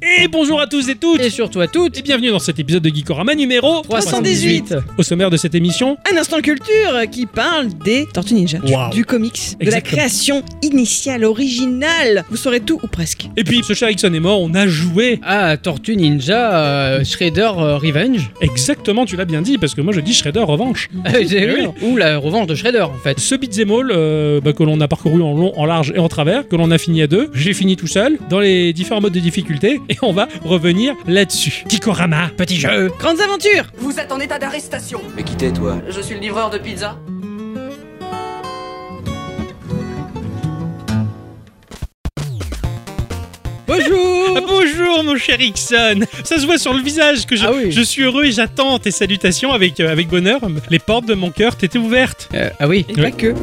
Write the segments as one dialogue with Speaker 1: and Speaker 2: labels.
Speaker 1: Et bonjour à tous et toutes
Speaker 2: Et surtout à toutes
Speaker 1: Et bienvenue dans cet épisode de Geekorama numéro
Speaker 2: 318
Speaker 1: Au sommaire de cette émission,
Speaker 3: Un instant culture qui parle des Tortues Ninja,
Speaker 1: Wow.
Speaker 3: du comics, de la
Speaker 1: Exactement.
Speaker 3: création initiale, originale. Vous saurez tout ou presque.
Speaker 1: et puis ce cher Ixon est mort, on a joué
Speaker 2: Ah, Tortue Ninja, euh, Shredder euh, Revenge.
Speaker 1: exactement, tu l'as bien dit, parce que moi je dis Shredder revanche.
Speaker 3: Mm.
Speaker 2: Euh, J'ai vu.
Speaker 1: Oui.
Speaker 2: Ou la revanche de Shredder en fait.
Speaker 1: Ce beat'em all euh, bah, que l'on a parcouru en long, en large et en travers, que l'on a fini à deux, j'ai fini tout seul, dans les différents modes de difficulté, et on va revenir là-dessus. Geekorama, petit jeu
Speaker 3: Grandes aventures
Speaker 4: Vous êtes en état d'arrestation.
Speaker 5: Mais qui t'es, toi
Speaker 4: Je suis le livreur de pizza.
Speaker 1: Ah,
Speaker 2: Bonjour
Speaker 1: Bonjour mon cher Ixon Ça se voit sur le visage que je,
Speaker 2: Ah oui.
Speaker 1: je suis heureux et j'attends tes salutations avec, euh, avec bonheur. Les portes de mon cœur t'étaient ouvertes.
Speaker 2: Euh, Ah oui.
Speaker 3: Et
Speaker 1: Oui.
Speaker 3: pas que.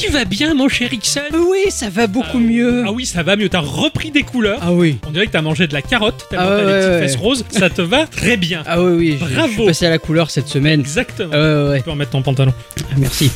Speaker 1: Tu vas bien mon cher Ixon
Speaker 2: Oui, ça va beaucoup mieux.
Speaker 1: Ah oui, ça va mieux, t'as repris des couleurs.
Speaker 2: Ah oui.
Speaker 1: On dirait que t'as mangé de la carotte, t'as
Speaker 2: Ah
Speaker 1: t'as
Speaker 2: ouais,
Speaker 1: les petites
Speaker 2: ouais,
Speaker 1: fesses
Speaker 2: ouais.
Speaker 1: roses, ça te va très bien.
Speaker 2: Ah oui, oui. je-
Speaker 1: Bravo.
Speaker 2: Je suis passé à la couleur cette semaine.
Speaker 1: Exactement.
Speaker 2: Ah ouais, ouais, ouais.
Speaker 1: Tu peux remettre ton pantalon.
Speaker 2: Ah, Merci.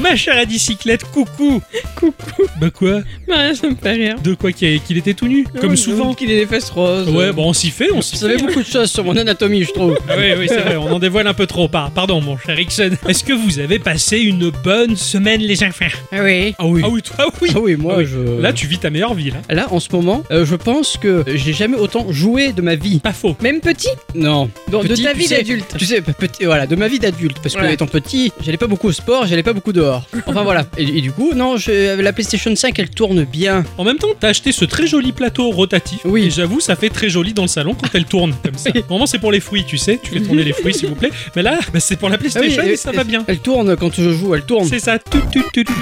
Speaker 1: Ma chère à bicyclette, coucou Coucou Bah quoi
Speaker 3: rien, ça me fait rire.
Speaker 1: De quoi qu'il qu'il était tout nu, comme souvent
Speaker 2: Qu'il ait des fesses roses.
Speaker 1: Ouais, bon, on s'y fait, on
Speaker 2: Vous
Speaker 1: s'y fait.
Speaker 2: savez beaucoup de choses sur mon anatomie, je trouve.
Speaker 1: Ah oui, oui, c'est vrai, on en dévoile un peu trop. Par- Pardon, mon cher Ixon. Est-ce que vous avez passé une bonne semaine, les enfants
Speaker 2: Ah oui.
Speaker 1: Ah oui. Ah oui, toi, ah oui
Speaker 2: Ah oui, moi
Speaker 1: Ah oui.
Speaker 2: je.
Speaker 1: Là, tu vis ta meilleure vie, là.
Speaker 2: Là, en ce moment, euh, je pense que j'ai jamais autant joué de ma vie.
Speaker 1: Pas faux.
Speaker 3: Même petit
Speaker 2: Non.
Speaker 3: Dans- De
Speaker 2: Petit,
Speaker 3: ta
Speaker 2: tu
Speaker 3: vie
Speaker 2: sais,
Speaker 3: d'adulte.
Speaker 2: Tu sais, petit, voilà, de ma vie d'adulte, parce que
Speaker 3: Ouais.
Speaker 2: étant petit, j'allais pas beaucoup au sport, j'allais pas beaucoup dehors. Enfin voilà. Et, et du coup, non, je- euh, la PlayStation 5, elle tourne bien. Ah
Speaker 1: En même temps, t'as acheté ce très joli plateau rotatif.
Speaker 2: Oui.
Speaker 1: Et j'avoue, ça fait très joli dans le salon quand elle tourne comme ça. Normalement, c'est pour les fruits, tu sais. Tu fais tourner les fruits, s'il vous plaît. Mais là, bah, c'est pour la
Speaker 2: Ah oui,
Speaker 1: PlayStation
Speaker 2: elle-
Speaker 1: et ça va bien.
Speaker 2: Elle tourne quand je joue, elle tourne.
Speaker 1: C'est ça. Tout, tout, tout, tout.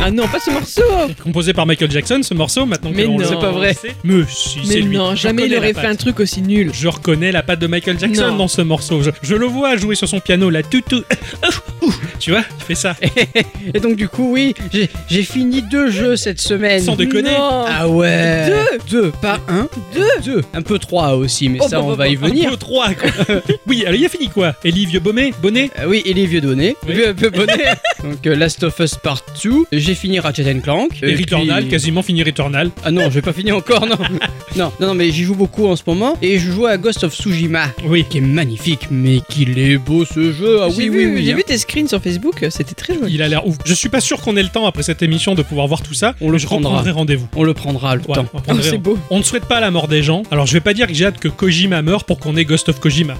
Speaker 3: Ah non, pas ce morceau
Speaker 1: Composé par Michael Jackson, ce morceau, maintenant
Speaker 3: Mais
Speaker 1: que on
Speaker 3: non.
Speaker 1: le
Speaker 3: C'est pas
Speaker 2: vrai.
Speaker 1: sait. Mais si, c'est
Speaker 3: Mais
Speaker 1: lui.
Speaker 3: non,
Speaker 1: Je
Speaker 3: jamais il
Speaker 1: reconnais
Speaker 3: aurait
Speaker 1: la
Speaker 3: fait un
Speaker 1: patte.
Speaker 3: truc aussi nul.
Speaker 1: Je reconnais la patte de Michael Jackson
Speaker 3: Non.
Speaker 1: dans ce morceau. Je, je le vois jouer sur son piano, là, tout, tout. Tu vois, il fait
Speaker 3: Eh
Speaker 1: ça.
Speaker 2: Et donc du coup, oui, j'ai- j'ai fini deux jeux cette semaine.
Speaker 1: Sans déconner.
Speaker 3: Non.
Speaker 2: Ah ouais Deux Deux, pas un Deux Deux Un peu trois aussi, mais
Speaker 3: Oh,
Speaker 2: ça,
Speaker 3: bah,
Speaker 2: on
Speaker 3: bah,
Speaker 2: va y
Speaker 1: Un
Speaker 2: venir.
Speaker 1: peu trois, quoi. oui, alors il a fini quoi Ellie, vieux Bonnet Bonnet
Speaker 2: Ah oui, et les vieux donnés.
Speaker 1: Oui.
Speaker 2: Vieux- vieux bonnets. Donc euh, Last of Us Part 2, j'ai fini Ratchet and Clank.
Speaker 3: Euh,
Speaker 1: Et
Speaker 2: puis-
Speaker 1: Returnal, quasiment fini Returnal.
Speaker 2: Ah non, je vais pas finir encore, non. non, non, non, mais j'y joue beaucoup en ce moment. Et je joue à Ghost of Tsushima,
Speaker 1: Oui.
Speaker 2: qui est magnifique, mais qu'il est beau ce jeu. Ah oui,
Speaker 3: J'ai
Speaker 2: oui,
Speaker 3: vu-
Speaker 2: oui.
Speaker 3: J'ai
Speaker 2: hein.
Speaker 3: vu tes screens sur Facebook, euh, c'était très joli.
Speaker 1: Il a l'air ouf. Je suis pas sûr qu'on ait le temps après cette émission de pouvoir voir tout ça.
Speaker 2: On le
Speaker 1: Je
Speaker 2: prendra.
Speaker 1: reprendrai rendez-vous.
Speaker 2: On le prendra le
Speaker 1: Ouais,
Speaker 2: temps.
Speaker 1: on
Speaker 3: Oh,
Speaker 1: prendrait-
Speaker 3: c'est beau.
Speaker 1: on ne souhaite pas la mort des gens. Alors je vais pas dire que j'ai hâte que Kojima meure pour qu'on ait Ghost of Kojima.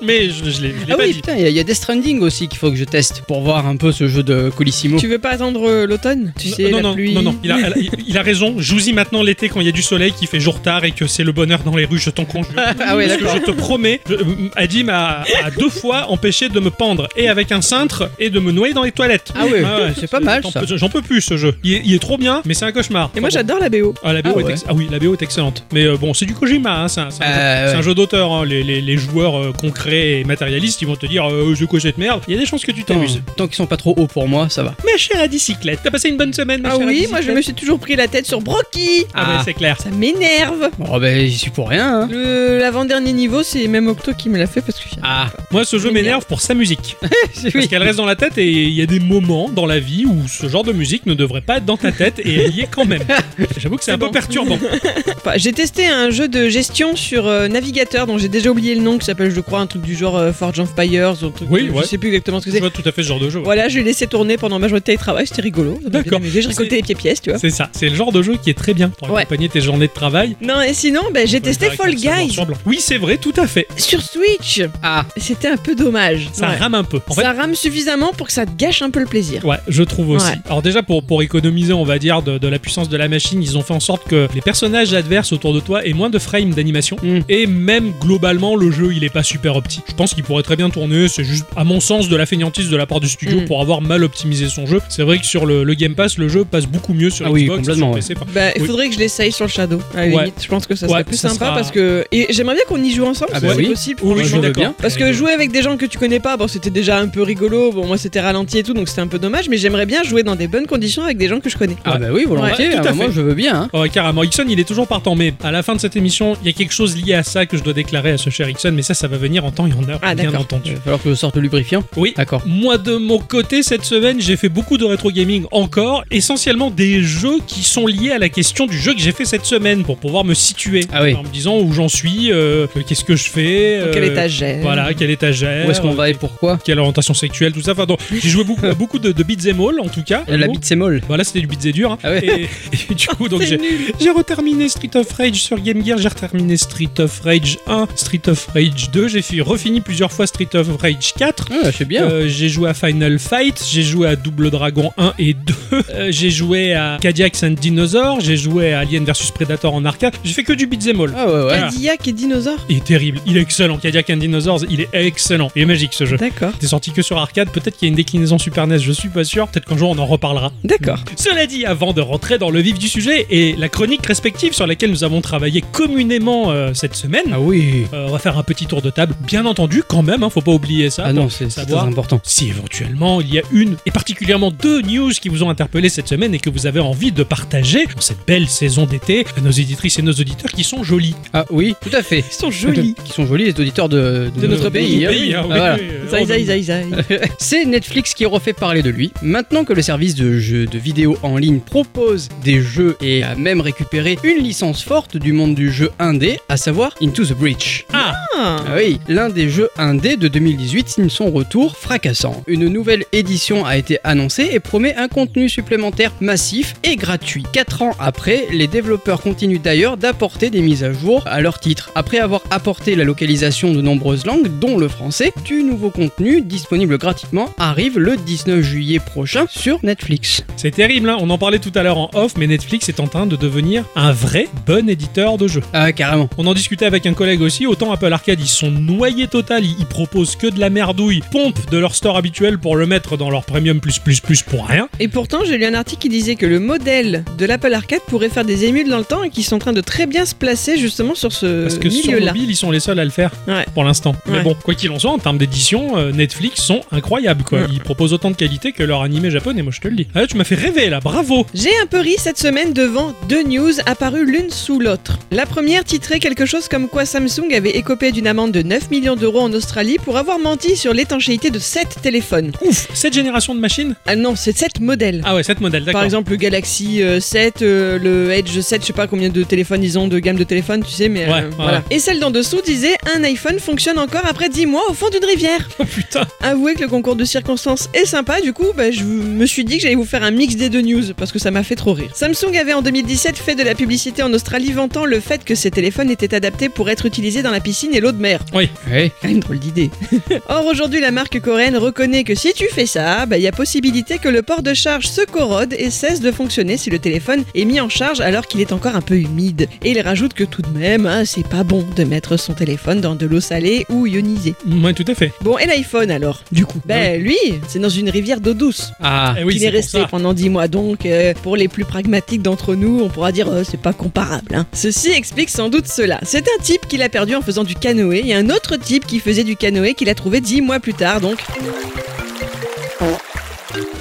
Speaker 1: Mais je, je l'ai je l'ai
Speaker 2: Ah
Speaker 1: pas
Speaker 2: oui,
Speaker 1: dit.
Speaker 2: putain, il y, a- il y a Death Stranding aussi qu'il faut que je teste pour voir un peu ce jeu de Colissimo.
Speaker 3: Tu veux pas attendre euh, l'automne Tu
Speaker 1: Non,
Speaker 3: sais,
Speaker 1: non,
Speaker 3: la
Speaker 1: non,
Speaker 3: pluie.
Speaker 1: non, non, il a, elle- il- il a raison. Jouis-y maintenant l'été quand il y a du soleil qui fait jour tard et que c'est le bonheur dans les rues, je t'en conjure.
Speaker 2: Ah ouais,
Speaker 1: Parce que
Speaker 2: d'accord.
Speaker 1: je te promets, je- euh, Adi m'a a deux fois empêché de me pendre et avec un cintre et de me noyer dans les toilettes.
Speaker 2: Ah ouais, c'est pas mal,
Speaker 1: j'en
Speaker 2: ça.
Speaker 1: peux- J'en peux plus ce jeu. Il est, il est trop bien, mais c'est un cauchemar.
Speaker 3: Et moi j'adore la BO.
Speaker 1: Ah, la BO
Speaker 2: Ah
Speaker 1: est
Speaker 2: ouais.
Speaker 1: ex- ah oui, la BO est excellente. Mais euh, bon, c'est du Kojima, hein, c'est un, c'est un
Speaker 2: Euh,
Speaker 1: jeu- c'est un
Speaker 2: ouais.
Speaker 1: jeu d'auteur. hein. Les, les- les joueurs euh, concrets et matérialistes, ils vont te dire euh, je quoi cette merde. Il y a des chances que tu
Speaker 2: Tant,
Speaker 1: t'amuses.
Speaker 2: tant qu'ils sont pas trop hauts pour moi, ça va.
Speaker 1: Ma chère à bicyclette, t'as passé une bonne semaine, ma
Speaker 3: Ah
Speaker 1: chère à
Speaker 3: oui,
Speaker 1: bicyclette
Speaker 3: moi je me suis toujours pris la tête sur Brocky
Speaker 1: Ah ouais, c'est clair.
Speaker 3: Ça m'énerve
Speaker 2: Bon, ben, j'y suis pour rien, hein.
Speaker 3: Le- L'avant-dernier niveau, c'est même Octo qui me l'a fait parce que j'ai-
Speaker 2: Ah,
Speaker 1: Moi, ce jeu m'énerve pour sa musique. Parce
Speaker 2: oui.
Speaker 1: qu'elle reste dans la tête et il y a des moments dans la vie où ce genre de musique ne devrait pas être dans ta tête et elle y est quand même. J'avoue que c'est un peu
Speaker 3: bon.
Speaker 1: perturbant.
Speaker 3: Enfin, j'ai testé un jeu de gestion sur euh, navigateur dont j'ai déjà oublié le nom qui s'appelle je crois un truc du genre euh, Forge of Empires ou un truc
Speaker 1: Oui,
Speaker 3: je
Speaker 1: ouais.
Speaker 3: sais plus exactement ce que
Speaker 1: Je
Speaker 3: c'est.
Speaker 1: vois tout à fait ce genre de jeu. ouais.
Speaker 3: Voilà, je l'ai laissé tourner pendant ma journée de télétravail, c'était rigolo. ça m'a bien
Speaker 1: D'accord.
Speaker 3: amusé, Je récoltais les pieds pièces, tu vois.
Speaker 1: C'est ça, c'est le genre de jeu qui est très bien pour
Speaker 3: Ouais.
Speaker 1: accompagner tes journées de travail.
Speaker 3: Non, et sinon, ben, j'ai
Speaker 1: Tu peux
Speaker 3: testé
Speaker 1: le faire
Speaker 3: Fall
Speaker 1: avec un
Speaker 3: Guys
Speaker 1: noir sur blanc. Oui, c'est vrai, tout à fait.
Speaker 3: sur Switch.
Speaker 2: Ah,
Speaker 3: C'était un peu dommage.
Speaker 1: Ça
Speaker 3: Ouais.
Speaker 1: rame un peu. En fait,
Speaker 3: Ça rame suffisamment pour que ça te gâche un peu le plaisir.
Speaker 1: Ouais, je trouve aussi.
Speaker 3: Ouais.
Speaker 1: Alors déjà pour, pour économiser, on va dire, de, de la puissance de la machine, ils ont fait en sorte que les personnages adverses autour de toi aient moins de frames d'animation.
Speaker 2: Mm.
Speaker 1: Et même globalement, le jeu, il est pas super opti. Je pense qu'il pourrait très bien tourner. C'est juste, à mon sens, de la fainéantise de la part du studio
Speaker 3: Mm.
Speaker 1: pour avoir mal optimisé son jeu. C'est vrai que sur le, le Game Pass, le jeu passe beaucoup mieux sur
Speaker 2: Ah oui,
Speaker 1: Xbox, que sur
Speaker 2: complètement,
Speaker 1: PC. Enfin,
Speaker 3: Bah, il
Speaker 1: Oui.
Speaker 3: faudrait que je l'essaye sur le Shadow. À la
Speaker 1: Ouais.
Speaker 3: limite, je pense que ça
Speaker 1: Ouais,
Speaker 3: serait plus
Speaker 1: ça
Speaker 3: sympa
Speaker 1: sera-
Speaker 3: parce que. Et j'aimerais bien qu'on y joue ensemble,
Speaker 2: Ah
Speaker 3: si
Speaker 2: bah
Speaker 3: c'est
Speaker 2: oui.
Speaker 3: possible.
Speaker 1: oui,
Speaker 2: moi,
Speaker 1: je
Speaker 2: je
Speaker 1: suis
Speaker 2: veux
Speaker 1: d'accord.
Speaker 2: bien.
Speaker 3: Parce que jouer avec des gens que tu connais pas, bon, c'était déjà un peu rigolo. Bon, moi c'était ralenti et tout, donc c'était un peu dommage, mais j'aimerais bien jouer dans des bonnes conditions avec des gens que je connais.
Speaker 2: Ah, bah oui, volontiers.
Speaker 1: Ouais, tout à
Speaker 2: Ah, moi,
Speaker 1: fait.
Speaker 2: je veux bien. hein.
Speaker 1: Oh, carrément, Ixon il est toujours partant, mais à la fin de cette émission, il y a quelque chose lié à ça que je dois déclarer à ce cher Ixon, mais ça, ça va venir en temps et en heure,
Speaker 3: Ah,
Speaker 1: bien
Speaker 3: d'accord.
Speaker 1: entendu.
Speaker 2: Il va falloir que je sorte le lubrifiant.
Speaker 1: Oui,
Speaker 2: D'accord.
Speaker 1: Moi de mon côté cette semaine j'ai fait beaucoup de rétro gaming encore, essentiellement des jeux qui sont liés à la question du jeu que j'ai fait cette semaine pour pouvoir me situer
Speaker 2: Ah oui.
Speaker 1: en me disant où j'en suis, euh, qu'est-ce que je fais,
Speaker 3: Dans quel
Speaker 1: euh,
Speaker 3: étage j'ai
Speaker 1: voilà quel étagère, euh,
Speaker 2: Où est-ce qu'on va et pourquoi
Speaker 1: quelle orientation sexuelle, tout ça. Enfin, donc, j'ai joué beaucoup, à beaucoup de, de beats and all en tout cas.
Speaker 2: La bite c'est molle.
Speaker 1: Voilà, c'était du beats et dur. hein.
Speaker 2: Ah ouais.
Speaker 1: et, et du coup, donc
Speaker 3: C'est
Speaker 1: j'ai,
Speaker 3: nul.
Speaker 1: j'ai reterminé Street of Rage sur Game Gear, j'ai reterminé Street of Rage 1, Street of Rage 2, j'ai fi- refini plusieurs fois Street of Rage 4.
Speaker 2: Ah, c'est bien.
Speaker 1: Euh, j'ai joué à Final Fight, j'ai joué à Double Dragon 1 et 2, euh, j'ai joué à Cadillacs and Dinosaurs, j'ai joué à Alien vs Predator en arcade. J'ai fait que du beat'em all.
Speaker 2: Ah ouais, ouais.
Speaker 3: Cadillac et dinosaure
Speaker 1: Il est terrible, il est excellent. Cadillac and Dinosaurs, il est excellent. Il est magique ce jeu.
Speaker 3: D'accord.
Speaker 1: T'es sorti que sur arcade, peut-être qu'il y a une déclinaison Super NES, je suis pas sûr. Peut-être qu'un jour on en reparlera.
Speaker 3: D'accord.
Speaker 1: Cela dit, avant de rentrer dans le vif du sujet et la chronique respective sur laquelle nous avons travaillé communément euh, cette semaine,
Speaker 2: Ah oui.
Speaker 1: euh, on va faire un petit tour de table. Bien entendu, quand même, hein, faut pas oublier ça.
Speaker 2: Ah
Speaker 1: pour
Speaker 2: non, c'est c'est très
Speaker 1: savoir
Speaker 2: important.
Speaker 1: si éventuellement il y a une et particulièrement deux news qui vous ont interpellé cette semaine et que vous avez envie de partager pour cette belle saison d'été à nos éditrices et nos auditeurs qui sont jolis.
Speaker 2: Ah oui, tout à fait.
Speaker 3: Ils sont jolis.
Speaker 2: Qui sont jolis, les auditeurs de, de
Speaker 3: De notre pays,
Speaker 2: hein.
Speaker 1: hein,
Speaker 2: Ah,
Speaker 1: oui,
Speaker 2: voilà.
Speaker 1: oui, euh,
Speaker 3: Zaï, zaï, zaï, zaï.
Speaker 2: C'est Netflix qui refait parler de lui. Maintenant que le service de jeux de vidéo en ligne propose des jeux et a même récupéré une licence forte du monde du jeu indé, à savoir Into the Breach.
Speaker 1: Ah,
Speaker 3: Ah.
Speaker 2: Ah oui, l'un des jeux indés de 2018 signe son retour fracassant. Une nouvelle édition a été annoncée et promet un contenu supplémentaire massif et gratuit. Quatre ans après, les développeurs continuent d'ailleurs d'apporter des mises à jour à leur titre. Après avoir apporté la localisation de nombreuses langues, dont le français, du nouveau contenu disponible gratuitement arrive le 19 juillet prochain sur Netflix.
Speaker 1: c'est terrible, hein, on en parlait tout à l'heure en off, mais Netflix est en train de devenir un vrai bon éditeur de jeux.
Speaker 2: Ah carrément.
Speaker 1: On en discutait avec un collègue aussi, autant Apple Arcade, ils sont noyés total, ils ils proposent que de la merdouille, pompe de leur store habituel pour le mettre dans leur premium plus plus plus pour rien.
Speaker 3: Et pourtant, j'ai lu un article qui disait que le modèle de l'Apple Arcade pourrait faire des émules dans le temps et qu'ils sont en train de très bien se placer justement sur ce
Speaker 1: Parce que sur
Speaker 3: Euh, milieu-là.
Speaker 1: mobile, ils sont les seuls à le faire
Speaker 3: Ouais.
Speaker 1: pour l'instant. Mais
Speaker 3: Ouais.
Speaker 1: bon, quoi qu'il en soit, en termes d'édition, euh, Netflix sont incroyables. quoi.
Speaker 3: Ouais.
Speaker 1: Ils proposent autant de qualité que leur animé japonais, moi je te le dis. Ah, tu m'as fait rêver là, bravo
Speaker 3: J'ai un peu ri cette semaine devant deux news apparues l'une sous l'autre. La première titrait quelque chose comme quoi Samsung avait écopé d'une amende de 9 millions d'euros en Australie pour avoir menti sur l'étanchéité de 7 téléphones.
Speaker 1: Ouf Cette génération de machines
Speaker 3: Ah non, c'est 7 modèles.
Speaker 1: Ah ouais, cette modèle, d'accord.
Speaker 3: Par exemple, le Galaxy euh, 7, euh, le Edge 7, je sais pas combien de téléphones ils ont de gamme de téléphones, tu sais, mais euh,
Speaker 1: Ouais, ouais.
Speaker 3: voilà. Et celle d'en dessous disait un iPhone fonctionne encore après 10 mois au fond d'une rivière.
Speaker 1: Oh putain
Speaker 3: Avouez que le concours de circonstances est sympa, du coup, bah, je me suis dit que j'allais vous faire un mix des deux news parce que ça m'a fait trop rire. Samsung avait en 2017 fait de la publicité en Australie vantant le fait que ses téléphones étaient adaptés pour être utilisés dans la piscine et l'eau de mer.
Speaker 2: Ouais.
Speaker 3: Ah, une drôle d'idée. Or, aujourd'hui, la marque coréenne reconnaît que si tu fais ça, bah, il y a possibilité que le port de charge se corrode et cesse de fonctionner si le téléphone est mis en charge alors qu'il est encore un peu humide. Et il rajoute que tout de même, hein, c'est pas bon de mettre son téléphone dans de l'eau salée ou ionisée.
Speaker 1: Ouais, tout à fait.
Speaker 3: Bon, et l'iPhone alors
Speaker 1: Du coup.
Speaker 3: Ben lui, c'est dans une rivière d'eau douce
Speaker 2: Ah.
Speaker 1: Eh oui,
Speaker 3: qu'il
Speaker 1: c'est
Speaker 3: est
Speaker 1: pour
Speaker 3: resté
Speaker 1: ça.
Speaker 3: pendant 10 mois. Donc, euh, pour les plus pragmatiques d'entre nous, on pourra dire euh, c'est pas comparable. hein. Ceci explique sans doute cela. C'est un type qui l'a perdu en faisant du canoë et un autre type qui faisait du canoë qu'il a trouvé 10 mois plus tard. Donc.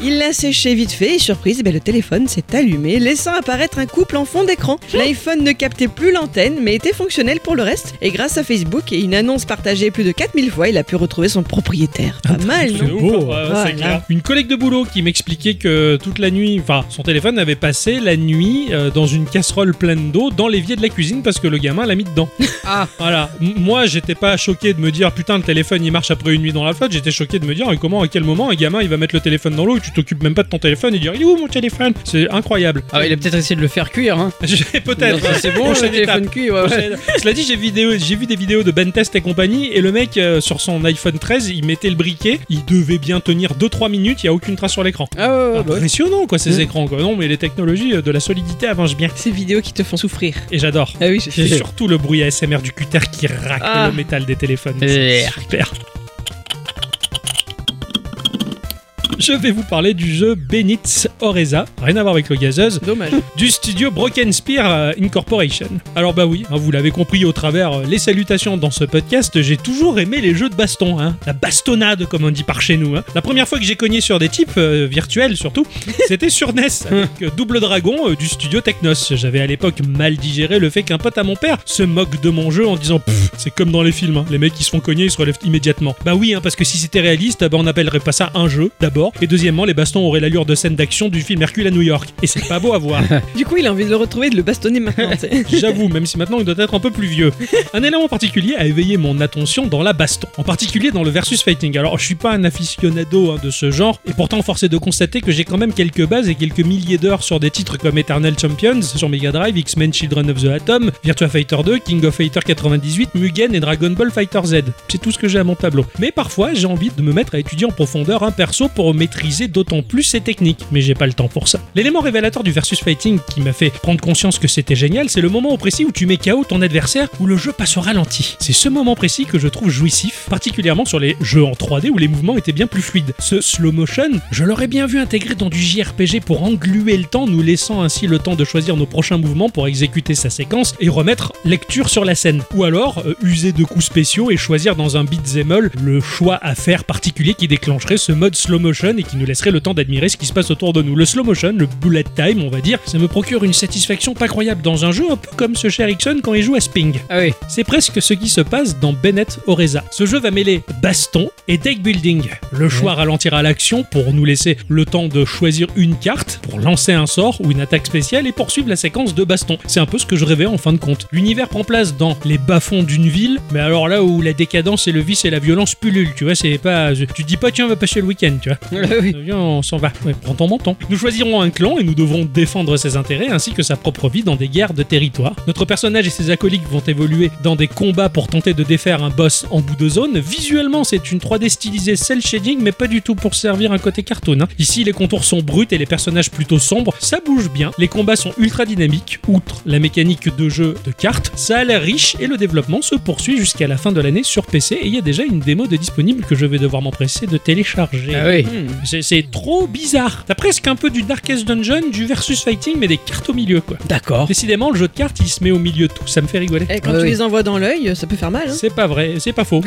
Speaker 3: Il l'a séché vite fait et surprise, ben, le téléphone s'est allumé, laissant apparaître un couple en fond d'écran. L'iPhone ne captait plus l'antenne mais était fonctionnel pour le reste et grâce à Facebook et une annonce partagée plus de 4000 fois, il a pu retrouver son propriétaire. Pas mal,
Speaker 1: Ah, C'est
Speaker 3: non
Speaker 1: ouf,
Speaker 2: beau. hein.
Speaker 1: ouais,
Speaker 3: Voilà.
Speaker 1: c'est clair. Une collègue de boulot qui m'expliquait que toute la nuit, enfin, son téléphone avait passé la nuit euh, dans une casserole pleine d'eau dans l'évier de la cuisine parce que le gamin l'a mis dedans.
Speaker 2: Ah.
Speaker 1: Voilà. M- Moi, j'étais pas choqué de me dire putain, le téléphone il marche après une nuit dans la flotte. J'étais choqué de me dire mais comment, à quel moment un gamin il va mettre le téléphone dans l'eau et tu t'occupes même pas de ton téléphone et dire il est où mon téléphone C'est incroyable.
Speaker 2: Ah, il a peut-être essayé de le faire cuire, hein.
Speaker 1: J'ai-
Speaker 2: Non,
Speaker 1: Peut-être.
Speaker 2: C'est bon, le
Speaker 1: Prochaine étape.
Speaker 3: Ah,
Speaker 2: téléphone cuit, ouais, ouais.
Speaker 1: Prochaine- Cela dit, j'ai vidéo- j'ai vu des vidéos de Ben Test et compagnie, et le mec euh, sur son iPhone 13, il mettait le briquet, il devait bien tenir 2-3 minutes, il n'y a aucune trace sur l'écran.
Speaker 2: Ah ouais,
Speaker 3: bah
Speaker 2: ouais, ouais.
Speaker 1: Impressionnant quoi ces
Speaker 2: Mm.
Speaker 1: écrans quoi. Non mais les technologies euh, de la solidité avancent bien
Speaker 3: Ces vidéos qui te font souffrir.
Speaker 1: et j'adore.
Speaker 3: Ah oui,
Speaker 1: C'est surtout le bruit ASMR du cutter qui racle
Speaker 3: Ah.
Speaker 1: le métal des téléphones.
Speaker 2: Eh.
Speaker 1: C'est Super. je vais vous parler du jeu Benitz Oreza, rien à voir avec le gazeuse,
Speaker 3: Dommage.
Speaker 1: du studio Broken Spear euh, Incorporation. Alors bah oui, hein, vous l'avez compris au travers euh, les salutations dans ce podcast, j'ai toujours aimé les jeux de baston, hein. la bastonnade comme on dit par chez nous. hein. La première fois que j'ai cogné sur des types euh, virtuels surtout, c'était sur NES avec euh, Double Dragon euh, du studio Technos. J'avais à l'époque mal digéré le fait qu'un pote à mon père se moque de mon jeu en disant Pff, c'est comme dans les films, hein. les mecs qui se font cogner ils se relèvent immédiatement. Bah oui, hein, parce que si c'était réaliste, bah, on n'appellerait pas ça un jeu d'abord, et deuxièmement les bastons auraient l'allure de scène d'action du film Hercule à New York. Et c'est pas beau à voir.
Speaker 3: Du coup, il a envie de le retrouver et de le bastonner maintenant. tu sais.
Speaker 1: J'avoue, même si maintenant il doit être un peu plus vieux. Un élément particulier a éveillé mon attention dans la baston, en particulier dans le versus fighting. Alors, je suis pas un aficionado hein, de ce genre, et pourtant force est de constater que j'ai quand même quelques bases et quelques milliers d'heures sur des titres comme Eternal Champions sur Mega Drive, X-Men Children of the Atom, Virtua Fighter 2, King of Fighter 98, Mugen et Dragon Ball Fighter Z. C'est tout ce que j'ai à mon tableau. Mais parfois, j'ai envie de me mettre à étudier en profondeur un perso pour maîtriser d'autant plus ses techniques, mais j'ai pas le temps pour ça. L'élément révélateur du versus fighting qui m'a fait prendre conscience que c'était génial, c'est le moment au précis où tu mets KO ton adversaire, où le jeu passe au ralenti. C'est ce moment précis que je trouve jouissif, particulièrement sur les jeux en 3D où les mouvements étaient bien plus fluides. Ce slow motion, je l'aurais bien vu intégré dans du JRPG pour engluer le temps, nous laissant ainsi le temps de choisir nos prochains mouvements pour exécuter sa séquence et remettre lecture sur la scène. Ou alors, euh, user de coups spéciaux et choisir dans un beat'em all le choix à faire particulier qui déclencherait ce mode slow motion et qui nous laisserait le temps d'admirer ce qui se passe autour de nous. Le slow motion, le bullet time, on va dire, ça me procure une satisfaction pas croyable dans un jeu, un peu comme ce cher Ixon quand il joue à Sping.
Speaker 2: Ah oui.
Speaker 1: C'est presque ce qui se passe dans Bennett Oreza. Ce jeu va mêler baston et deck building. Le choix ralentira l'action pour nous laisser le temps de choisir une carte, pour lancer un sort ou une attaque spéciale et poursuivre la séquence de baston. C'est un peu ce que je rêvais en fin de compte. L'univers prend place dans les bas-fonds d'une ville, mais alors là où la décadence et le vice et la violence pullulent, tu vois, c'est pas. euh, Tu dis pas tiens, on va passer le week-end, tu vois.
Speaker 3: Bah
Speaker 2: oui.
Speaker 1: Euh, Viens, on s'en va. Ouais, prends ton menton. Nous choisirons un clan et nous devrons défendre ses intérêts ainsi que sa propre vie dans des guerres de territoire. Notre personnage et ses acolytes vont évoluer dans des combats pour tenter de défaire un boss en bout de zone. Visuellement, c'est une 3D stylisée cel shading, mais pas du tout pour servir un côté cartoon. hein. Ici, les contours sont bruts et les personnages plutôt sombres. Ça bouge bien. Les combats sont ultra dynamiques, outre la mécanique de jeu de cartes. Ça a l'air riche et le développement se poursuit jusqu'à la fin de l'année sur PC. Et il y a déjà une démo de disponible que je vais devoir m'empresser de télécharger.
Speaker 2: Ah oui.
Speaker 3: Hmm.
Speaker 1: C'est- C'est trop bizarre. T'as presque un peu du Darkest Dungeon, du versus fighting, mais des cartes au milieu, quoi.
Speaker 2: D'accord.
Speaker 1: Décidément, le jeu de cartes, il se met au milieu de tout. Ça me fait rigoler.
Speaker 3: Eh, quand
Speaker 2: Ah
Speaker 3: tu
Speaker 2: oui.
Speaker 3: les envoies dans l'œil, ça peut faire mal. hein.
Speaker 1: C'est pas vrai, c'est pas faux.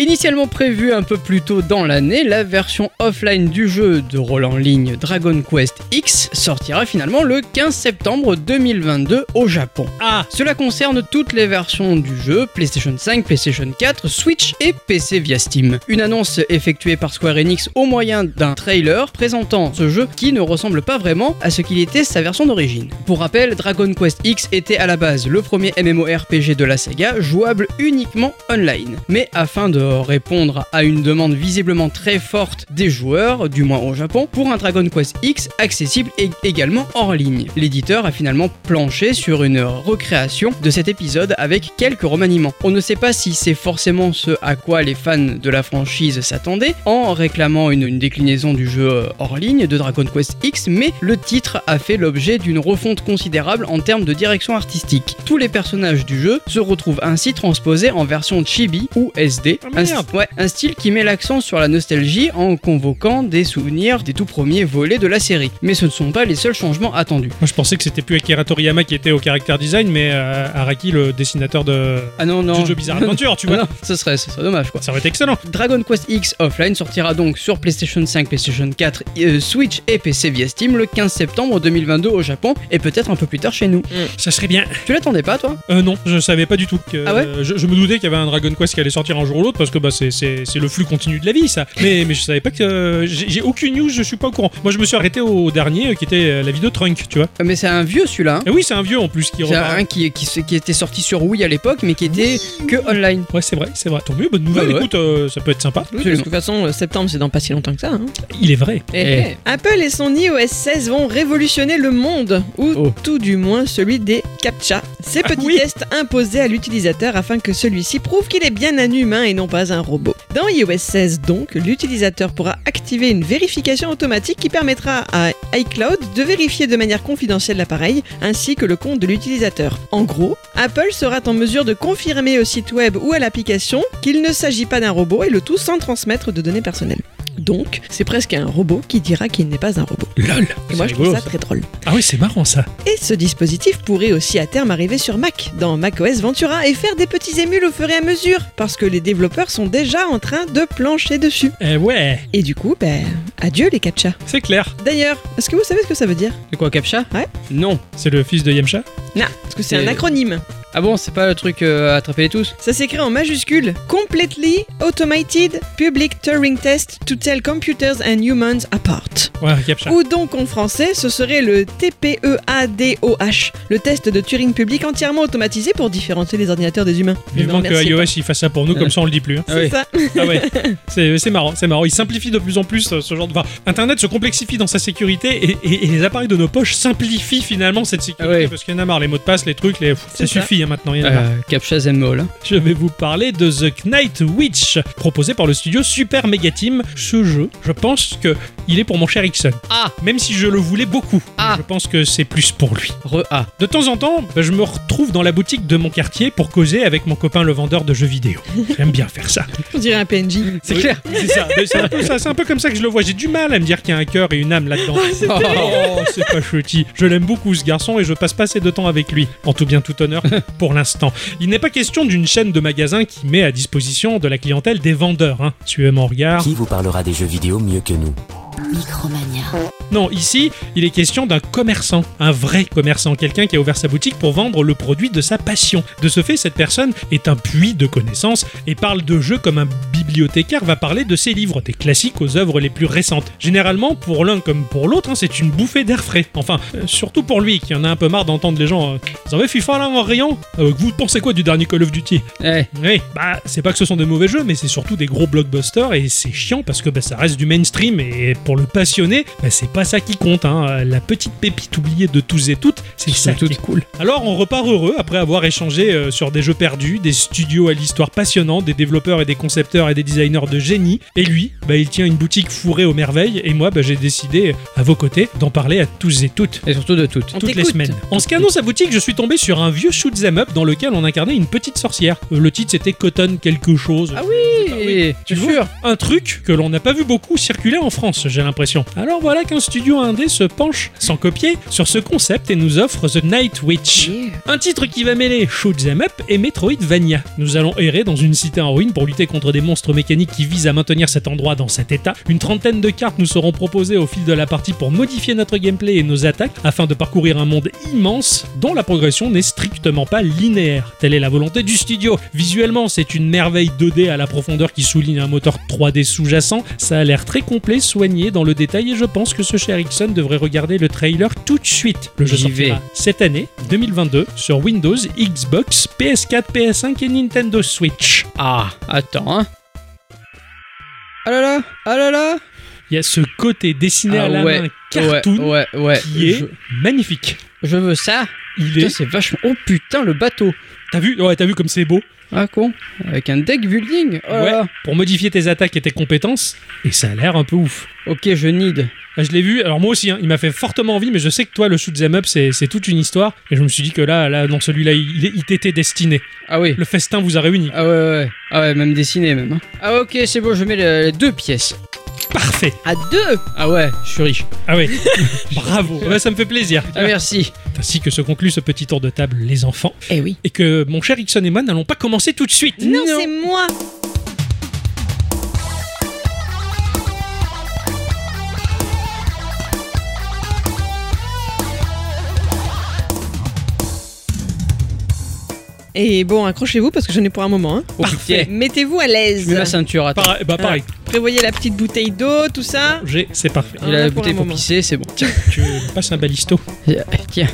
Speaker 2: Initialement prévu un peu plus tôt dans l'année, la version offline du jeu de rôle en ligne Dragon Quest X sortira finalement le 15 septembre 2022 au Japon.
Speaker 1: Ah,
Speaker 2: Cela concerne toutes les versions du jeu, PlayStation 5, PlayStation 4, Switch et PC via Steam. Une annonce effectuée par Square Enix au moyen d'un trailer présentant ce jeu qui ne ressemble pas vraiment à ce qu'il était sa version d'origine. Pour rappel, Dragon Quest X était à la base le premier MMORPG de la saga, jouable uniquement online. Mais afin de répondre à une demande visiblement très forte des joueurs, du moins au Japon, pour un Dragon Quest X accessible et également hors ligne. L'éditeur a finalement planché sur une recréation de cet épisode avec quelques remaniements. On ne sait pas si c'est forcément ce à quoi les fans de la franchise s'attendaient en réclamant une, une déclinaison du jeu euh, hors ligne de Dragon Quest X, mais le titre a fait l'objet d'une refonte considérable en termes de direction artistique. Tous les personnages du jeu se retrouvent ainsi transposés en version chibi ou SD,
Speaker 1: Ah,
Speaker 2: un,
Speaker 1: merde.
Speaker 2: Ouais, un style qui met l'accent sur la nostalgie en convoquant des souvenirs des tout premiers volets de la série. Mais ce ne sont pas les seuls changements attendus.
Speaker 1: moi je pensais que c'était plus Akira Toriyama qui était au caractère design, mais euh, Araki, le dessinateur de
Speaker 2: Ah non, non.
Speaker 1: du jeu Bizarre Adventure, tu vois.
Speaker 2: Ah non, ce serait, ce serait dommage quoi.
Speaker 1: Ça aurait été excellent.
Speaker 2: Dragon Quest X Offline sortira donc sur PlayStation 5, PlayStation 4, euh, Switch et PC via Steam le 15 septembre 2022 au Japon et peut-être un peu plus tard chez nous.
Speaker 1: Ça serait bien.
Speaker 2: Tu l'attendais pas toi
Speaker 1: Euh, non, je savais pas du tout. Que,
Speaker 2: Ah ouais
Speaker 1: euh, je, je me doutais qu'il y avait un Dragon Quest qui allait sortir un jour ou l'autre parce que bah, c'est- c'est c'est le flux continu de la vie, ça. Mais, mais je savais pas que. euh, J'ai j'ai aucune news, je suis pas au courant. Moi je me suis arrêté au dernier euh, qui était euh, la vidéo Trunk, tu vois.
Speaker 2: Euh, Mais c'est un vieux celui-là. hein.
Speaker 1: Et oui, c'est un vieux en plus qui
Speaker 2: C'est
Speaker 1: repart.
Speaker 2: un qui, qui, se- qui était sorti sur Wii à l'époque mais qui était que online.
Speaker 1: Ouais, c'est vrai, c'est vrai. Tant mieux, bonne nouvelle,
Speaker 2: Ouais, ouais.
Speaker 1: écoute, euh, ça peut être sympa.
Speaker 3: Oui, parce que de toute façon, euh, septembre, c'est dans pas si longtemps que ça. hein.
Speaker 1: Il est vrai.
Speaker 2: Eh.
Speaker 3: Apple et son iOS 16 vont révolutionner le monde, ou
Speaker 2: Oh.
Speaker 3: tout du moins celui des CAPTCHA. Ces petits
Speaker 1: Ah oui.
Speaker 3: tests imposés à l'utilisateur afin que celui-ci prouve qu'il est bien un humain et non pas un robot. Dans iOS 16 donc, l'utilisateur pourra activer une vérification automatique qui permettra à iCloud de vérifier de manière confidentielle l'appareil ainsi que le compte de l'utilisateur. En gros, Apple sera en mesure de confirmer au site web ou à l'application qu'il ne s'agit pas d'un robot et le tout sans transmettre de données personnelles. Donc, c'est presque un robot qui dira qu'il n'est pas un robot.
Speaker 1: LOL
Speaker 3: Et moi,
Speaker 1: C'est
Speaker 3: je trouve
Speaker 1: rigolo,
Speaker 3: ça très drôle.
Speaker 1: Ah oui, c'est marrant ça.
Speaker 3: Et ce dispositif pourrait aussi à terme arriver sur Mac, dans macOS Ventura, et faire des petits émules au fur et à mesure, parce que les développeurs sont déjà en train de plancher dessus.
Speaker 1: Eh ouais,
Speaker 3: Et du coup, ben, adieu les captcha.
Speaker 1: c'est clair.
Speaker 3: D'ailleurs, est-ce que vous savez ce que ça veut dire
Speaker 2: De quoi, Captcha
Speaker 3: Ouais.
Speaker 2: Non.
Speaker 1: C'est le fils de Yamcha
Speaker 3: Non, parce que c'est
Speaker 1: Euh.
Speaker 2: C'est-
Speaker 3: un acronyme.
Speaker 2: Ah bon, c'est pas le truc euh, attraper les tous
Speaker 3: Ça s'écrit en majuscule Completely Automated Public Turing Test to Tell Computers and Humans Apart.
Speaker 1: Ouais, Yamcha.
Speaker 3: Ou donc en français, ce serait le E TPEADOH, le test de Turing public entièrement automatisé pour différencier les ordinateurs des humains.
Speaker 1: Vivement
Speaker 3: Non,
Speaker 1: que
Speaker 3: merci,
Speaker 1: iOS il fasse ça pour nous, comme ça on le dit plus. hein.
Speaker 3: C'est ça.
Speaker 1: Ah ouais, c'est c'est marrant, c'est marrant. Il simplifie de plus en plus euh, ce genre de. Enfin, Internet se complexifie dans sa sécurité et, et- et les appareils de nos poches simplifient finalement cette sécurité.
Speaker 2: Ah ouais.
Speaker 1: Parce qu'il y en a marre, les mots de passe, les trucs, les... pff, ça
Speaker 3: C'est ça.
Speaker 1: suffit hein, maintenant. il y en a marre.
Speaker 2: Euh, Captcha Zenmol. hein.
Speaker 1: Je vais vous parler de The Knight Witch, proposé par le studio Super Megateam. Ce jeu, je pense que il est pour mon cher Ixon.
Speaker 2: Ah.
Speaker 1: Même si je le voulais beaucoup,
Speaker 2: Ah.
Speaker 1: je pense que c'est plus pour lui.
Speaker 2: Re-A.
Speaker 1: De temps en temps, bah, je me retrouve dans la boutique de mon quartier pour causer avec mon copain le vendeur de jeux vidéo. J'aime bien faire ça.
Speaker 3: On dirait un PNJ.
Speaker 2: C'est
Speaker 1: Oui,
Speaker 2: clair
Speaker 1: C'est ça. Mais C'est un, peu ça, c'est un peu comme ça que je le vois. J'ai du mal à me dire qu'il y a un cœur et une âme là-dedans.
Speaker 2: Oh,
Speaker 1: Oh, c'est pas chouti. Je l'aime beaucoup ce garçon et je passe pas assez de temps avec lui. En tout bien tout honneur pour l'instant. Il n'est pas question d'une chaîne de magasins qui met à disposition de la clientèle des vendeurs. hein. Suivez mon regard.
Speaker 5: Qui vous parlera des jeux vidéo mieux que nous
Speaker 6: Micromania.
Speaker 1: Non, ici, il est question d'un commerçant, un vrai commerçant, quelqu'un qui a ouvert sa boutique pour vendre le produit de sa passion. De ce fait, cette personne est un puits de connaissances et parle de jeux comme un bibliothécaire va parler de ses livres, des classiques aux œuvres les plus récentes. Généralement, pour l'un comme pour l'autre, hein, c'est une bouffée d'air frais. Enfin, euh, surtout pour lui, qui en a un peu marre d'entendre les gens euh, Vous avez FIFA là en rayon Euh, Vous pensez quoi du dernier Call of Duty
Speaker 2: Ouais.
Speaker 1: oui, bah c'est pas que ce sont des mauvais jeux, mais c'est surtout des gros blockbusters et c'est chiant parce que bah, ça reste du mainstream et pour le passionné, bah, c'est pas ça qui compte. hein. Euh, La petite pépite oubliée de tous et toutes, c'est ça
Speaker 2: Surtout
Speaker 1: qui est cool. Alors on repart heureux après avoir échangé euh, sur des jeux perdus, des studios à l'histoire passionnante, des développeurs et des concepteurs et des designers de génie. Et lui, bah, il tient une boutique fourrée aux merveilles et moi, bah, j'ai décidé euh, à vos côtés d'en parler à tous et toutes
Speaker 2: Et surtout de toutes.
Speaker 3: On
Speaker 1: toutes les
Speaker 3: t'écoute.
Speaker 1: semaines. En scannant sa boutique, je suis tombé sur un vieux shoot 'em up dans lequel on incarnait une petite sorcière. Euh, Le titre c'était Cotton quelque chose.
Speaker 2: Ah oui Tu
Speaker 1: Tu vois,
Speaker 2: jures
Speaker 1: un truc que l'on n'a pas vu beaucoup circuler en France, j'ai l'impression. Alors voilà qu'un studio indé se penche, sans copier, sur ce concept et nous offre The Night Witch. Un titre qui va mêler Shoot 'em Up et Metroidvania. Nous allons errer dans une cité en ruine pour lutter contre des monstres mécaniques qui visent à maintenir cet endroit dans cet état. Une trentaine de cartes nous seront proposées au fil de la partie pour modifier notre gameplay et nos attaques afin de parcourir un monde immense dont la progression n'est strictement pas linéaire. Telle est la volonté du studio. Visuellement, c'est une merveille 2D à la profondeur qui souligne un moteur 3D sous-jacent. Ça a l'air très complet, soigné dans le détail et je pense que ce cher Ixon devrait regarder le trailer tout de suite. Le jeu
Speaker 2: J'y
Speaker 1: sortira
Speaker 2: vais.
Speaker 1: cette année, 2022, sur Windows, Xbox, PS4, PS5 et Nintendo Switch.
Speaker 2: Ah, attends, hein. Ah là là Ah là là
Speaker 1: Il y a ce côté dessiné
Speaker 2: Ah
Speaker 1: à la
Speaker 2: ouais,
Speaker 1: main cartoon
Speaker 2: Ouais, ouais, ouais.
Speaker 1: qui est
Speaker 2: Je,
Speaker 1: magnifique.
Speaker 2: je veux ça
Speaker 1: Il
Speaker 2: Putain,
Speaker 1: est.
Speaker 2: c'est vachement... Oh putain, le bateau
Speaker 1: T'as vu Ouais, t'as vu comme c'est beau.
Speaker 2: Ah con Avec un deck building Oh là
Speaker 1: Ouais.
Speaker 2: là.
Speaker 1: Pour modifier tes attaques et tes compétences, et ça a l'air un peu ouf.
Speaker 2: Ok, je need.
Speaker 1: Ah, Je l'ai vu, alors moi aussi, hein, il m'a fait fortement envie, mais je sais que toi, le shoot 'em up, c'est c'est toute une histoire, et je me suis dit que là, là, non, celui-là, il, il t'était destiné.
Speaker 2: Ah oui.
Speaker 1: Le festin vous a réunis.
Speaker 2: Ah ouais, ouais, ouais. Ah ouais, même dessiné, même. hein. Ah ok, c'est bon, je mets le- les deux pièces.
Speaker 1: Parfait.
Speaker 3: À deux
Speaker 2: Ah ouais, je suis riche.
Speaker 1: Ah ouais, bravo. Ouais, ça me fait plaisir.
Speaker 2: Ah merci.
Speaker 1: Ainsi que se conclut ce petit tour de table, les enfants.
Speaker 3: Eh oui.
Speaker 1: et que mon cher Ixon et moi n'allons pas commencer tout de suite.
Speaker 3: Non, c'est moi Et bon, accrochez-vous parce que j'en ai pour un moment. hein.
Speaker 2: Oh putain.
Speaker 3: Mettez-vous à
Speaker 2: Je mets ma
Speaker 3: l'aise.
Speaker 2: ceinture, attends.
Speaker 1: Par- bah pareil,
Speaker 3: Prévoyez la petite bouteille d'eau, tout ça.
Speaker 1: j'ai, c'est parfait.
Speaker 2: Il a
Speaker 3: Ah,
Speaker 2: la
Speaker 3: pour
Speaker 2: bouteille
Speaker 3: le
Speaker 2: pour
Speaker 3: moment.
Speaker 2: pisser, c'est bon.
Speaker 1: Tiens, tu passes un balisto.
Speaker 2: Euh, Tiens.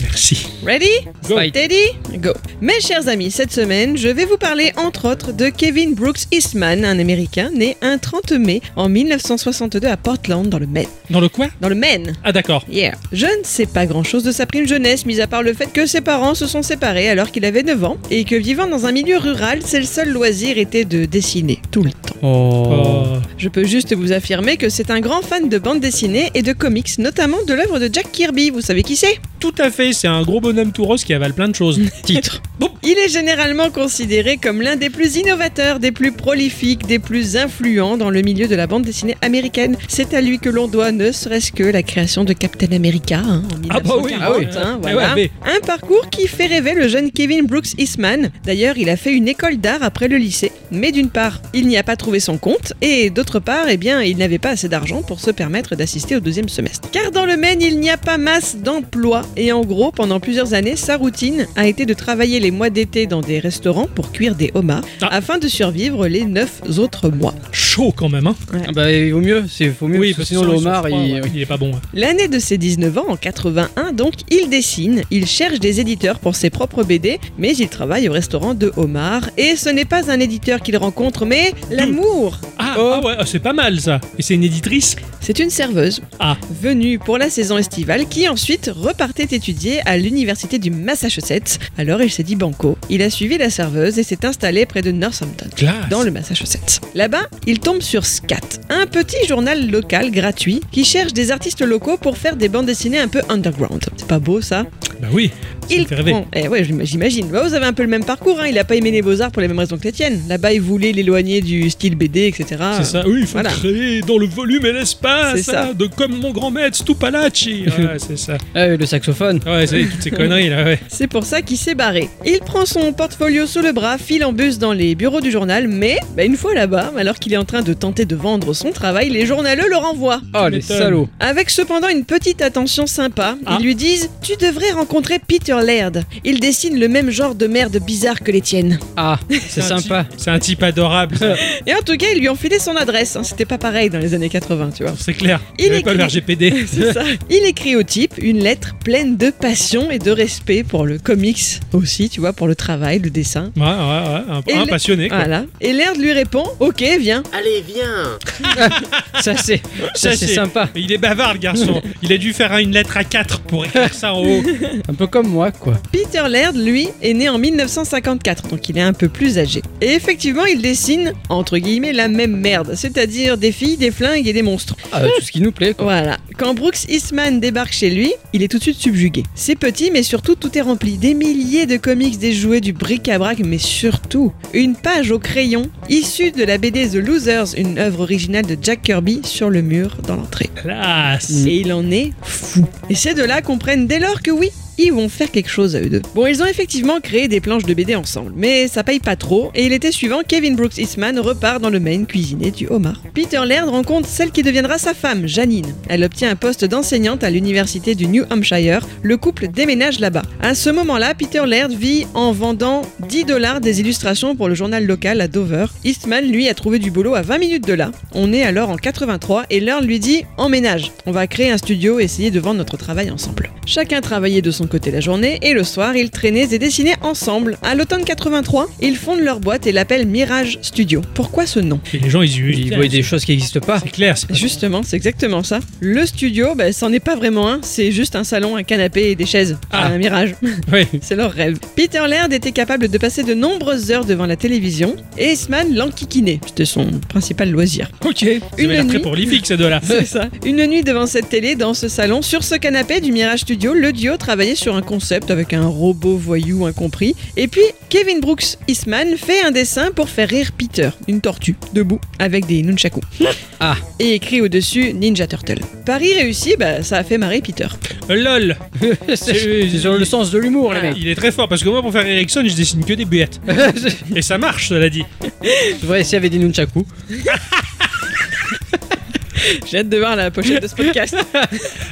Speaker 1: Merci.
Speaker 3: Ready
Speaker 2: Go.
Speaker 3: Steady Go. Mes chers amis, cette semaine, je vais vous parler entre autres de Kevin Brooks Eastman, un Américain né un 30 mai en 1962 à Portland, dans le Maine.
Speaker 1: Dans le quoi
Speaker 3: Dans le Maine.
Speaker 1: Ah d'accord.
Speaker 3: Yeah. Je ne sais pas grand-chose de sa prime jeunesse, mis à part le fait que ses parents se sont séparés alors qu'il avait 9 ans et que vivant dans un milieu rural, ses seuls loisirs étaient de dessiner tout le temps.
Speaker 2: Oh.
Speaker 1: Oh.
Speaker 3: Je peux juste vous affirmer que c'est un grand fan de bande dessinée et de comics, notamment de l'œuvre de Jack Kirby. Vous savez qui c'est
Speaker 1: Tout à fait, c'est un gros bonhomme tout rose qui avale plein de choses.
Speaker 2: Titre.
Speaker 3: Il est généralement considéré comme l'un des plus innovateurs, des plus prolifiques, des plus influents dans le milieu de la bande dessinée américaine. C'est à lui que l'on doit ne serait-ce que la création de Captain America hein, en 1940.
Speaker 1: Ah bah oui, ah oui.
Speaker 3: hein,
Speaker 1: Eh
Speaker 3: voilà.
Speaker 1: ouais,
Speaker 3: Un parcours qui fait rêver le jeune Kevin Brooks Eastman. D'ailleurs, il a fait une école d'art après le lycée. Mais d'une part, il n'y a pas trouvé son compte, et d'autre part, eh bien, il n'avait pas assez d'argent pour se permettre d'assister au deuxième semestre. Car dans le Maine, il n'y a pas masse d'emplois. Et en gros, pendant plusieurs années, sa routine a été de travailler les mois d'été dans des restaurants pour cuire des homards,
Speaker 1: Ah.
Speaker 3: afin de survivre les neuf autres mois.
Speaker 1: mais chaud quand même, hein.
Speaker 2: Ah bah, il vaut mieux, c'est vaut mieux. parce que sinon,
Speaker 1: sinon,
Speaker 2: le
Speaker 1: ils sont
Speaker 2: homard,
Speaker 1: froids,
Speaker 2: il-
Speaker 1: ouais, il est pas bon. hein. ouais.
Speaker 3: L'année de ses 19 ans, en 81, donc, il dessine, il cherche des éditeurs pour ses propres BD, mais il travaille au restaurant de Omar. Et ce n'est pas un éditeur qu'il rencontre, mais l'amour
Speaker 1: Ah,
Speaker 2: Oh.
Speaker 1: ah ouais, ah, c'est pas mal ça. Et c'est une éditrice.
Speaker 3: C'est une serveuse
Speaker 1: Ah.
Speaker 3: venue pour la saison estivale qui ensuite repartait étudier à l'université du Massachusetts. Alors il s'est dit banco. Il a suivi la serveuse et s'est installé près de Northampton.
Speaker 1: Classe.
Speaker 3: Dans le Massachusetts. Là-bas, il tombe sur Scat, un petit journal local gratuit qui cherche des artistes locaux pour faire des bandes dessinées un peu underground. C'est pas beau ça
Speaker 1: Bah oui. ça me
Speaker 3: il
Speaker 1: fait rêver.
Speaker 3: prend- Eh ouais, j'im- j'imagine. Bah, vous avez un peu le même parcours. hein. Il a pas aimé les beaux-arts pour les mêmes raisons que les tiennes. Là-bas, il voulait l'éloigner du style BD, etc.
Speaker 1: C'est ça, oui, il faut
Speaker 3: Ah. voilà.
Speaker 1: créer dans le volume et l'espace,
Speaker 3: C'est ça.
Speaker 1: hein, de comme mon grand maître Stupalachi. Ouais, c'est ça.
Speaker 2: Ah oui, le saxophone.
Speaker 1: Ouais, c'est toutes ces conneries là, ouais.
Speaker 3: C'est pour ça qu'il s'est barré. Il prend son portfolio sous le bras, file en bus dans les bureaux du journal, mais bah, une fois là-bas, alors qu'il est en train de tenter de vendre son travail, les journaleux le renvoient.
Speaker 2: Oh,
Speaker 1: Tu
Speaker 2: les
Speaker 1: m'étonnes.
Speaker 2: salauds.
Speaker 3: Avec cependant une petite attention sympa,
Speaker 1: Ah.
Speaker 3: ils lui disent Tu devrais rencontrer Peter Laird. Il dessine le même genre de merde bizarre que les tiennes.
Speaker 2: Ah, c'est
Speaker 1: un
Speaker 2: sympa.
Speaker 1: type- C'est un type adorable, ça,
Speaker 3: Et en tout cas, ils lui ont filé son adresse. hein. C'était pas pareil dans les années 80, tu vois.
Speaker 1: c'est clair.
Speaker 3: Il
Speaker 1: avait pas le
Speaker 3: écrit-
Speaker 1: RGPD.
Speaker 3: C'est ça. Il écrit au type une lettre pleine de passion et de respect pour le comics aussi, tu vois, pour le travail, le dessin.
Speaker 1: Ouais, ouais, ouais, un,
Speaker 3: Et
Speaker 1: un
Speaker 3: le-
Speaker 1: passionné. Quoi.
Speaker 3: Voilà. Et Laird lui répond Ok, viens.
Speaker 5: Allez, viens
Speaker 2: Ça, c'est ça, c'est
Speaker 1: c'est-
Speaker 2: sympa.
Speaker 1: Mais Il est bavard, le garçon. Il a dû faire une lettre à 4 pour écrire ça en haut.
Speaker 2: Un peu comme moi, quoi.
Speaker 3: Peter Laird, lui, est né en 1954, donc il est un peu plus âgé. Et effectivement, il dessine, entre guillemets, la même merde, c'est-à-dire des filles, des flingues et des monstres.
Speaker 2: Ah, tout ce qui nous plaît, quoi.
Speaker 3: Voilà. Quand Brooks Eastman débarque chez lui, il est tout de suite subjugué. C'est petit, mais surtout tout est rempli. Des milliers de comics, des jouets, du bric-à-brac, mais surtout une page au crayon issue de la BD The Losers, une œuvre originale de Jack Kirby, sur le mur dans l'entrée.
Speaker 1: Classe.
Speaker 3: Et il en est fou. Et c'est de là qu'on prenne dès lors que oui, ils vont faire quelque chose à eux deux. Bon, ils ont effectivement créé des planches de BD ensemble, mais ça paye pas trop. Et l'été suivant, Kevin Brooks Eastman repart dans le Maine cuisiner du homard. Peter Laird rencontre celle qui deviendra sa femme, Janine. Elle obtient un poste d'enseignante à l'université du New Hampshire. Le couple déménage là-bas. À ce moment-là, Peter Laird vit en vendant 10 dollars des illustrations pour le journal local à Dover. Eastman, lui, a trouvé du boulot à 20 minutes de là. On est alors en 83 et Laird lui dit Emménage, on va créer un studio et essayer de vendre notre travail ensemble. Chacun travaillait de son côté la journée et le soir, ils traînaient et dessinaient ensemble. À l'automne 83, ils fondent leur boîte et l'appellent Mirage Studio. Pourquoi ce nom
Speaker 1: Et les gens, ils, ils-
Speaker 2: Il voit des choses qui n'existent pas.
Speaker 1: C'est clair, c'est pas-
Speaker 3: Justement, c'est exactement ça. Le studio, bah, c'en est pas vraiment un, c'est juste un salon, un canapé et des chaises.
Speaker 1: Ah.
Speaker 3: Un mirage.
Speaker 1: Ouais.
Speaker 3: C'est leur rêve. Peter Laird était capable de passer de nombreuses heures devant la télévision et Eastman l'enquiquinait. C'était son principal loisir.
Speaker 1: Ok. Ça
Speaker 3: Une
Speaker 1: va être très
Speaker 3: nuit.
Speaker 1: prolifique, ces deux-là.
Speaker 3: C'est ça. Une nuit devant cette télé, dans ce salon, sur ce canapé du Mirage Studio, le duo travaillait sur un concept avec un robot voyou incompris. Et puis, Kevin Brooks Eastman fait un dessin pour faire rire Peter, une tortue, debout, avec des nunchakus.
Speaker 2: Ah.
Speaker 3: Et écrit au-dessus Ninja Turtle. Paris réussi, bah, ça a fait marrer Peter.
Speaker 1: Euh, LOL.
Speaker 2: c'est c'est sur le sens de l'humour, les mecs.
Speaker 1: Il est très fort parce que moi, pour faire Ericsson, je dessine que des buettes.
Speaker 2: Ah.
Speaker 1: Et ça marche, cela dit.
Speaker 2: Je devrais essayer avec des nunchaku.
Speaker 3: J'ai hâte de voir la pochette de ce podcast.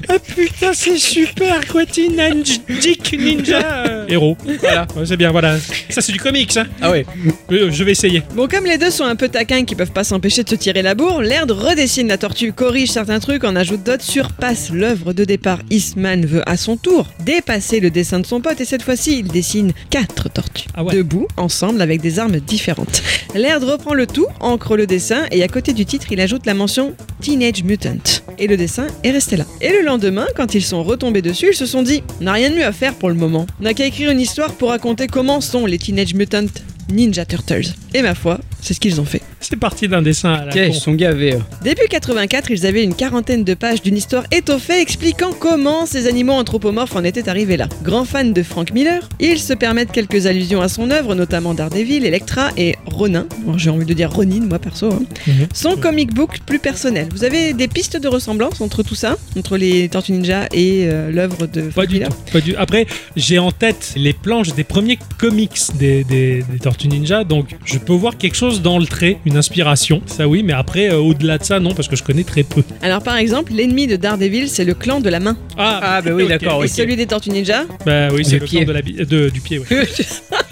Speaker 1: Ah putain, c'est super, quoi, Dick Ninja euh, Héros. Voilà, Ouais, c'est bien, voilà. Ça, c'est du comics, hein.
Speaker 2: Ah ouais.
Speaker 1: Euh, Je vais essayer.
Speaker 3: Bon, comme les deux sont un peu taquins qui peuvent pas s'empêcher de se tirer la bourre, Laird redessine la tortue, corrige certains trucs, en ajoute d'autres, surpasse l'œuvre de départ. Eastman veut à son tour dépasser le dessin de son pote et cette fois-ci, il dessine quatre tortues
Speaker 1: Ah ouais.
Speaker 3: debout, ensemble, avec des armes différentes. Laird reprend le tout, ancre le dessin et à côté du titre, il ajoute la mention Teenage Mutant. Et le dessin est resté là. Et le lendemain, quand ils sont retombés dessus, ils se sont dit On n'a rien de mieux à faire pour le moment. On n'a qu'à écrire une histoire pour raconter comment sont les Teenage Mutant Ninja Turtles. Et ma foi, c'est ce qu'ils ont fait.
Speaker 1: C'est parti d'un dessin à la
Speaker 2: Tiens, ils
Speaker 1: con.
Speaker 2: sont gavés. euh.
Speaker 3: Début 84, ils avaient une quarantaine de pages d'une histoire étoffée expliquant comment ces animaux anthropomorphes en étaient arrivés là. Grand fan de Frank Miller, ils se permettent quelques allusions à son œuvre, notamment Daredevil, Electra et Ronin. Bon, J'ai envie de dire Ronin, moi perso. hein.
Speaker 1: Mhm.
Speaker 3: Son comic book plus personnel. Vous avez des pistes de ressemblance entre tout ça, entre les Tortues Ninja et euh, l'œuvre de Frank
Speaker 1: Pas du
Speaker 3: Miller
Speaker 1: tout. Pas du... Après, j'ai en tête les planches des premiers comics des, des, des Tortues Ninja, donc je peux voir quelque chose dans le trait, une inspiration, ça oui, mais après, euh, au-delà de ça, non, parce que je connais très peu.
Speaker 3: Alors par exemple, l'ennemi de Daredevil, c'est le clan de la main.
Speaker 2: Ah, bah oui,
Speaker 1: ok.
Speaker 2: d'accord,
Speaker 3: Et
Speaker 2: oui.
Speaker 3: celui des Tortues Ninja,
Speaker 1: Bah oui, c'est
Speaker 2: Le
Speaker 1: le
Speaker 2: pied.
Speaker 1: clan de la bi- de- du pied, ouais.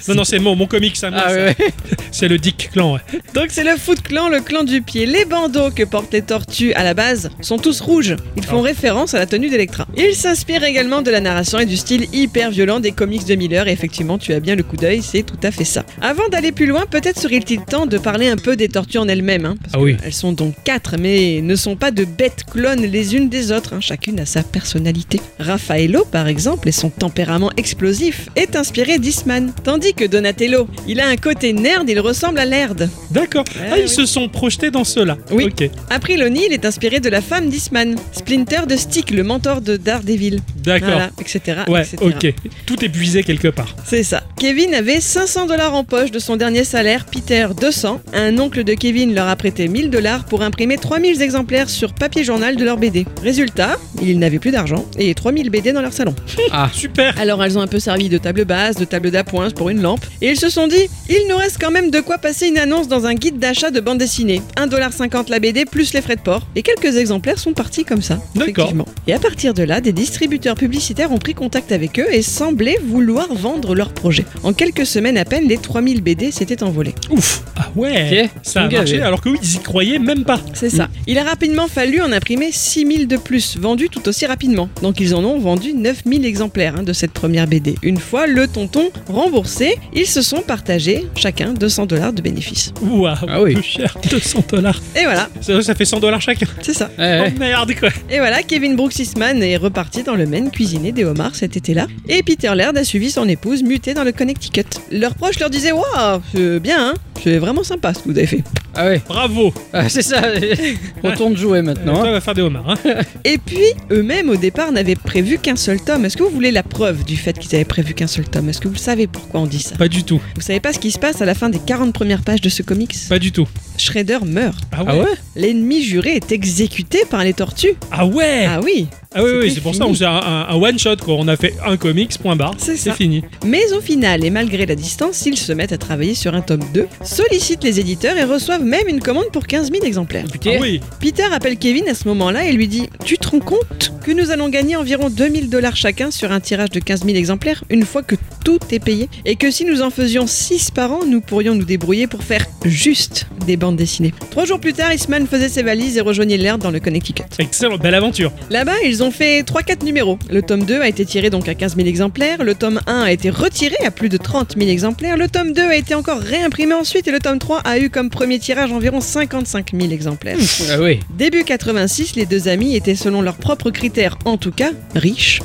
Speaker 1: Non, non, c'est mon, mon comics, ça,
Speaker 2: ah
Speaker 1: moi,
Speaker 2: ouais.
Speaker 1: ça. c'est le Dick Clan, ouais.
Speaker 3: Donc c'est le Foot Clan, le clan du pied. Les bandeaux que portent les tortues à la base sont tous rouges. Ils font
Speaker 1: Ah.
Speaker 3: référence à la tenue d'Electra. Ils s'inspirent également de la narration et du style hyper violent des comics de Miller. Et effectivement, tu as bien le coup d'œil, c'est tout à fait ça. Avant d'aller plus loin, peut-être serait-il temps de parler un peu des tortues en elles-mêmes. hein, parce
Speaker 1: Ah oui.
Speaker 3: que Elles sont donc quatre, mais ne sont pas de bêtes clones les unes des autres. hein. Chacune a sa personnalité. Raffaello, par exemple, et son tempérament explosif, est inspiré d'Isman. Tandis que Donatello, il a un côté nerd, il ressemble à Laird.
Speaker 1: D'accord.
Speaker 2: Eh
Speaker 3: Ouais,
Speaker 1: ah, ils
Speaker 3: oui.
Speaker 1: se sont projetés dans ceux-là.
Speaker 3: Oui.
Speaker 1: Ok,
Speaker 3: April O'Neil est inspiré de la femme d'Isman, Splinter de Stick, le mentor de Daredevil.
Speaker 1: d'accord.
Speaker 3: Voilà, etc.
Speaker 2: Ah,
Speaker 1: Ouais,
Speaker 3: etc..
Speaker 1: ok. Tout épuisé quelque part.
Speaker 3: C'est ça. Kevin avait 500 dollars en poche de son dernier salaire, Peter 200. Un oncle de Kevin leur a prêté 1000 dollars pour imprimer 3000 exemplaires sur papier journal de leur BD. Résultat, ils n'avaient plus d'argent et 3000 BD dans leur salon.
Speaker 2: Ah.
Speaker 1: Super.
Speaker 3: Alors elles ont un peu servi de table basse, de table d'appoint pour une lampe, et ils se sont dit, il nous reste quand même de quoi passer une annonce dans un guide d'achat de bande dessinée. 1,50$ la BD plus les frais de port. Et quelques exemplaires sont partis comme ça.
Speaker 1: D'accord.
Speaker 3: effectivement. Et à partir de là, des distributeurs publicitaires ont pris contact avec eux et semblaient vouloir vendre leur projet. En quelques semaines à peine, les 3000 BD s'étaient envolés.
Speaker 1: Ouf. Ah ouais.
Speaker 2: Ok,
Speaker 1: Ça a
Speaker 2: ils sont
Speaker 1: marché
Speaker 2: gavés.
Speaker 1: alors que oui, ils y croyaient même pas.
Speaker 3: C'est ça. Il a rapidement fallu en imprimer 6000 de plus, vendus tout aussi rapidement. Donc ils en ont vendu 9000 exemplaires hein, de cette première BD. Une fois le tonton remboursé, ils se sont partagés chacun 200 dollars de bénéfices.
Speaker 1: Waouh.
Speaker 2: Ah oui.
Speaker 1: Peu cher. 200 dollars.
Speaker 3: Et voilà,
Speaker 1: Ça, ça fait 100 dollars chacun.
Speaker 3: c'est ça.
Speaker 2: Ah, Ouais, ouais.
Speaker 1: Oh merde quoi.
Speaker 3: Et voilà, Kevin Brooks Eastman est reparti dans le Maine cuisiner des homards cet été-là. Et Peter Laird a suivi son épouse mutée dans le Connecticut. Leurs proches leur disaient Waouh, c'est bien, hein c'est vraiment sympa ce que vous avez fait.
Speaker 2: Ah ouais.
Speaker 1: Bravo.
Speaker 2: Ah, c'est ça. Retourne jouer maintenant.
Speaker 1: Toi,
Speaker 2: hein.
Speaker 1: va faire des homards. hein.
Speaker 3: Et puis, eux-mêmes au départ n'avaient prévu qu'un seul tome. Est-ce que vous voulez la preuve du fait qu'ils avaient prévu qu'un seul tome Est-ce que vous savez pourquoi on dit ça
Speaker 1: Pas du tout.
Speaker 3: Vous savez pas ce qui se passe à la fin des 40 premières pages de ce comics
Speaker 1: Pas du tout.
Speaker 3: Shredder meurt.
Speaker 2: Ah ouais
Speaker 3: L'ennemi juré est exécuté par les tortues.
Speaker 1: Ah
Speaker 2: Eh.
Speaker 1: ouais.
Speaker 3: Ah oui
Speaker 1: Ah oui, oui,
Speaker 3: C'était
Speaker 1: c'est pour
Speaker 3: fini.
Speaker 1: ça on faisait un, un- un one shot quoi. On a fait un comics, point barre.
Speaker 3: C'est
Speaker 1: C'est
Speaker 3: ça.
Speaker 1: fini.
Speaker 3: Mais au final, et malgré la distance, ils se mettent à travailler sur un tome 2, sollicitent les éditeurs et reçoivent même une commande pour 15 000 exemplaires.
Speaker 1: Ah
Speaker 2: Putain.
Speaker 1: oui.
Speaker 3: Peter appelle Kevin à ce moment-là et lui dit Tu te rends compte que nous allons gagner environ 2000 dollars chacun sur un tirage de 15 000 exemplaires une fois que tout est payé Et que si nous en faisions 6 par an, nous pourrions nous débrouiller pour faire juste des bandes dessinées. Trois jours plus tard, Eastman faisait ses valises et rejoignait l'air dans le Connecticut.
Speaker 1: Excellent. Belle aventure.
Speaker 3: Là-bas, ils ont fait 3-4 numéros. Le tome 2 a été tiré donc à 15 000 exemplaires, le tome 1 a été retiré à plus de 30 000 exemplaires, le tome 2 a été encore réimprimé ensuite et le tome 3 a eu comme premier tirage environ 55 000 exemplaires.
Speaker 2: Ah oui.
Speaker 3: Début 86, les deux amis étaient selon leurs propres critères, en tout cas, riches.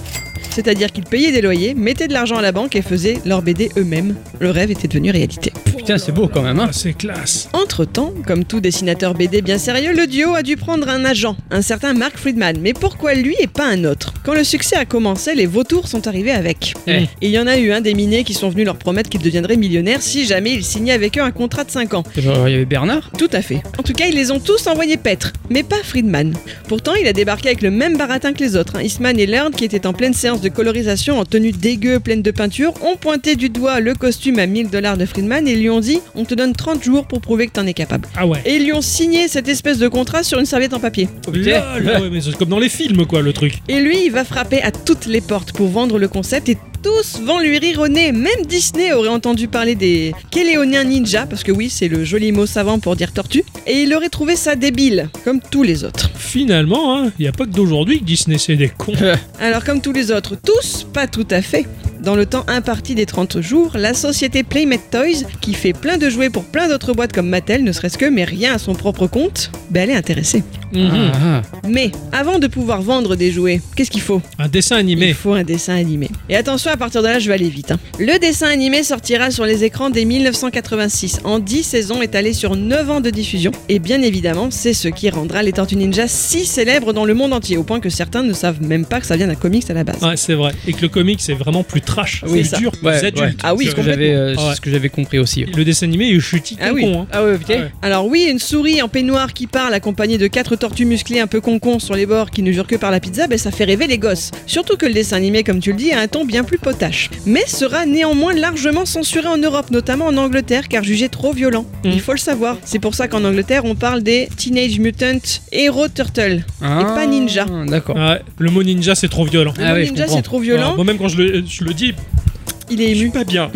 Speaker 3: C'est-à-dire qu'ils payaient des loyers, mettaient de l'argent à la banque et faisaient leur BD eux-mêmes. Le rêve était devenu réalité.
Speaker 2: Putain, c'est beau quand même. Hein.
Speaker 1: Ah, c'est classe.
Speaker 3: Entre-temps, comme tout dessinateur BD bien sérieux, le duo a dû prendre un agent, un certain Mark Friedman. Mais pourquoi lui et pas un autre Quand le succès a commencé, les vautours sont arrivés avec.
Speaker 2: Eh.
Speaker 3: Et Il y en a eu un des minés qui sont venus leur promettre qu'ils deviendraient millionnaires si jamais ils signaient avec eux un contrat de 5 ans.
Speaker 2: Genre, il y avait Bernard.
Speaker 3: Tout à fait. En tout cas, ils les ont tous envoyés paître, mais pas Friedman. Pourtant, il a débarqué avec le même baratin que les autres. hein. Eastman et Laird, qui étaient en pleine séance de colorisation en tenue dégueu, pleine de peinture, ont pointé du doigt le costume à 1000 dollars de Friedman et lui ont dit On te donne 30 jours pour prouver que t'en es capable.
Speaker 1: Ah ouais.
Speaker 3: Et ils lui ont signé cette espèce de contrat sur une serviette en papier.
Speaker 1: Lol. Eh, Ouais, mais c'est comme dans les films quoi, le truc.
Speaker 3: Et lui, il va frapper à toutes les portes pour vendre le concept et tous vont lui rire au nez. Même Disney aurait entendu parler des Kéléoniens ninja, parce que oui, c'est le joli mot savant pour dire tortue, et il aurait trouvé ça débile, comme tous les autres.
Speaker 1: Finalement, hein, il n'y a pas que d'aujourd'hui que Disney c'est des cons.
Speaker 3: Alors, comme tous les autres, tous, pas tout à fait. Dans le temps imparti des 30 jours, la société Playmate Toys, qui fait plein de jouets pour plein d'autres boîtes comme Mattel, ne serait-ce que, mais rien à son propre compte, ben elle est intéressée.
Speaker 1: Mhm.
Speaker 2: Ah,
Speaker 3: Mais avant de pouvoir vendre des jouets, qu'est-ce qu'il faut
Speaker 1: Un dessin
Speaker 3: Il
Speaker 1: animé.
Speaker 3: faut un dessin animé. Et attention, à partir de là, je vais aller vite. hein. Le dessin animé sortira sur les écrans dès 1986, en 10 saisons étalées sur 9 ans de diffusion. Et bien évidemment, c'est ce qui rendra les Tortues Ninja si célèbres dans le monde entier, au point que certains ne savent même pas que ça vient d'un comics à la base.
Speaker 1: Ouais, c'est vrai. Et que le comic, c'est vraiment plus trash,
Speaker 3: Oui,
Speaker 1: plus
Speaker 3: ça.
Speaker 1: dur,
Speaker 2: Ouais,
Speaker 1: plus adulte.
Speaker 2: ouais.
Speaker 3: Ah
Speaker 1: que-
Speaker 3: oui,
Speaker 2: c'est ce que j'avais, euh,
Speaker 1: Ah ouais.
Speaker 2: c'est ce que j'avais compris aussi.
Speaker 1: Le dessin animé, il chutit
Speaker 3: Ah
Speaker 1: tout
Speaker 3: oui.
Speaker 1: con. hein.
Speaker 2: Ah ouais,
Speaker 1: putain.
Speaker 3: Alors oui, une souris en peignoir qui parle accompagnée de quatre tortues musclées un peu concon sur les bords qui ne jurent que par la pizza, ben ça fait rêver les gosses. Surtout que le dessin animé, comme tu le dis, a un ton bien plus potache. Mais sera néanmoins largement censuré en Europe, notamment en Angleterre, car jugé trop violent.
Speaker 1: Mhm.
Speaker 3: Il faut le savoir. C'est pour ça qu'en Angleterre, on parle des Teenage Mutant Hero Turtle.
Speaker 2: Ah,
Speaker 3: Et pas ninja.
Speaker 2: D'accord.
Speaker 1: Ouais, le mot ninja, c'est trop violent.
Speaker 3: Le
Speaker 2: Ah
Speaker 3: mot
Speaker 2: oui, je
Speaker 3: ninja,
Speaker 2: comprends.
Speaker 3: c'est trop
Speaker 1: Ouais,
Speaker 3: violent.
Speaker 1: Moi-même, quand je le, je le dis,
Speaker 3: Il est
Speaker 1: je suis
Speaker 3: ému.
Speaker 1: pas bien.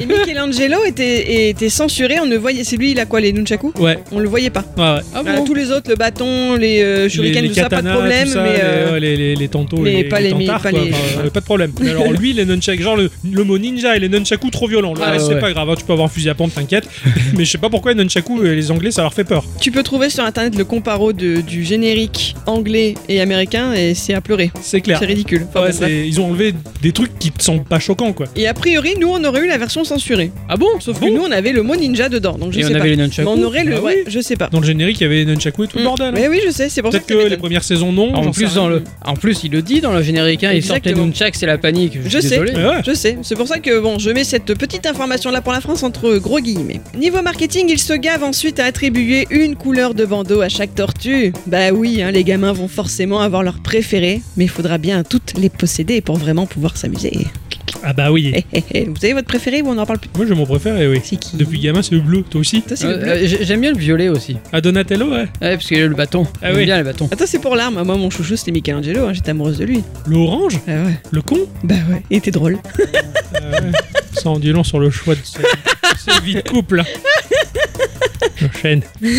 Speaker 3: Et Michelangelo était, était censuré. On ne voyait. C'est lui, il a quoi, les nunchaku
Speaker 1: Ouais,
Speaker 3: On le voyait pas.
Speaker 1: ouais, ouais.
Speaker 2: Ah
Speaker 3: Voilà,
Speaker 2: bon
Speaker 3: tous les autres, le bâton, les euh, shurikens,
Speaker 1: les,
Speaker 3: tout
Speaker 1: les
Speaker 3: ça, pas de
Speaker 1: katanas,
Speaker 3: problème.
Speaker 1: tout ça,
Speaker 3: mais
Speaker 1: les,
Speaker 3: euh,
Speaker 1: ouais, les, les, les tantos,
Speaker 3: les-
Speaker 1: les,
Speaker 3: pas les-
Speaker 1: tantards,
Speaker 3: pas
Speaker 1: quoi,
Speaker 3: les-
Speaker 1: enfin, euh, pas de problème. Mais Alors lui, les nunchaku, genre le, le mot ninja et les nunchaku trop violents. Le
Speaker 2: Ah,
Speaker 1: reste, c'est
Speaker 2: ouais.
Speaker 1: pas grave, hein, tu peux avoir un fusil à pompe, t'inquiète. Mais je sais pas pourquoi les nunchaku, euh, les anglais, ça leur fait peur.
Speaker 3: Tu peux trouver sur internet le comparo de- du générique anglais et américain et c'est à pleurer.
Speaker 1: C'est clair.
Speaker 3: C'est ridicule. Enfin,
Speaker 1: Ouais,
Speaker 3: bon, bref.
Speaker 1: c'est- ils ont enlevé des trucs qui te sont pas choquants, quoi.
Speaker 3: et a priori, nous on aurait eu la version censurée.
Speaker 2: Ah bon
Speaker 3: Sauf que nous on avait le mot ninja dedans, donc je
Speaker 2: Et
Speaker 3: sais
Speaker 2: on
Speaker 3: pas.
Speaker 2: avait les
Speaker 3: Mais
Speaker 2: nunchakus.
Speaker 3: on aurait le.
Speaker 1: Ah
Speaker 3: ouais,
Speaker 1: oui.
Speaker 3: je sais pas.
Speaker 1: Dans le générique, il y avait nunchaku et tout le
Speaker 3: Mm.
Speaker 1: bordel. hein.
Speaker 3: Mais oui, je sais, c'est pour ça
Speaker 1: Peut-être que
Speaker 3: que, ça m'étonne.
Speaker 1: les premières saisons, non.
Speaker 2: En
Speaker 1: j'en
Speaker 2: plus,
Speaker 1: sais
Speaker 2: dans
Speaker 1: rien.
Speaker 2: le, en plus, il le dit dans le générique, hein, il sortait
Speaker 3: Exactement.
Speaker 2: Nunchak, c'est la panique. suis
Speaker 3: Je sais.
Speaker 2: désolé.
Speaker 1: Ouais, ouais.
Speaker 3: Je sais, c'est pour ça que bon, je mets cette petite information là pour la France entre gros guillemets. Niveau marketing, ils se gavent ensuite à attribuer une couleur de bandeau à chaque tortue. Bah oui, hein, les gamins vont forcément avoir leur préféré, mais il faudra bien toutes les posséder pour vraiment pouvoir s'amuser.
Speaker 1: Ah bah oui.
Speaker 3: Hé, hé, hé, Vous avez votre préféré ou on en parle plus
Speaker 1: Moi, j'ai mon préféré, oui.
Speaker 3: C'est qui
Speaker 1: Depuis gamin, c'est le bleu, toi aussi
Speaker 3: Toi, c'est
Speaker 2: Euh,
Speaker 3: le bleu.
Speaker 2: euh, j'ai- J'aime bien le violet aussi.
Speaker 1: Ah, Donatello, ouais.
Speaker 2: Ouais, parce qu'il a le bâton.
Speaker 1: Ah
Speaker 2: J'aime
Speaker 1: oui.
Speaker 2: bien les bâtons.
Speaker 3: Attends, c'est pour l'arme. Moi, mon chouchou, c'était Michelangelo. hein, J'étais amoureuse de lui.
Speaker 1: L'orange
Speaker 3: Ah ouais.
Speaker 1: Le con
Speaker 3: Bah ouais. Il était drôle.
Speaker 1: Ah ouais. Ça en dit long sur le choix de ce- cette vie de couple. J'enchaîne.
Speaker 2: Oui,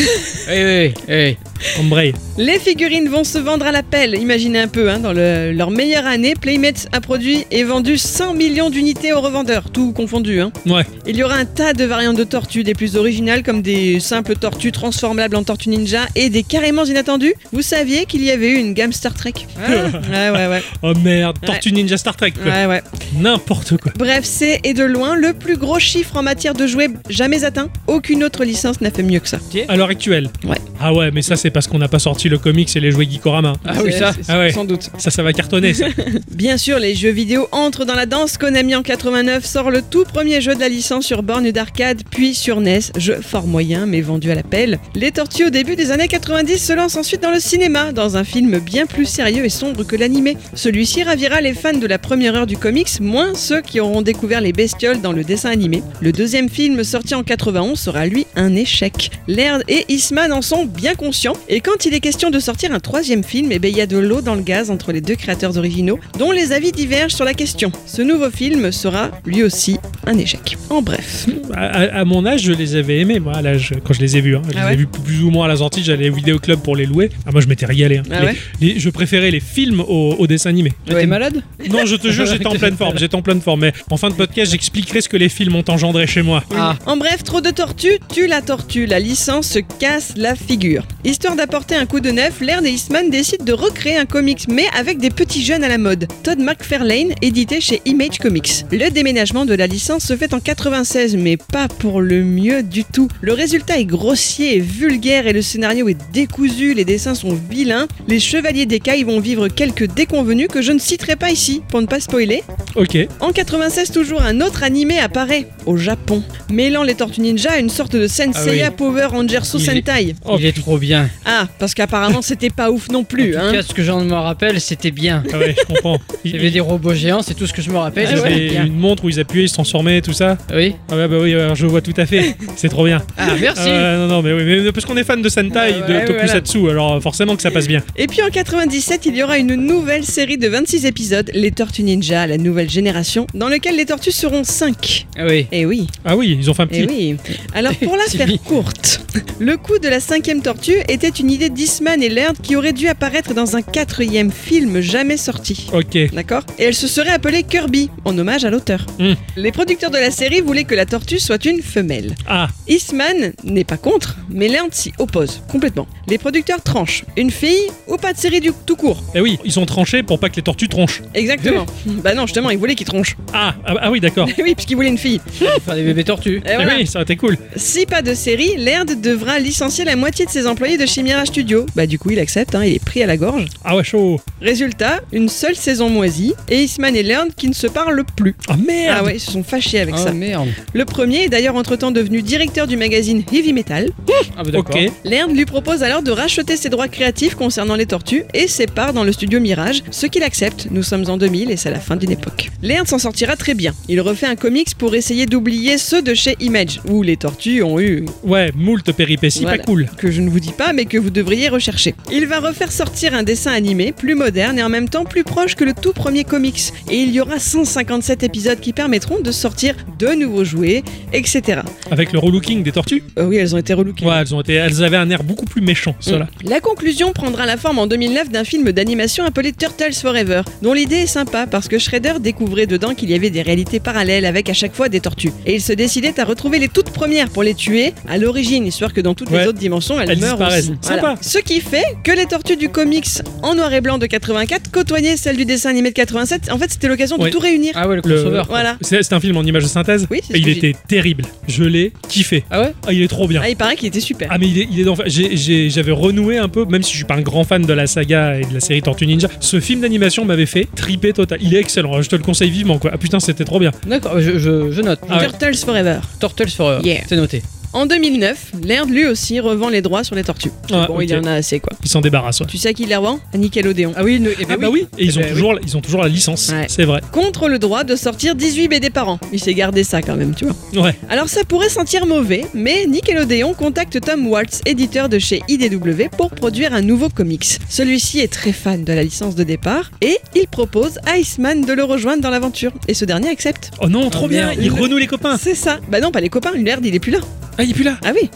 Speaker 2: oui, oui.
Speaker 1: Embraye.
Speaker 3: Les figurines vont se vendre à l'appel, imaginez un peu, hein, dans le- leur meilleure année, Playmates a produit et vendu 100 millions d'unités aux revendeurs, tout confondu. Hein.
Speaker 1: Ouais.
Speaker 3: Il y aura un tas de variantes de tortues, des plus originales comme des simples tortues transformables en tortues ninja et des carrément inattendues. Vous saviez qu'il y avait eu une gamme Star Trek Ouais, ouais, ouais.
Speaker 1: Oh merde, Tortue Ninja Star Trek, quoi.
Speaker 3: ouais, ouais.
Speaker 1: N'importe quoi.
Speaker 3: Bref, c'est et de loin le plus gros chiffre en matière de jouets jamais atteint. Aucune autre licence n'a fait mieux que ça.
Speaker 1: À l'heure actuelle.
Speaker 3: Ouais.
Speaker 1: Ah ouais, mais ça, c'est parce qu'on n'a pas sorti le comics et les jouets Geekorama.
Speaker 2: Ah oui,
Speaker 3: C'est-
Speaker 2: ça.
Speaker 3: c'est-
Speaker 1: Ah ouais.
Speaker 3: Sans doute.
Speaker 1: Ça, ça va cartonner, ça.
Speaker 3: Bien sûr, les jeux vidéo entrent dans la danse. Konami en 89 sort le tout premier jeu de la licence sur borne d'arcade, puis sur NES, jeu fort moyen mais vendu à l'appel. Les Tortues au début des années 90 se lancent ensuite dans le cinéma, dans un film bien plus sérieux et sombre que l'animé. Celui-ci ravira les fans de la première heure du comics, moins ceux qui auront découvert les bestioles dans le dessin animé. Le deuxième film sorti en 91 sera lui un échec. Laird et Eastman en sont bien conscients, et quand il est question de sortir un troisième film, eh ben, il y a de l'eau dans le gaz entre les deux créateurs originaux, dont les avis divergent sur la question. Ce nouveau film sera lui aussi un échec. En bref.
Speaker 1: À, à- à mon âge, je les avais aimés, moi, à l'âge, quand je les ai vus. hein. Je
Speaker 3: Ah
Speaker 1: les
Speaker 3: ouais
Speaker 1: ai vus plus ou moins à la sortie, j'allais au vidéoclub pour les louer. Ah, moi, je m'étais régalé. hein.
Speaker 3: Ah
Speaker 1: Les-
Speaker 3: ouais
Speaker 1: les- je préférais les films aux, aux dessins animés.
Speaker 2: T'es
Speaker 3: Ouais.
Speaker 2: malade
Speaker 1: Non, je te jure, j'étais en pleine forme. J'étais en pleine forme. Mais en fin de podcast, j'expliquerai ce que les films ont engendré chez moi.
Speaker 2: Ah.
Speaker 3: En bref, trop de tortues tue la tortue, la licence se casse la figure. Histoire d'apporter un coup de neuf, Laird et Eastman décident de recréer un comics, mais avec des petits jeunes à la mode. Todd McFarlane, édité chez Image Comics. Le déménagement de la licence se fait en 96, mais pas pour le mieux du tout. Le résultat est grossier et vulgaire et le scénario est décousu, les dessins sont vilains. Les chevaliers d'écailles vont vivre quelques déconvenus que je ne citerai pas ici, pour ne pas spoiler.
Speaker 1: Ok.
Speaker 3: En 96, toujours un autre animé apparaît au Japon, mêlant les Tortues Ninja à une sorte de Senseiya
Speaker 2: Ah
Speaker 3: Power Ranger sous
Speaker 2: Il est-
Speaker 3: Sentai.
Speaker 1: Oh,
Speaker 2: Il est trop bien.
Speaker 3: Ah, parce qu'apparemment c'était pas ouf non plus.
Speaker 2: en tout
Speaker 3: hein.
Speaker 2: cas, ce que j'en me rappelle, c'était bien.
Speaker 1: Ah ouais, je comprends.
Speaker 2: Il y
Speaker 1: Ils-
Speaker 2: avait des robots géants, c'est tout ce que je me rappelle.
Speaker 1: ils avaient
Speaker 2: c'était bien.
Speaker 1: une montre où ils appuyaient, ils se transformaient, tout ça.
Speaker 2: Oui.
Speaker 1: Ah ouais, bah oui, alors je vois tout à fait. C'est trop bien.
Speaker 2: Ah, merci.
Speaker 1: Ah ouais, non, non, mais oui, mais parce qu'on est fan de Sentai,
Speaker 2: Ouais,
Speaker 1: de
Speaker 2: ouais,
Speaker 1: Tokusatsu, alors euh, forcément que ça passe bien.
Speaker 3: Et puis en 97, il y aura une nouvelle série de 26 épisodes, Les Tortues Ninja, la nouvelle génération, dans lequel les tortues seront 5.
Speaker 2: Ah oui.
Speaker 3: Eh oui,
Speaker 1: Ah oui, ils ont fait un petit.
Speaker 3: eh oui. Alors pour la
Speaker 2: Si.
Speaker 3: faire courte, le coup de la cinquième tortue est était une idée d'Isman et Laird qui aurait dû apparaître dans un quatrième film jamais sorti.
Speaker 1: Ok.
Speaker 3: D'accord Et elle se serait appelée Kirby, en hommage à l'auteur.
Speaker 1: Hmm.
Speaker 3: Les producteurs de la série voulaient que la tortue soit une femelle.
Speaker 1: Ah,
Speaker 3: Eastman n'est pas contre, mais l'Inde s'y oppose complètement. Les producteurs tranchent. Une fille ou pas de série du tout court
Speaker 1: eh oui, ils sont tranchés pour pas que les tortues tronchent.
Speaker 3: Exactement. bah non, justement, ils voulaient qu'ils tronchent.
Speaker 1: Ah, ah, ah oui, d'accord.
Speaker 3: oui, puisqu'ils voulaient une fille.
Speaker 2: Faire des bébés tortues.
Speaker 3: Et
Speaker 1: Eh
Speaker 3: Eh voilà.
Speaker 1: oui, ça aurait été cool.
Speaker 3: Si pas de série, Laird devra licencier la moitié de ses employés de Chimera Studio. Bah du coup, il accepte, hein, il est pris à la gorge.
Speaker 1: Ah ouais, chaud.
Speaker 3: Résultat, une seule saison moisie, et Eastman et Laird qui ne se parlent plus.
Speaker 1: Ah merde.
Speaker 3: Ah ouais, ils se sont fâchés avec ça.
Speaker 2: Ah merde.
Speaker 3: Le premier est d'ailleurs entre-temps devenu directeur du magazine Heavy Metal.
Speaker 2: Ah bah d'accord.
Speaker 1: Ok.
Speaker 3: Laird lui propose alors de racheter ses droits créatifs concernant les tortues et sépare dans le studio Mirage, ce qu'il accepte. Nous sommes en 2000 et c'est la fin d'une époque. Laird s'en sortira très bien. Il refait un comics pour essayer d'oublier ceux de chez Image, où les tortues ont eu
Speaker 1: Ouais, moult péripéties,
Speaker 3: Voilà.
Speaker 1: pas cool.
Speaker 3: que je ne vous dis pas mais que vous devriez rechercher. Il va refaire sortir un dessin animé plus moderne et en même temps plus proche que le tout premier comics et il y aura 157 épisodes qui permettront de sortir de nouveaux jouets, etc.
Speaker 1: Avec le relooking des tortues.
Speaker 3: Euh, oui, elles ont été relookées.
Speaker 1: Ouais, elles ont été, elles avaient un air beaucoup plus méchant, ceux-là.
Speaker 3: Mm. La conclusion prendra la forme en 2009 d'un film d'animation appelé Turtles Forever, dont l'idée est sympa parce que Shredder découvrait dedans qu'il y avait des réalités parallèles avec à chaque fois des tortues. Et il se décidait à retrouver les toutes premières pour les tuer à l'origine, histoire que dans toutes
Speaker 1: Ouais.
Speaker 3: les autres dimensions, elles,
Speaker 1: Elles
Speaker 3: meurent
Speaker 1: disparaissent.
Speaker 3: aussi.
Speaker 1: Sympa.
Speaker 3: Ce qui fait que les tortues du comics en noir et blanc de 84 côtoyaient celles du dessin animé de 87. En fait, c'était l'occasion de
Speaker 1: Ouais.
Speaker 3: tout réunir.
Speaker 2: Ah ouais, le
Speaker 1: Le-
Speaker 2: crossover.
Speaker 3: Voilà.
Speaker 1: C'est c'est un film en image de synthèse.
Speaker 3: Oui, c'est ce
Speaker 1: Et il
Speaker 3: que j'ai
Speaker 1: était terrible. Je l'ai kiffé.
Speaker 2: Ah ouais
Speaker 1: Ah, il est trop bien.
Speaker 3: Ah, il paraît qu'il était super.
Speaker 1: Ah mais il est, il est d'enfer. J'ai- j'ai- J'avais renoué un peu, même si je suis pas un grand fan de la saga et de la série Tortue Ninja. Ce film d'animation m'avait fait triper total. Il est excellent. Je te le conseille vivement quoi. Ah putain c'était trop bien.
Speaker 2: D'accord, je, je, je note.
Speaker 1: Ah ouais.
Speaker 3: Turtles Forever.
Speaker 2: Turtles Forever.
Speaker 3: Yeah.
Speaker 2: C'est noté.
Speaker 3: En 2009, Laird lui aussi revend les droits sur les tortues.
Speaker 1: Ah,
Speaker 3: bon,
Speaker 1: ok.
Speaker 3: il y en a assez quoi.
Speaker 1: Ils s'en débarrassent. ouais.
Speaker 3: Tu sais à qui il les revend À Nickelodeon.
Speaker 2: Ah oui, ne- eh ben
Speaker 1: Ah bah oui. Et ils ont
Speaker 2: Eh ben
Speaker 1: toujours, ils ont toujours la licence.
Speaker 3: Ouais.
Speaker 1: C'est vrai.
Speaker 3: contre le droit de sortir 18 BD par an. Il s'est gardé ça quand même, tu vois.
Speaker 1: Ouais.
Speaker 3: Alors ça pourrait sentir mauvais, mais Nickelodeon contacte Tom Waltz, éditeur de chez IDW, pour produire un nouveau comics. Celui-ci est très fan de la licence de départ et il propose à Iceman de le rejoindre dans l'aventure. Et ce dernier accepte.
Speaker 1: Oh non trop
Speaker 2: Ah,
Speaker 1: bien.
Speaker 2: merde.
Speaker 1: Ils renouent les copains.
Speaker 3: C'est ça. Bah non, pas les copains, Laird, il est plus là.
Speaker 1: Ah il est plus là.
Speaker 3: Ah oui.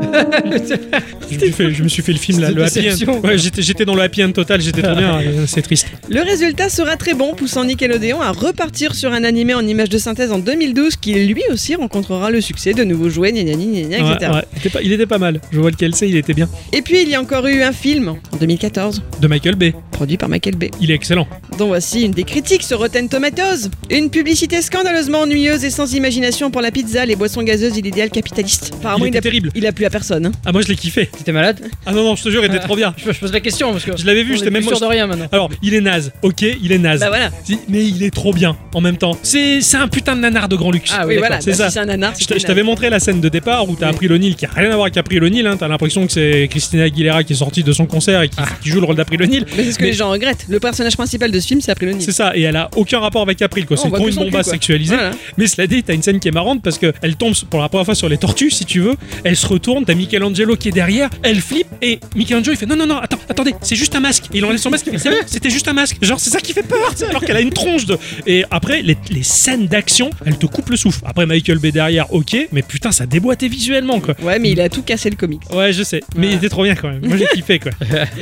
Speaker 1: Je me suis fait, je me suis fait le film là.
Speaker 2: C'était
Speaker 1: Le happy
Speaker 2: déception,
Speaker 1: end. Ouais, j'étais j'étais dans le happy end total. J'étais trop bien. Euh, C'est triste.
Speaker 3: Le résultat sera très bon, poussant Nickelodeon à repartir sur un animé en image de synthèse en 2012 qui lui aussi rencontrera le succès de nouveaux jouets, gna gna gna gna,
Speaker 1: Ouais,
Speaker 3: etc.
Speaker 1: ouais. Il, était pas, il était pas mal. Je vois lequel c'est. Il était bien.
Speaker 3: Et puis il y a encore eu un film en 2014,
Speaker 1: De Michael Bay.
Speaker 3: produit par Michael Bay,
Speaker 1: Il est excellent.
Speaker 3: dont voici une des critiques sur Rotten Tomatoes. Une publicité scandaleusement ennuyeuse et sans imagination pour la pizza, les boissons gazeuses et l'idéal capitaliste.
Speaker 1: il
Speaker 3: Apparemment, Ah, il,
Speaker 1: était
Speaker 3: a,
Speaker 1: terrible.
Speaker 3: il a plu à personne. hein.
Speaker 1: Ah moi je l'ai kiffé.
Speaker 2: T'étais malade
Speaker 1: Ah non non je te jure il était trop bien.
Speaker 2: je, je pose la question parce que.
Speaker 1: Je l'avais
Speaker 2: on
Speaker 1: vu.
Speaker 2: est
Speaker 1: J'étais
Speaker 2: plus
Speaker 1: même
Speaker 2: sûr de rien maintenant.
Speaker 1: Alors, il est naze, ok, il est naze.
Speaker 3: Bah voilà.
Speaker 1: Si, Mais il est trop bien en même temps. C'est c'est un putain de nanar de grand luxe.
Speaker 2: Ah
Speaker 3: oui, voilà.
Speaker 1: c'est
Speaker 3: Bah,
Speaker 1: ça.
Speaker 3: Si c'est un nanar,
Speaker 1: Je
Speaker 3: c'est
Speaker 1: t'a- je
Speaker 3: un
Speaker 1: t'avais montré la scène de départ où t'as
Speaker 3: Oui.
Speaker 1: appris O'Neill qui a rien à voir avec April O'Neill. Hein. T'as l'impression que c'est Christina Aguilera qui est sortie de son concert et
Speaker 3: Ah.
Speaker 1: qui, qui joue le rôle d'April O'Neill.
Speaker 3: nanar. Mais c'est ce que
Speaker 1: Mais-
Speaker 3: les gens regrettent. Le personnage principal de ce film, c'est April O'Neil.
Speaker 1: C'est ça, et elle a aucun rapport avec April. quoi.
Speaker 2: Non,
Speaker 1: C'est
Speaker 2: on voit
Speaker 1: trop
Speaker 2: plus
Speaker 1: une
Speaker 2: son cul,
Speaker 1: bombasse
Speaker 2: quoi.
Speaker 1: sexualisée.
Speaker 3: Voilà.
Speaker 1: Mais cela dit, t'as une scène qui est marrante parce que elle tombe pour la première fois sur les tortues, si tu veux. Elle se retourne, t'as Michelangelo qui est derrière, elle flippe et Michelangelo il fait non non non attends attendez c'est juste un masque. Et il enlève son masque. il fait, C'est vrai, C'était juste un masque. Genre c'est ça qui fait peur. tu sais, Alors qu'elle a une tronche de. Et après les, les scènes d'action, elle te coupe le souffle. Après Michael Bay derrière, ok, mais putain ça déboîtait visuellement quoi.
Speaker 3: Ouais, mais il a tout cassé le comics.
Speaker 1: Ouais, je sais, mais il était trop bien quand même. Moi j'ai kiffé quoi.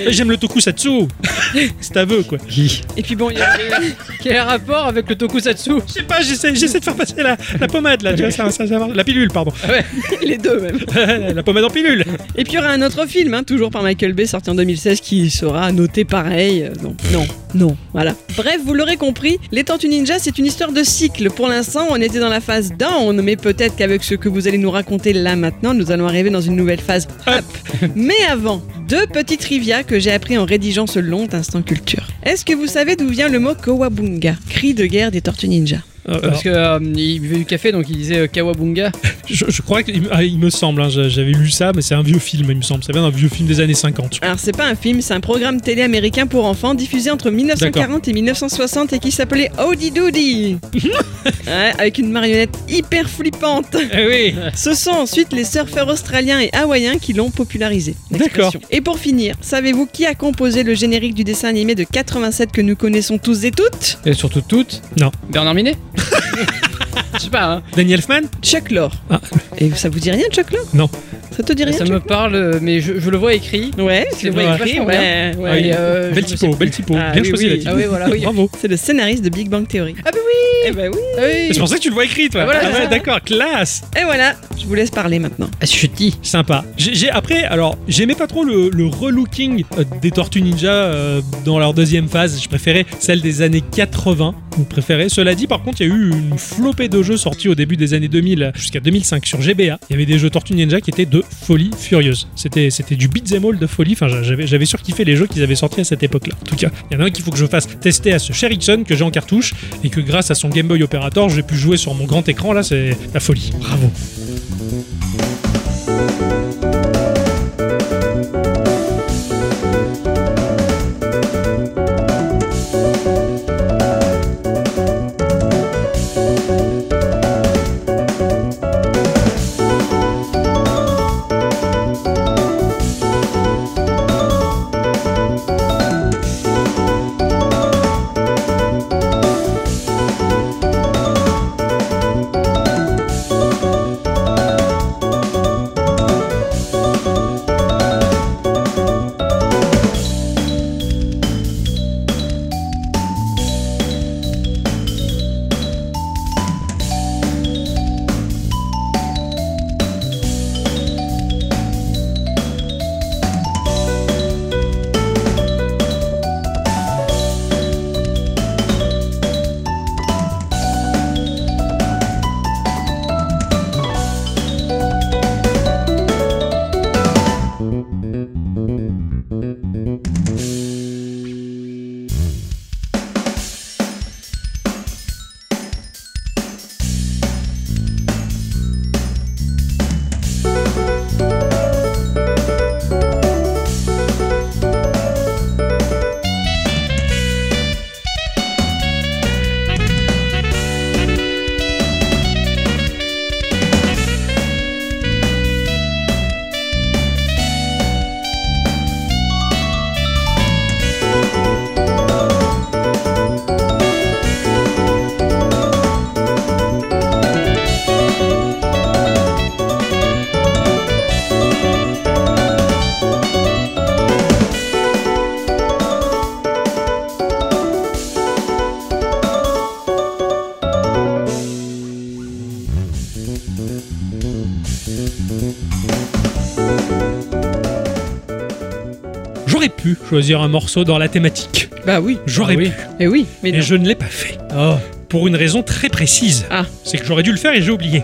Speaker 1: J'aime le tokusatsu. C'est à vœu quoi.
Speaker 3: Et puis bon, il y a-
Speaker 1: Ah.
Speaker 2: Quel rapport avec le tokusatsu
Speaker 1: Je sais pas, j'essaie j'essaie de faire passer la, la pommade là, tu vois, ça, ça- ça marche. la pilule, pardon.
Speaker 3: les deux même.
Speaker 1: la pommade en pilule.
Speaker 3: Et puis il y aura un autre film, hein, toujours par Michael Bay, sorti en 2016, qui sera noté pareil. euh, non, non, non, voilà. Bref, vous l'aurez compris, Les Tortues Ninja, c'est une histoire de cycle. Pour l'instant, on était dans la phase down, mais peut-être qu'avec ce que vous allez nous raconter là maintenant, nous allons arriver dans une nouvelle phase up. Mais avant, deux petites trivia que j'ai appris en rédigeant ce long instant culture. Est-ce que vous savez d'où vient le mot Kowabunga, cri de guerre des Tortues Ninja
Speaker 2: Parce que euh, il buvait du café donc il disait euh, Kawabunga.
Speaker 1: Je, je crois qu'il me- ah, il me semble, hein, j'a- j'avais lu ça, mais c'est un vieux film, il me semble. C'est bien un vieux film des années 50.
Speaker 3: Alors c'est pas un film, c'est un programme télé américain pour enfants diffusé entre 1940 et 1960 et qui s'appelait Howdy Doody. Ouais, avec une marionnette hyper flippante.
Speaker 1: Eh oui
Speaker 3: Ce sont ensuite les surfeurs australiens et hawaïens qui l'ont popularisé. l'expression. Et pour finir, savez-vous qui a composé le générique du dessin animé de 87 que nous connaissons tous et toutes
Speaker 2: Et surtout toutes.
Speaker 1: Non.
Speaker 2: Bernard Minet Je sais pas, hein.
Speaker 1: Daniel Elfman
Speaker 3: Chuck Lorre.
Speaker 1: Ah.
Speaker 3: Et ça vous dit rien, Chuck Lorre
Speaker 1: Non.
Speaker 3: Ça te dit rien
Speaker 2: ça me parle, mais je, je le vois écrit.
Speaker 3: Chuck Ouais,
Speaker 2: Je le vois
Speaker 1: vrai.
Speaker 2: écrit,
Speaker 3: ouais,
Speaker 2: ouais.
Speaker 3: ouais.
Speaker 1: Ah oui.
Speaker 2: Et, euh,
Speaker 1: Belle
Speaker 2: je
Speaker 1: typo, belle typo.
Speaker 3: Ah,
Speaker 1: Bien
Speaker 3: oui,
Speaker 1: choisi
Speaker 3: oui.
Speaker 1: la typo.
Speaker 2: Ah oui, voilà, oui.
Speaker 1: Bravo.
Speaker 3: C'est le scénariste de Big Bang Theory.
Speaker 2: Ah bah
Speaker 3: Eh ben oui
Speaker 2: oui.
Speaker 1: C'est pour ça que tu le vois écrit, toi.
Speaker 2: Ah, voilà,
Speaker 1: ah
Speaker 2: c'est
Speaker 1: ouais,
Speaker 2: ça.
Speaker 1: d'accord, classe.
Speaker 3: Et voilà, je vous laisse parler maintenant.
Speaker 2: Ah, je dis.
Speaker 1: Sympa. J'ai j'ai- après, alors, j'aimais pas trop le, le relooking euh, des Tortues Ninja euh, dans leur deuxième phase. Je préférais celle des années 80. Vous préférez. Cela dit, par contre, il y a eu une flopée de jeux sortis au début des années 2000 jusqu'à 2005 sur GBA. Il y avait des jeux Tortues Ninja qui étaient de folie furieuse. C'était c'était du beat'em all de folie. Enfin, j'a- j'avais j'avais surkiffé les jeux qu'ils avaient sortis à cette époque-là. En tout cas, il y en a un qu'il faut que je fasse tester à ce cher Ixon que j'ai en cartouche et que grâce à son Game Boy Operator, j'ai pu jouer sur mon grand écran. Là, c'est la folie. Bravo. J'aurais pu choisir un morceau dans la thématique.
Speaker 2: Bah oui.
Speaker 1: J'aurais
Speaker 2: Ah oui.
Speaker 1: pu,
Speaker 2: Et oui.
Speaker 3: Eh Mais
Speaker 1: mais
Speaker 3: non.
Speaker 1: je ne l'ai pas fait.
Speaker 2: Oh.
Speaker 1: Pour une raison très précise.
Speaker 3: Ah.
Speaker 1: C'est que j'aurais dû le faire et j'ai oublié.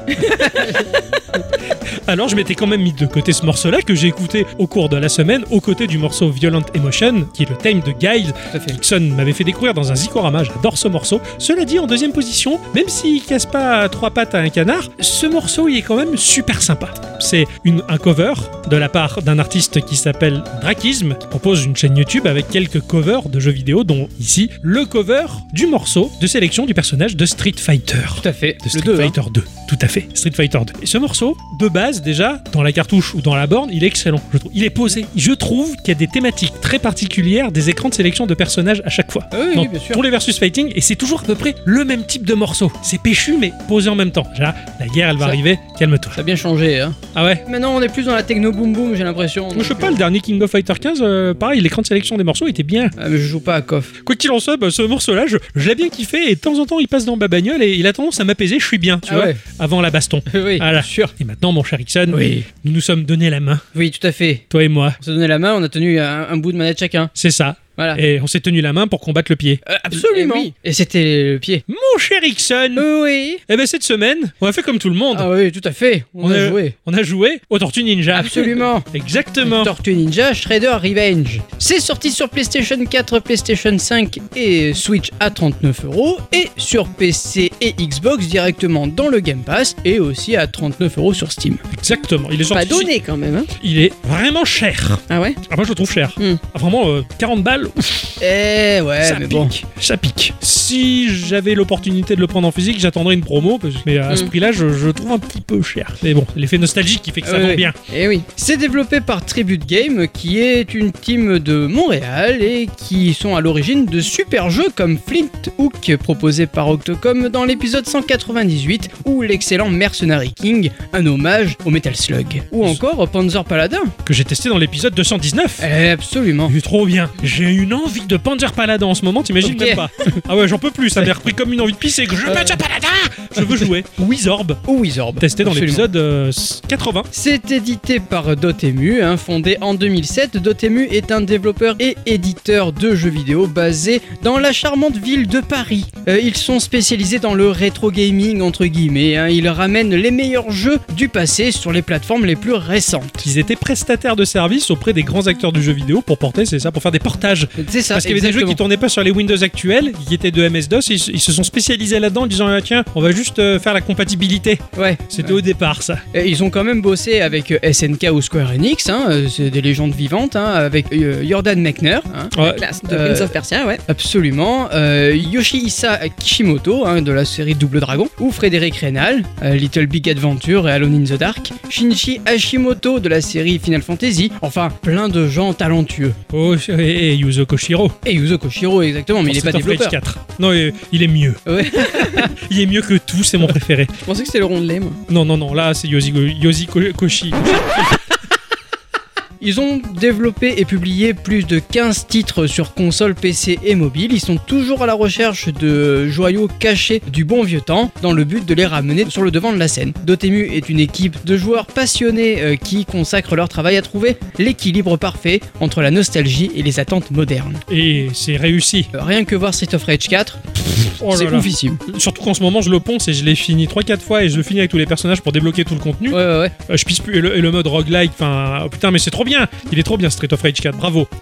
Speaker 1: Alors je m'étais quand même mis de côté ce morceau-là que j'ai écouté au cours de la semaine, aux côtés du morceau Violent Emotion, qui est le thème de Guide.
Speaker 2: Tout à fait.
Speaker 1: Dixon m'avait fait découvrir dans un Zikorama, j'adore ce morceau. Cela dit, en deuxième position, même s'il casse pas trois pattes à un canard, ce morceau il est quand même super sympa. C'est une- un cover de la part d'un artiste qui s'appelle Drakism, qui propose une chaîne YouTube avec quelques covers de jeux vidéo, dont ici le cover du morceau de sélection du personnage de Street Fighter.
Speaker 2: Tout à fait.
Speaker 1: De Street
Speaker 2: le hein. 2.
Speaker 1: Fighter 2, tout à fait. hein. Street Fighter 2. Et ce morceau, de base déjà, dans la cartouche ou dans la borne, il est excellent. Je trouve. Il est posé. Je trouve qu'il y a des thématiques très particulières, des écrans de sélection de personnages à chaque fois.
Speaker 2: Ah oui,
Speaker 1: Dans
Speaker 2: oui, bien sûr.
Speaker 1: tous les versus fighting, et c'est toujours à peu près le même type de morceau. C'est péchu, mais posé en même temps. Déjà, la guerre, elle va
Speaker 2: Ça-
Speaker 1: arriver. Calme-toi.
Speaker 2: Ça a bien changé. Hein.
Speaker 1: Ah ouais
Speaker 2: Maintenant, on est plus dans la techno boom boom, j'ai l'impression.
Speaker 1: Moi, je sais
Speaker 2: Donc,
Speaker 1: pas, le dernier King of Fighter 15, euh, pareil, l'écran de sélection des morceaux était bien.
Speaker 2: Ah, mais je joue pas à KOF.
Speaker 1: Quoi qu'il en soit, bah, ce morceau-là, je, je l'ai bien kiffé, et de temps en temps, il passe dans ma bagnole, et il a tendance à m'apaiser, je suis bien, tu
Speaker 2: Ah
Speaker 1: vois, Ah.
Speaker 2: ouais.
Speaker 1: avant la baston.
Speaker 2: oui.
Speaker 1: Voilà. Et maintenant, mon cher Ixon,
Speaker 2: Oui.
Speaker 1: nous nous sommes donné la main,
Speaker 2: Oui, tout à fait.
Speaker 1: toi et moi.
Speaker 2: On s'est donné la main, on a tenu un, un bout de manette chacun.
Speaker 1: C'est ça.
Speaker 2: Voilà.
Speaker 1: Et on s'est tenu la main pour combattre le pied.
Speaker 2: Euh, absolument. Et, oui. Et c'était le pied.
Speaker 1: Mon cher Ixon,
Speaker 2: Oui.
Speaker 1: eh ben cette semaine, on a fait comme tout le monde.
Speaker 2: Euh. Ah oui, tout à fait. On, a
Speaker 1: est-
Speaker 2: joué.
Speaker 1: On a joué aux Tortues Ninja.
Speaker 2: Absolument.
Speaker 1: Exactement.
Speaker 2: Tortue Ninja Shredder Revenge. C'est sorti sur PlayStation 4, PlayStation 5 et Switch à 39 euros et sur PC et Xbox directement dans le Game Pass et aussi à 39 euros sur Steam.
Speaker 1: Exactement. Il est
Speaker 3: Pas
Speaker 1: sorti.
Speaker 3: donné quand même, hein
Speaker 1: Il est vraiment cher.
Speaker 3: Ah ouais
Speaker 1: Ah, moi, je le trouve cher.
Speaker 3: Hmm.
Speaker 1: Ah, vraiment, euh, 40 balles. ouf,
Speaker 2: Eh Eh ouais,
Speaker 1: ça
Speaker 2: mais
Speaker 1: pique,
Speaker 2: bon.
Speaker 1: ça pique. Si j'avais l'opportunité de le prendre en physique, j'attendrais une promo, parce que- mais à
Speaker 2: Hmm.
Speaker 1: ce
Speaker 3: Mm.
Speaker 1: prix-là, je, je le trouve un petit peu cher. Mais bon, l'effet nostalgique qui fait que ça
Speaker 2: Ouais,
Speaker 1: vend
Speaker 2: ouais.
Speaker 1: bien.
Speaker 2: Eh oui. C'est développé par Tribute Game, qui est une team de Montréal et qui sont à l'origine de super jeux comme Flint Hook, proposé par Octocom dans l'épisode 198, ou l'excellent Mercenary King, un hommage au Metal Slug. Ou encore Panzer Paladin.
Speaker 1: Que j'ai testé dans l'épisode 219.
Speaker 2: Eh, absolument.
Speaker 1: Mais Trop bien. J'ai une envie de Panzer Paladin en ce moment, t'imagines
Speaker 2: Ok.
Speaker 1: même pas. Ah ouais, j'en peux plus, ça m'a repris comme une envie de pisser. Que je veux
Speaker 2: Euh.
Speaker 1: Panzer Paladin Je veux jouer. Wizorb,
Speaker 2: Ou Wizorb.
Speaker 1: testé dans
Speaker 2: Absolument.
Speaker 1: l'épisode euh, 80.
Speaker 2: C'est édité par Dotemu, hein, fondé en 2007. Dotemu est un développeur et éditeur de jeux vidéo basé dans la charmante ville de Paris. Euh, ils sont spécialisés dans le rétro gaming entre guillemets. hein. Ils ramènent les meilleurs jeux du passé sur les plateformes les plus récentes.
Speaker 1: Ils étaient prestataires de services auprès des grands acteurs du jeu vidéo pour porter, c'est ça, pour faire des portages.
Speaker 2: C'est ça.
Speaker 1: Parce qu'il y avait des jeux qui
Speaker 2: exactement.
Speaker 1: tournaient pas sur les Windows actuels, qui étaient de MS-DOS, ils, ils se sont spécialisés là-dedans en disant ah, tiens, on va juste euh, faire la compatibilité.
Speaker 2: Ouais.
Speaker 1: C'était au départ ça.
Speaker 2: Et Ils ont quand même bossé avec euh, SNK ou Square Enix, hein, euh, c'est des légendes vivantes, hein, avec euh, Jordan Mechner, hein,
Speaker 1: Ouais.
Speaker 3: Classe de
Speaker 2: Euh,
Speaker 3: Prince of Persia, ouais.
Speaker 2: Absolument. Euh, Yoshihisa Kishimoto, hein, de la série Double Dragon, ou Frédéric Reynal, euh, Little Big Adventure et Alone in the Dark, Shinichi Hashimoto, de la série Final Fantasy, enfin, plein de gens talentueux.
Speaker 1: Oh, et, et Yuzo Koshiro.
Speaker 2: Et Yuzo Koshiro, exactement, mais il
Speaker 1: Dans
Speaker 2: n'est pas
Speaker 1: Street of Rage
Speaker 2: développeur.
Speaker 1: 4. Non, euh, il est mieux.
Speaker 2: Ouais.
Speaker 1: il est mieux que tout, c'est mon préféré.
Speaker 3: Je pensais que c'était le rondelet, moi.
Speaker 1: Non, non, non, là c'est Yoshi, Yoshi Ko- Koshi.
Speaker 2: Ils ont développé et publié plus de 15 titres sur console, PC et mobile. Ils sont toujours à la recherche de joyaux cachés du bon vieux temps dans le but de les ramener sur le devant de la scène. Dotemu est une équipe de joueurs passionnés euh, qui consacrent leur travail à trouver l'équilibre parfait entre la nostalgie et les attentes modernes.
Speaker 1: Et c'est réussi.
Speaker 2: Euh, Rien que voir Street of Rage 4,
Speaker 1: Oh
Speaker 2: c'est
Speaker 1: là là.
Speaker 2: oufissime.
Speaker 1: Surtout qu'en ce moment je le ponce et je l'ai fini 3-4 fois et je le finis avec tous les personnages pour débloquer tout le contenu.
Speaker 2: Ouais, ouais, ouais.
Speaker 1: Euh, je pisse plus. Et le, et le mode roguelike, enfin, oh, putain, mais c'est trop bien. Il est trop bien, Street of Rage 4, bravo.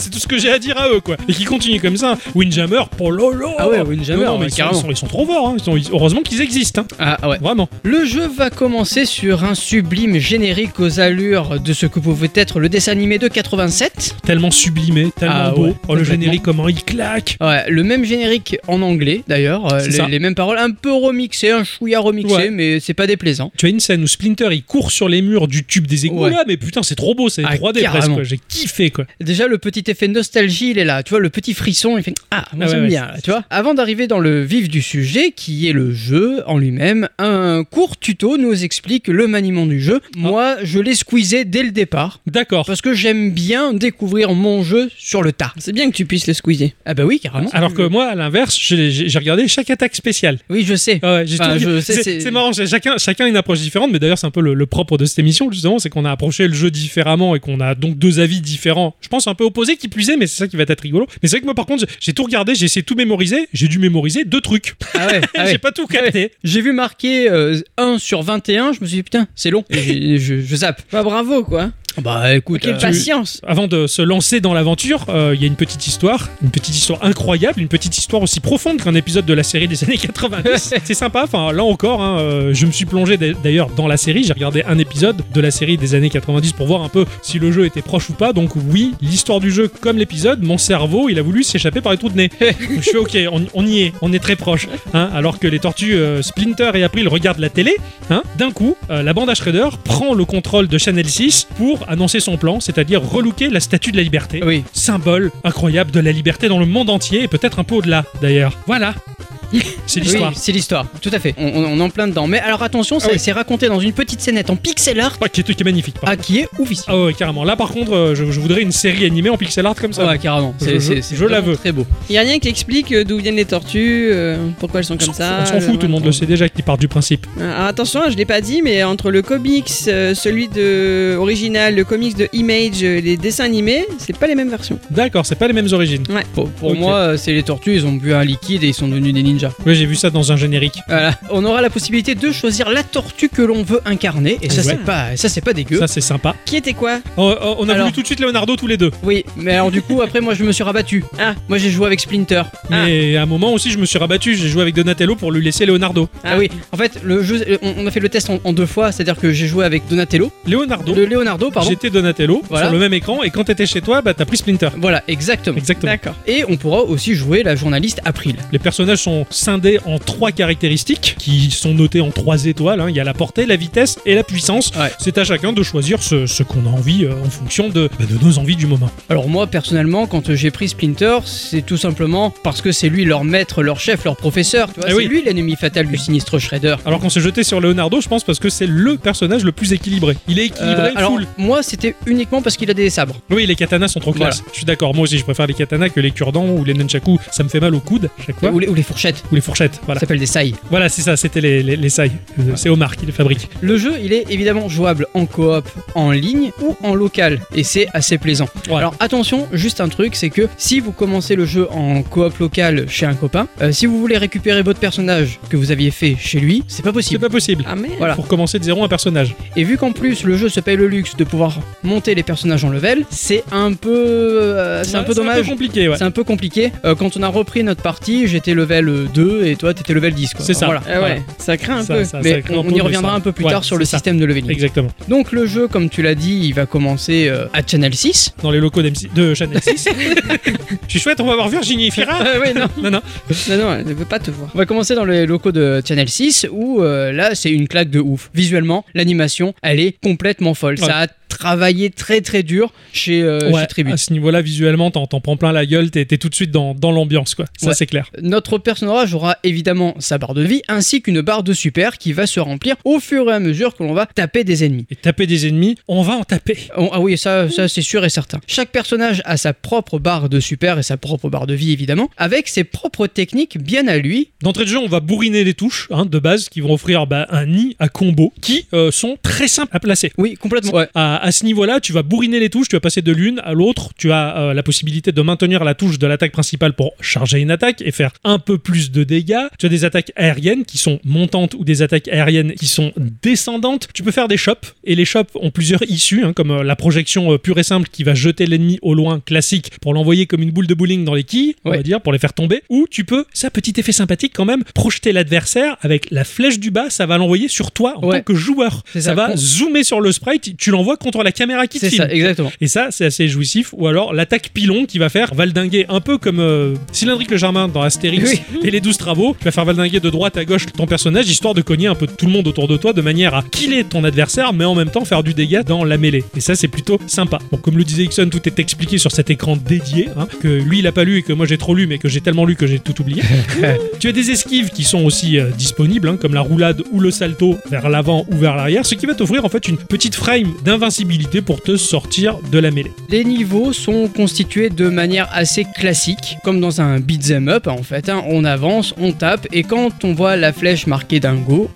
Speaker 1: c'est tout ce que j'ai à dire à eux, quoi. Et qui continue comme ça. Windjammer, pour lolo.
Speaker 2: Ah ouais, Windjammer,
Speaker 1: Non, non, mais
Speaker 2: ouais,
Speaker 1: ils, sont,
Speaker 2: carrément.
Speaker 1: ils sont- ils sont trop forts. hein. Ils sont- ils- heureusement qu'ils existent, hein.
Speaker 2: Ah, ah ouais.
Speaker 1: vraiment.
Speaker 2: Le jeu va commencer sur un sublime générique aux allures de ce que pouvait être le dessin animé de 87.
Speaker 1: Tellement sublimé, tellement
Speaker 2: Ah
Speaker 1: beau.
Speaker 2: ouais,
Speaker 1: oh, le
Speaker 2: complètement.
Speaker 1: générique, comment il claque.
Speaker 2: Ouais, le même générique en anglais d'ailleurs, euh,
Speaker 1: C'est ça.
Speaker 2: les, les mêmes paroles, un peu remixé, un chouïa remixé,
Speaker 1: Ouais.
Speaker 2: mais c'est pas déplaisant.
Speaker 1: Tu as une scène où Splinter il court sur les murs du tube des égouts
Speaker 2: Ouais.
Speaker 1: là, mais putain, c'est trop beau, c'est
Speaker 2: Ah,
Speaker 1: 3D presque.
Speaker 2: carrément.
Speaker 1: quoi. J'ai kiffé, quoi.
Speaker 2: Déjà le petit effet nostalgie, il est là, tu vois, le petit frisson, il fait ah, moi
Speaker 1: Ah,
Speaker 2: j'aime
Speaker 1: ouais,
Speaker 2: bien,
Speaker 1: ouais.
Speaker 2: là, tu vois. Avant d'arriver dans le vif du sujet, qui est le jeu en lui-même, un court tuto nous explique le maniement du jeu. Moi, je l'ai squeezé dès le départ.
Speaker 1: D'accord.
Speaker 2: Parce que j'aime bien découvrir mon jeu sur le tas.
Speaker 3: C'est bien que tu puisses le squeezer.
Speaker 2: Ah bah oui, carrément.
Speaker 1: Alors que moi, à l'inverse, j'ai j'ai- j'ai regardé chaque attaque spéciale.
Speaker 2: Oui, je sais.
Speaker 1: Ah ouais, j'ai
Speaker 2: Enfin,
Speaker 1: tout-
Speaker 2: Bah, je sais,
Speaker 1: c'est,
Speaker 2: c'est-
Speaker 1: c'est marrant, j'ai- chacun, chacun a une approche différente, mais d'ailleurs c'est un peu le, le propre de cette émission justement, c'est qu'on a approché le jeu différemment et qu'on a donc deux avis différents. Je pense un peu opposés qui puisaient, mais c'est ça qui va être rigolo. Mais c'est vrai que moi par contre, j'ai tout regardé, j'ai essayé de tout mémoriser, j'ai dû mémoriser deux trucs.
Speaker 2: Ah ouais, ah ouais.
Speaker 1: j'ai pas tout capté.
Speaker 2: J'ai vu marquer euh, 1 sur 21, je me suis dit putain, c'est long. Et j'ai- je, je zappe.
Speaker 3: Bah bravo, quoi.
Speaker 2: Bah écoute,
Speaker 3: Quelle
Speaker 2: euh,
Speaker 3: patience.
Speaker 1: Avant de se lancer dans l'aventure, euh, il y a une petite histoire, une petite histoire incroyable, une petite histoire aussi profonde qu'un épisode de la série des années 90. c'est sympa, enfin là encore, hein, euh, je me suis plongé d'a- d'ailleurs dans la série, j'ai regardé un épisode de la série des années 90 pour voir un peu si le jeu était proche ou pas. Donc oui, l'histoire du jeu comme l'épisode, mon cerveau, il a voulu s'échapper par les trous de nez. Donc, je suis ok, on, on y est, on est très proche. hein, alors que les tortues euh, Splinter et April regardent la télé, hein, d'un coup, euh, la bande à Shredder prend le contrôle de Channel 6 pour annoncer son plan, c'est-à-dire relooker la statue de la liberté.
Speaker 2: Oui.
Speaker 1: Symbole incroyable de la liberté dans le monde entier et peut-être un peu au-delà d'ailleurs. Voilà. C'est l'histoire.
Speaker 2: Oui, c'est l'histoire, tout à fait. On, on- on est en plein dedans. Mais alors attention, ça
Speaker 1: Ah oui.
Speaker 2: c'est raconté dans une petite scénette en pixel art
Speaker 1: Ah, qui est, qui est magnifique. par
Speaker 2: ah, qui est oufissime.
Speaker 1: Ah ouais, carrément. Là, par contre, euh, je, je voudrais une série animée en pixel art comme ça.
Speaker 2: ouais, carrément.
Speaker 1: Je-
Speaker 2: C'est,
Speaker 1: je-
Speaker 2: c'est- c'est
Speaker 1: je la
Speaker 2: vraiment
Speaker 1: veux.
Speaker 2: Très beau.
Speaker 3: Y a rien qui explique euh, d'où viennent les tortues, euh, pourquoi elles sont
Speaker 1: On
Speaker 3: comme
Speaker 1: s'en
Speaker 3: ça.
Speaker 1: fout- on
Speaker 2: euh,
Speaker 1: s'en fout, tout le monde le sait déjà qui part du principe.
Speaker 3: Alors ah, attention, je l'ai pas dit, mais entre le comics, euh, celui de original, le comics de Image, euh, les dessins animés, c'est pas les mêmes versions.
Speaker 1: D'accord, c'est pas les mêmes origines.
Speaker 2: Pour, pour
Speaker 1: Ok.
Speaker 2: moi, euh, c'est les tortues, ils ont bu un liquide et ils sont devenus des Ninja.
Speaker 1: Oui, j'ai vu ça dans un générique.
Speaker 2: Voilà. On aura la possibilité de choisir la tortue que l'on veut incarner, et ça,
Speaker 1: Ouais.
Speaker 2: c'est pas, ça, c'est pas dégueu.
Speaker 1: Ça, c'est sympa.
Speaker 3: Qui était quoi
Speaker 1: Oh, oh, on a
Speaker 2: Alors-
Speaker 1: voulu tout de suite Leonardo tous les deux.
Speaker 2: Oui, mais alors du coup, après, moi, je me suis rabattu.
Speaker 3: Ah.
Speaker 2: Moi, j'ai joué avec Splinter.
Speaker 1: Mais à un moment aussi, je me suis rabattu. J'ai joué avec Donatello pour lui laisser Leonardo.
Speaker 2: Ah, oui, en fait, le jeu, euh, on, on a fait le test en, en deux fois, c'est-à-dire que j'ai joué avec Donatello,
Speaker 1: Leonardo.
Speaker 2: le Leonardo, pardon.
Speaker 1: J'étais Donatello
Speaker 2: Voilà.
Speaker 1: sur le même écran et quand t'étais chez toi, bah t'as pris Splinter.
Speaker 2: Voilà, exactement.
Speaker 1: Exactement.
Speaker 3: D'accord.
Speaker 2: Et on pourra aussi jouer la journaliste April.
Speaker 1: Les personnages sont scindés en trois caractéristiques qui sont notées en trois étoiles. hein. Il y a la portée, la vitesse et la puissance.
Speaker 2: Ouais.
Speaker 1: C'est à chacun de choisir ce, ce qu'on a envie euh, en fonction de, bah, de nos envies du moment.
Speaker 2: Alors moi personnellement quand j'ai pris Splinter c'est tout simplement parce que c'est lui leur maître, leur chef, leur professeur. Tu vois,
Speaker 1: Eh
Speaker 2: c'est
Speaker 1: oui.
Speaker 2: lui l'ennemi fatal du sinistre Shredder.
Speaker 1: Alors qu'on s'est jeté sur Leonardo, je pense parce que c'est le personnage le plus équilibré. Il est équilibré,
Speaker 2: Euh, alors
Speaker 1: full.
Speaker 2: moi c'était uniquement parce qu'il a des sabres.
Speaker 1: Oui, les katanas sont trop classe. Je suis d'accord. Moi aussi, je préfère les katanas que les cure-dents ou les nunchakus. Ça me fait mal au coude à chaque fois.
Speaker 2: Ou les, ou les fourchettes.
Speaker 1: Ou les fourchettes. Voilà,
Speaker 2: Ça s'appelle des sailles.
Speaker 1: voilà c'est ça. C'était les, les, les sailles. Euh, C'est Omar qui les fabrique.
Speaker 2: Le jeu, il est évidemment jouable en coop, en ligne ou en local, et c'est assez plaisant.
Speaker 1: Ouais.
Speaker 2: Alors attention, juste un truc, c'est que si vous commencez le jeu en coop local chez un copain, euh, si vous voulez récupérer votre personnage que vous aviez fait chez lui, c'est pas
Speaker 1: C'est
Speaker 2: possible.
Speaker 1: pas possible.
Speaker 3: Ah merde.
Speaker 2: Voilà.
Speaker 1: Pour commencer de zéro un personnage.
Speaker 2: Et vu qu'en plus le jeu se paye le luxe de pouvoir monter les personnages en level, c'est un peu, euh, c'est un
Speaker 1: Ouais,
Speaker 2: peu
Speaker 1: C'est un
Speaker 2: dommage.
Speaker 1: peu compliqué, ouais.
Speaker 2: C'est un peu compliqué. Euh, quand on a repris notre partie, j'étais level euh, 2 et toi t'étais level 10. quoi.
Speaker 1: C'est ça.
Speaker 2: Voilà.
Speaker 3: Ah ouais, ça craint un
Speaker 1: Ça,
Speaker 3: peu.
Speaker 1: ça, ça
Speaker 2: Mais
Speaker 1: crée
Speaker 2: on,
Speaker 1: peu,
Speaker 2: on y
Speaker 1: mais
Speaker 2: reviendra
Speaker 1: ça-
Speaker 2: un peu plus
Speaker 1: Ouais,
Speaker 2: tard sur le
Speaker 1: c'est ça.
Speaker 2: système de leveling.
Speaker 1: Exactement.
Speaker 2: Donc le jeu, comme tu l'as dit, il va commencer euh, à Channel 6.
Speaker 1: Dans les locaux d'M6 de Chanel 6. Je suis chouette, on va voir Virginie Fira.
Speaker 2: Ah ouais, non.
Speaker 1: Non, non.
Speaker 3: Non, non, elle ne veut pas te voir.
Speaker 2: On va commencer dans les locaux de Channel 6 où euh, là c'est une claque de ouf. Visuellement, l'animation, elle est complètement folle.
Speaker 1: Ouais.
Speaker 2: Ça a travaillé très très dur chez, euh,
Speaker 1: Ouais, ah,
Speaker 2: chez Tribute.
Speaker 1: à ce niveau-là, visuellement, t'en t'en prends plein la gueule, t'es t'es tout de suite dans, dans l'ambiance, quoi. Ça,
Speaker 2: Ouais.
Speaker 1: c'est clair.
Speaker 2: Notre personnage aura évidemment sa barre de vie ainsi qu'une barre de super qui va se remplir au fur et à mesure que l'on va taper des ennemis.
Speaker 1: Et taper des ennemis, on va en taper.
Speaker 2: On- ah oui, ça, ça c'est sûr et certain. Chaque personnage a sa propre barre de super et sa propre barre de vie évidemment, avec ses propres techniques bien à lui.
Speaker 1: D'entrée de jeu, on va bourriner les touches hein, de base qui vont offrir bah, un nid à combo qui euh, sont très simples à placer.
Speaker 2: Oui, complètement. Ouais.
Speaker 1: À, à ce niveau-là, tu vas bourriner les touches, tu vas passer de l'une à l'autre, tu as euh, la possibilité de maintenir la touche de l'attaque principale pour charger une attaque et faire un peu plus de dégâts. Tu as des attaques aériennes qui sont montantes ou des attaques aériennes qui sont descendantes. Tu peux faire des chops et les chops ont plusieurs issues, hein, comme euh, la projection euh, pure et simple qui va jeter l'ennemi au loin classique pour l'envoyer comme une boule de bowling dans les quilles, on va
Speaker 2: Ouais.
Speaker 1: dire, pour les faire tomber. Ou tu peux, ça petit effet sympathique quand même, projeter l'adversaire avec la flèche du bas, ça va l'envoyer sur toi en
Speaker 2: Ouais.
Speaker 1: tant que joueur. Ça,
Speaker 2: C'est ça,
Speaker 1: va
Speaker 2: con-
Speaker 1: zoomer sur le sprite, tu l'envoies contre la caméra qui te
Speaker 2: C'est
Speaker 1: filme.
Speaker 2: ça, exactement.
Speaker 1: et ça, c'est assez jouissif. Ou alors l'attaque pilon qui va faire valdinguer un peu comme euh, Cylindrique le Germain dans Astérix
Speaker 2: Oui.
Speaker 1: et les 12 travaux. Tu vas faire valdinguer de droite à gauche ton personnage histoire de cogner un peu tout le monde autour de toi de manière à killer ton adversaire mais en même temps faire du dégât dans la mêlée. Et ça, c'est plutôt sympa. Bon, comme le disait Ixon, tout est expliqué sur cet écran dédié hein, que lui il a pas lu et que moi j'ai trop lu mais que j'ai tellement lu que j'ai tout oublié. Tu as des esquives qui sont aussi euh, disponibles, hein, comme la roulade ou le salto vers l'avant ou vers l'arrière, ce qui va t'offrir en fait une petite frame d'invincibilité pour te sortir de la mêlée.
Speaker 2: Les niveaux sont constitués de manière assez classique, comme dans un beat'em up en fait. hein. On avance, on tape, et quand on voit la flèche marquée d'un go,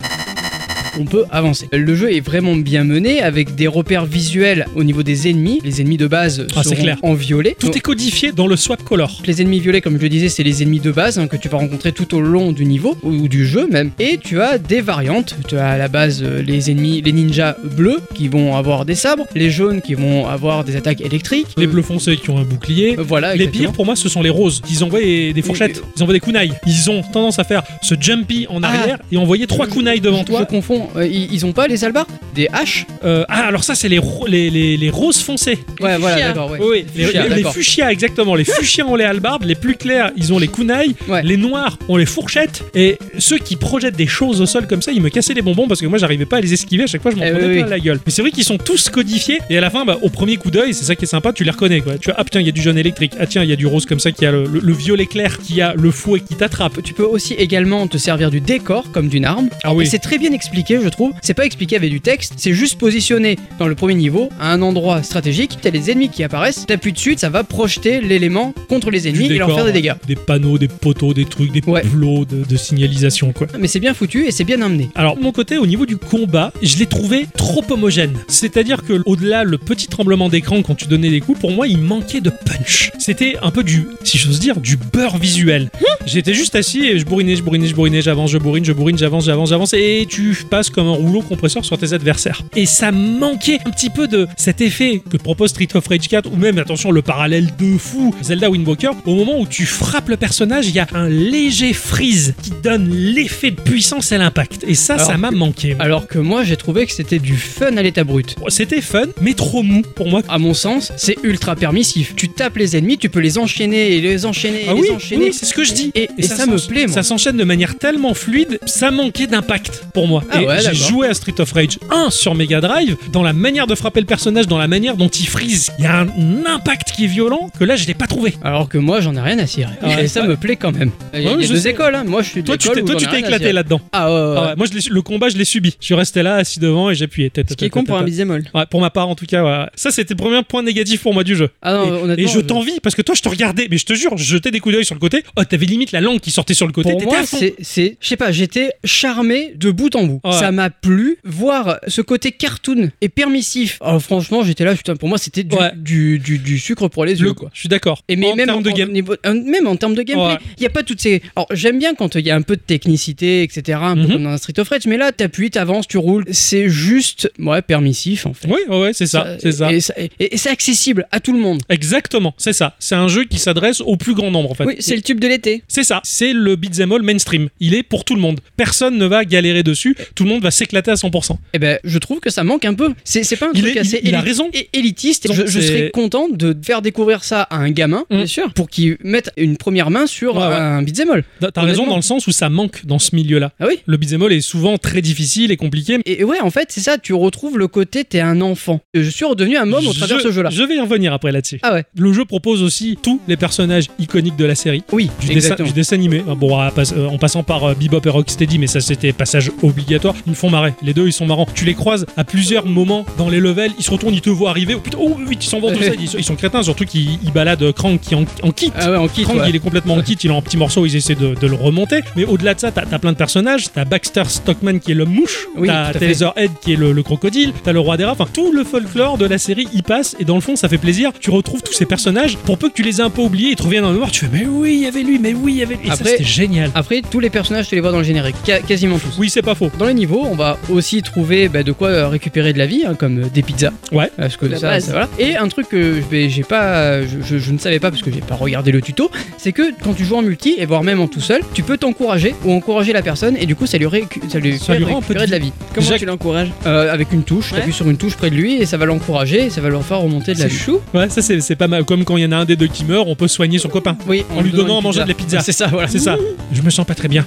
Speaker 2: on peut avancer. Le jeu est vraiment bien mené avec des repères visuels au niveau des ennemis. Les ennemis de base
Speaker 1: Ah, c'est
Speaker 2: seront
Speaker 1: clair.
Speaker 2: en violet.
Speaker 1: Tout est codifié dans le swap color.
Speaker 2: Les ennemis violets, comme je le disais, c'est les ennemis de base hein, que tu vas rencontrer tout au long du niveau ou, ou du jeu même. Et tu as des variantes. Tu as à la base euh, les ennemis, les ninjas bleus qui vont avoir des sabres, les jaunes qui vont avoir des attaques électriques.
Speaker 1: Les bleus foncés qui ont un bouclier.
Speaker 2: Euh, Voilà,
Speaker 1: Les
Speaker 2: exactement.
Speaker 1: pires pour moi ce sont les roses. Ils envoient des des fourchettes, ils envoient des kunai. Ils ont tendance à faire ce jumpy en
Speaker 2: Ah.
Speaker 1: arrière et envoyer trois kunai devant
Speaker 2: Je
Speaker 1: toi.
Speaker 2: confonds. Euh, ils, ils ont pas les albards Des haches
Speaker 1: Euh, ah alors ça c'est les, ro- les, les, les roses foncées.
Speaker 2: Ouais, voilà,
Speaker 3: fuchsia.
Speaker 2: d'accord. Ouais.
Speaker 1: Oui, les,
Speaker 2: Fuchsia,
Speaker 1: les- les
Speaker 2: d'accord.
Speaker 1: fuchsias, exactement. Les fuchsias ont les halbardes, les plus clairs, ils ont les kunai,
Speaker 2: Ouais.
Speaker 1: les noirs ont les fourchettes, et ceux qui projettent des choses au sol comme ça, ils me cassaient les bonbons parce que moi j'arrivais pas à les esquiver, à chaque fois je m'en
Speaker 2: Eh
Speaker 1: prenais
Speaker 2: oui,
Speaker 1: plein
Speaker 2: oui.
Speaker 1: la gueule. Mais c'est vrai qu'ils sont tous codifiés, et à la fin, bah, au premier coup d'œil, c'est ça qui est sympa, tu les reconnais quoi. Tu as, ah tiens, il y a du jaune électrique, ah tiens, il y a du rose comme ça, qui a le, le- le violet clair, qui a le fouet qui t'attrape.
Speaker 2: Ah, Tu peux aussi également te servir du décor comme d'une arme.
Speaker 1: Ah
Speaker 2: Et
Speaker 1: oui.
Speaker 2: c'est très bien expliqué expliqué, je trouve. C'est pas expliqué avec du texte, c'est juste positionné dans le premier niveau, à un endroit stratégique. T'as les ennemis qui apparaissent, t'appuies dessus, ça va projeter l'élément contre les
Speaker 1: Du
Speaker 2: ennemis et leur
Speaker 1: décor,
Speaker 2: faire des
Speaker 1: ouais.
Speaker 2: dégâts.
Speaker 1: Des panneaux, des poteaux, des trucs, des
Speaker 2: Ouais.
Speaker 1: plots de, de signalisation, quoi.
Speaker 2: Mais c'est bien foutu et c'est bien amené.
Speaker 1: Alors, de mon côté, au niveau du combat, je l'ai trouvé trop homogène. C'est-à-dire que, au-delà, le petit tremblement d'écran quand tu donnais des coups, pour moi, il manquait de punch. C'était un peu du, si j'ose dire, du beurre visuel. J'étais juste assis et je bourrinais, je bourrinais, je bourrinais, j'avance, je bourrine, je bourrine, j'avance, j'avance, j'avance, et tu passes comme un rouleau compresseur sur tes adversaires. Et ça manquait un petit peu de cet effet que propose Street of Rage 4, ou même, attention, le parallèle de fou, Zelda Wind Walker, au moment où tu frappes le personnage, il y a un léger freeze qui donne l'effet de puissance à l'impact. Et ça,
Speaker 2: Alors
Speaker 1: ça m'a manqué.
Speaker 2: Alors que moi, j'ai trouvé que c'était du fun à l'état brut.
Speaker 1: C'était fun, mais trop mou pour moi.
Speaker 2: À mon sens, c'est ultra permissif. Tu tapes les ennemis, tu peux les enchaîner et les enchaîner et
Speaker 1: Ah
Speaker 2: les
Speaker 1: oui,
Speaker 2: enchaîner.
Speaker 1: oui, c'est ce que je dis.
Speaker 2: Et, et ça, me
Speaker 1: s'en-
Speaker 2: plaît, moi.
Speaker 1: Ça s'enchaîne de manière tellement fluide, ça manquait d'impact pour moi.
Speaker 2: Ah
Speaker 1: et
Speaker 2: ouais,
Speaker 1: j'ai
Speaker 2: d'accord.
Speaker 1: joué à Street of Rage 1 sur Mega Drive, dans la manière de frapper le personnage, dans la manière dont il freeze, il y a un impact qui est violent que là, je l'ai pas trouvé.
Speaker 2: Alors que moi, j'en ai rien à cirer.
Speaker 1: Ah Ouais.
Speaker 2: et ça me plaît quand même. Il y a
Speaker 1: Ouais,
Speaker 2: il y a
Speaker 1: je
Speaker 2: deux
Speaker 1: sais.
Speaker 2: écoles, hein. Moi, je suis de
Speaker 1: Toi, tu
Speaker 2: l'école
Speaker 1: t'es
Speaker 2: où
Speaker 1: toi,
Speaker 2: j'en
Speaker 1: tu
Speaker 2: ai
Speaker 1: t'es
Speaker 2: rien à
Speaker 1: éclaté
Speaker 2: cirer.
Speaker 1: là-dedans.
Speaker 2: Ah ouais, ouais,
Speaker 1: Ah
Speaker 2: ouais.
Speaker 1: ouais, moi, je l'ai- le combat, je l'ai subi. Je suis resté là, assis devant, et j'appuyais.
Speaker 3: Ce qui est con pour un bisémol.
Speaker 1: Ouais, pour ma part, en tout cas, ouais. ça c'était le premier point négatif pour moi du jeu.
Speaker 2: Ah non,
Speaker 1: et,
Speaker 2: honnêtement,
Speaker 1: et je
Speaker 2: je-
Speaker 1: t'envie parce que toi, je te regardais, mais je te jure, je jetais des coups d'œil sur le côté. Oh, t'avais limite la langue qui sortait sur le côté.
Speaker 2: Pour
Speaker 1: t'étais
Speaker 2: moi,
Speaker 1: à fond.
Speaker 2: c'est, c'est- je sais pas, j'étais charmé de bout en bout.
Speaker 1: Ouais.
Speaker 2: Ça m'a plu. Voir ce côté cartoon et permissif. Alors franchement, j'étais là, putain, pour moi, c'était du,
Speaker 1: Ouais.
Speaker 2: du, du- du sucre pour les yeux,
Speaker 1: Le-
Speaker 2: quoi.
Speaker 1: Je suis d'accord.
Speaker 2: Et mais
Speaker 1: en
Speaker 2: même,
Speaker 1: termes de
Speaker 2: en-
Speaker 1: game.
Speaker 2: niveau- en- même en termes de gameplay,
Speaker 1: Ouais.
Speaker 2: il n'y a pas toutes ces. Alors j'aime bien quand il y a un peu de technicité, etc., un peu
Speaker 1: Mhm.
Speaker 2: comme dans un Street of Rage, mais là, t'appuies, t'avances, tu roules. C'est juste, ouais, permissif en fait.
Speaker 1: Oui, ouais, ouais, c'est ça, c'est ça.
Speaker 2: Et, et- et c'est accessible à tout le monde.
Speaker 1: Exactement, c'est ça. C'est un jeu qui s'adresse au plus grand nombre en fait.
Speaker 3: Oui, c'est le tube de l'été.
Speaker 1: C'est ça, c'est le beat'em all mainstream. Il est pour tout le monde. Personne ne va galérer dessus, tout le monde va s'éclater à 100%.
Speaker 2: Et ben, je trouve que ça manque un peu. C'est c'est pas un
Speaker 1: Il,
Speaker 2: truc
Speaker 1: est-
Speaker 2: assez
Speaker 1: il- il a
Speaker 2: éli-
Speaker 1: raison.
Speaker 2: é- élitiste.
Speaker 1: Donc,
Speaker 2: Je, je
Speaker 1: c'est-
Speaker 2: serais content de faire découvrir ça à un gamin.
Speaker 1: Mm.
Speaker 3: Bien sûr.
Speaker 2: Pour qu'il mette une première main sur
Speaker 1: Ouais, ouais.
Speaker 2: un beat'em all.
Speaker 1: T'as t'as raison
Speaker 2: honnêtement.
Speaker 1: dans le sens où ça manque dans ce milieu-là.
Speaker 2: Ah oui
Speaker 1: Le beat'em all est souvent très difficile et compliqué.
Speaker 2: Et et ouais, en fait, c'est ça, tu retrouves le côté t'es un enfant. Je suis redevenu un homme au travers de
Speaker 1: Je-
Speaker 2: ce jeu-là.
Speaker 1: Je vais y revenir après là-dessus.
Speaker 2: Ah ouais.
Speaker 1: Le jeu propose aussi tous les personnages iconiques de la série.
Speaker 2: Oui,
Speaker 1: Du dessin,
Speaker 2: exactement.
Speaker 1: du dessin animé. Ah Bon, à pass- euh, en passant par euh, Bebop et Rocksteady, mais ça c'était passage obligatoire. Ils me font marrer. Les deux, ils sont marrants. Tu les croises à plusieurs moments dans les levels. Ils se retournent, ils te voient arriver. Oh putain, oh vite, ils s'en vont tout ça. Ils, sont- ils sont crétins, surtout qu'ils ils baladent Crank qui en, en kit.
Speaker 2: Ah ouais, en kit,
Speaker 1: Krang,
Speaker 2: ouais.
Speaker 1: il est complètement en kit, il est en petits morceaux, ils essaient de, de le remonter. Mais au-delà de ça, t'as t'as plein de personnages. T'as Baxter Stockman qui est l'homme mouche,
Speaker 2: Oui,
Speaker 1: t'as
Speaker 2: tout à
Speaker 1: t'as
Speaker 2: fait.
Speaker 1: Head qui est le, le crocodile, t'as le roi des rats. Enfin, tout le folklore de la série y passe et dans le fond, ça fait plaisir. Tu retrouves tous ces personnages. Pour peu que tu les aies un peu oubliés, ils te reviennent en mémoire. Tu fais, mais oui, il y avait lui, mais oui, il y avait lui. Et ça,
Speaker 2: Après-
Speaker 1: c'était génial.
Speaker 2: Après, tous les personnages, tu les vois dans le générique, ca- quasiment tous.
Speaker 1: Oui, c'est pas faux.
Speaker 2: Dans les niveaux, on va aussi trouver bah, de quoi euh, récupérer de la vie, hein, comme euh, des pizzas.
Speaker 1: Ouais.
Speaker 2: Parce que
Speaker 3: La
Speaker 2: ça,
Speaker 3: base.
Speaker 2: ça, voilà. Et un truc que je vais- j'ai pas, je, je- je ne savais pas parce que j'ai pas regardé le tuto, c'est que quand tu joues en multi et voire même en tout seul, tu peux t'encourager ou encourager la personne et du coup ça lui, récu- ça lui
Speaker 1: Ça
Speaker 2: fait
Speaker 1: lui rend un peu de
Speaker 2: récupérer de la vie.
Speaker 3: Comment
Speaker 1: Jacques-
Speaker 3: tu l'encourages
Speaker 2: Euh, avec une touche, t'appuies sur une touche près de lui et ça va l'encourager et ça va leur faire remonter de la
Speaker 3: C'est
Speaker 2: vie.
Speaker 3: chou.
Speaker 1: Ouais, ça, c'est c'est pas mal. Comme quand il y en a un des deux qui meurt, on peut soigner son copain.
Speaker 2: Oui,
Speaker 1: En lui donnant à
Speaker 2: une
Speaker 1: manger de la pizza.
Speaker 2: C'est ça, voilà.
Speaker 1: C'est ça. Je me sens pas très bien.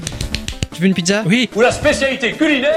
Speaker 2: Tu veux une pizza
Speaker 1: Oui.
Speaker 6: où la spécialité culinaire,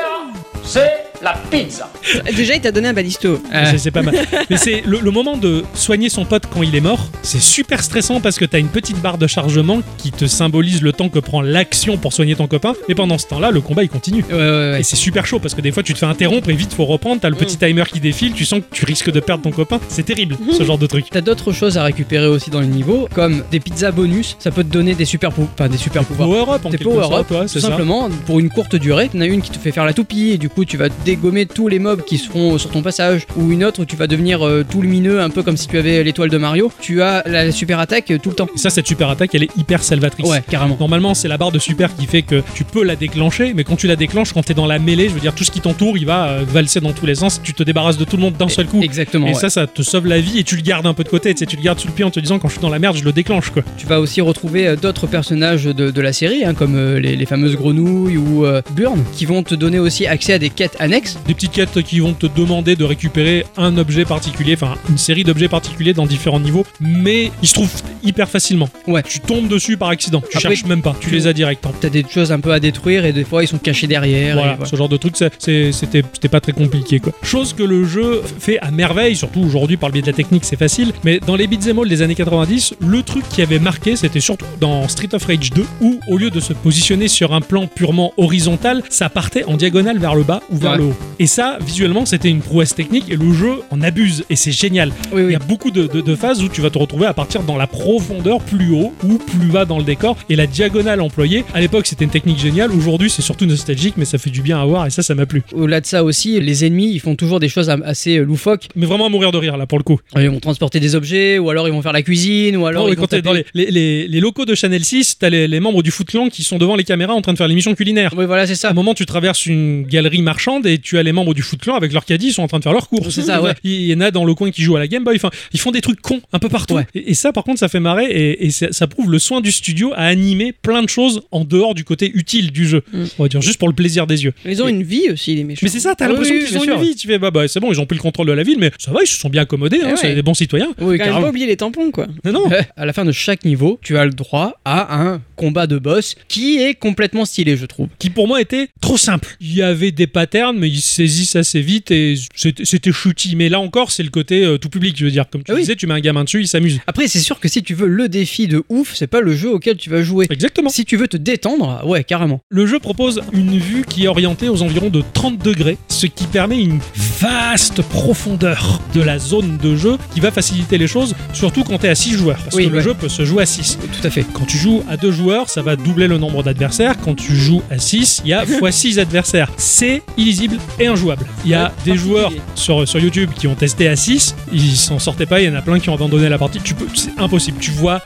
Speaker 6: c'est la pizza.
Speaker 3: Déjà, il t'a donné un balisto.
Speaker 2: Euh,
Speaker 1: C'est- C'est pas mal. Mais c'est le, le moment de soigner son pote quand il est mort. C'est super stressant parce que t'as une petite barre de chargement qui te symbolise le temps que prend l'action pour soigner ton copain. Mais pendant ce temps-là, le combat il continue.
Speaker 2: Ouais, ouais, Mm. ouais.
Speaker 1: Et c'est super chaud parce que des fois tu te fais interrompre et vite faut reprendre. T'as le petit timer qui défile. Tu sens que tu risques de perdre ton copain. C'est terrible ce genre de truc.
Speaker 2: T'as d'autres choses à récupérer aussi dans les niveaux, comme des pizzas bonus, ça peut te donner des super, pou- enfin, des super pouvoirs.
Speaker 1: Power up en
Speaker 2: Des
Speaker 1: quelque
Speaker 2: power
Speaker 1: sorte,
Speaker 2: up,
Speaker 1: ouais,
Speaker 2: tout
Speaker 1: c'est ça.
Speaker 2: simplement, pour une courte durée. T'en as une qui te fait faire la toupie, et du coup, tu vas dégommer tous les mobs qui seront euh, sur ton passage, ou une autre où tu vas devenir euh, tout lumineux, un peu comme si tu avais l'étoile de Mario. Tu as la super attaque euh, tout le temps.
Speaker 1: Et ça, cette super attaque, elle est hyper salvatrice.
Speaker 2: Ouais, carrément.
Speaker 1: Normalement, c'est la barre de super qui fait que tu peux la déclencher, mais quand tu la déclenches, quand t'es dans la mêlée, je veux dire, tout ce qui t'entoure, il va euh, valser dans tous les sens. Tu te débarrasses de tout le monde d'un seul coup.
Speaker 2: Exactement.
Speaker 1: Et
Speaker 2: ouais.
Speaker 1: ça, ça te sauve la vie et tu le gardes un peu de côté. Tu, sais, tu le gardes sous le pied en te disant quand je suis dans la merde, je le déclenche quoi.
Speaker 2: Tu vas aussi retrouver euh, d'autres personnages de, de la série, hein, comme euh, les, les fameuses grenouilles ou euh, Burn, qui vont te donner aussi accès à des quêtes annexes
Speaker 1: Des petites quêtes qui vont te demander de récupérer un objet particulier, enfin une série d'objets particuliers dans différents niveaux, mais ils se trouvent hyper facilement.
Speaker 2: Ouais.
Speaker 1: Tu tombes dessus par accident, tu
Speaker 2: Après,
Speaker 1: cherches même pas, tu
Speaker 2: tu-
Speaker 1: les as direct. hein.
Speaker 2: T'as des choses un peu à détruire et des fois ils sont cachés derrière. et
Speaker 1: Voilà,
Speaker 2: voilà.
Speaker 1: ce genre de truc, c'est- c'est- c'était c'était pas très compliqué quoi. Chose que le jeu fait à merveille, surtout aujourd'hui par le biais de la technique, c'est facile, mais dans les beat'em all des années 90, le truc qui avait marqué, c'était surtout dans Street of Rage 2, où au lieu de se positionner sur un plan purement horizontal, ça partait en diagonale vers le bas ou vers
Speaker 2: Ouais.
Speaker 1: le haut. Et ça, visuellement, c'était une prouesse technique et le jeu en abuse et c'est génial.
Speaker 2: Oui,
Speaker 1: Il y
Speaker 2: oui.
Speaker 1: a beaucoup de, de- de phases où tu vas te retrouver à partir dans la profondeur plus haut ou plus bas dans le décor et la diagonale employée. À l'époque, c'était une technique géniale. Aujourd'hui, c'est surtout nostalgique, mais ça fait du bien à voir et ça, ça m'a plu.
Speaker 2: Au-delà de ça aussi, les ennemis ils font toujours des choses assez euh, loufoques.
Speaker 1: Mais vraiment à mourir de rire là pour le coup.
Speaker 2: Ils vont transporter des objets, ou alors ils vont faire la cuisine, ou alors
Speaker 1: Non,
Speaker 2: ils
Speaker 1: mais
Speaker 2: vont
Speaker 1: quand t'es
Speaker 2: taper...
Speaker 1: dans les, les- les- les locaux de Chanel 6, t'as les, les membres du Foot Clan qui sont devant les caméras en train de faire l'émission culinaire.
Speaker 2: Oui, voilà, c'est
Speaker 1: À
Speaker 2: ça.
Speaker 1: un moment, tu traverses une galerie marchande et tu as les membres du Foot Clan avec leur caddie, ils sont en train de faire leur course.
Speaker 2: C'est ça, ouais.
Speaker 1: Il y en a dans le coin qui jouent à la Game Boy. Enfin, ils font des trucs cons un peu partout.
Speaker 2: Ouais.
Speaker 1: Et, et ça, par contre, ça fait marrer et, et ça, ça prouve le soin du studio à animer plein de choses en dehors du côté utile du jeu.
Speaker 3: Mm.
Speaker 1: On va dire juste pour le plaisir des yeux.
Speaker 3: Mais Ils ont une vie aussi, les méchants.
Speaker 1: Mais c'est ça, t'as
Speaker 2: Ah oui,
Speaker 1: l'impression
Speaker 2: oui,
Speaker 1: qu'ils
Speaker 2: bien
Speaker 1: ont
Speaker 2: sûr.
Speaker 1: une vie. Tu fais, bah, bah, c'est bon, ils ont pris le contrôle de la ville, mais ça va, ils se sont bien accommodés, hein,
Speaker 2: Eh
Speaker 1: c'est
Speaker 2: ouais.
Speaker 1: des bons citoyens.
Speaker 2: Oui,
Speaker 3: Quand même
Speaker 2: carrément.
Speaker 3: pas oublier les tampons, quoi.
Speaker 1: Non, non.
Speaker 2: Euh, À la fin de chaque niveau, tu as le droit à un combat de boss qui est complètement stylé, je trouve.
Speaker 1: qui pour moi était trop simple. Il y avait des patterns, mais ils saisissent assez vite et c'était c'était shooty. Mais là encore, c'est le côté euh, tout public, je veux dire. Comme tu
Speaker 2: Ah oui.
Speaker 1: disais, tu mets un gamin dessus, il s'amuse.
Speaker 2: Après, c'est sûr que si tu veux le défi de ouf, c'est pas le jeu auquel tu vas jouer.
Speaker 1: Exactement.
Speaker 2: Si tu veux te détendre, ouais, carrément.
Speaker 1: Le jeu propose une vue qui est orientée aux environs de 30 degrés, ce qui permet une vaste profondeur de la zone de jeu qui va faciliter les choses, surtout quand tu es à 6 joueurs, parce
Speaker 2: Oui,
Speaker 1: que le
Speaker 2: ouais.
Speaker 1: jeu peut se jouer à 6.
Speaker 2: Tout à fait.
Speaker 1: Quand tu joues à 2 joueurs, ça va doubler le nombre d'adversaires. Quand tu joues à 6, il y a x6 adversaires. C'est illisible et injouable. Il y a des joueurs sur, sur YouTube qui ont testé à 6, ils s'en sortaient pas, il y en a plein qui ont abandonné la partie. Tu peux, c'est impossible. Tu vois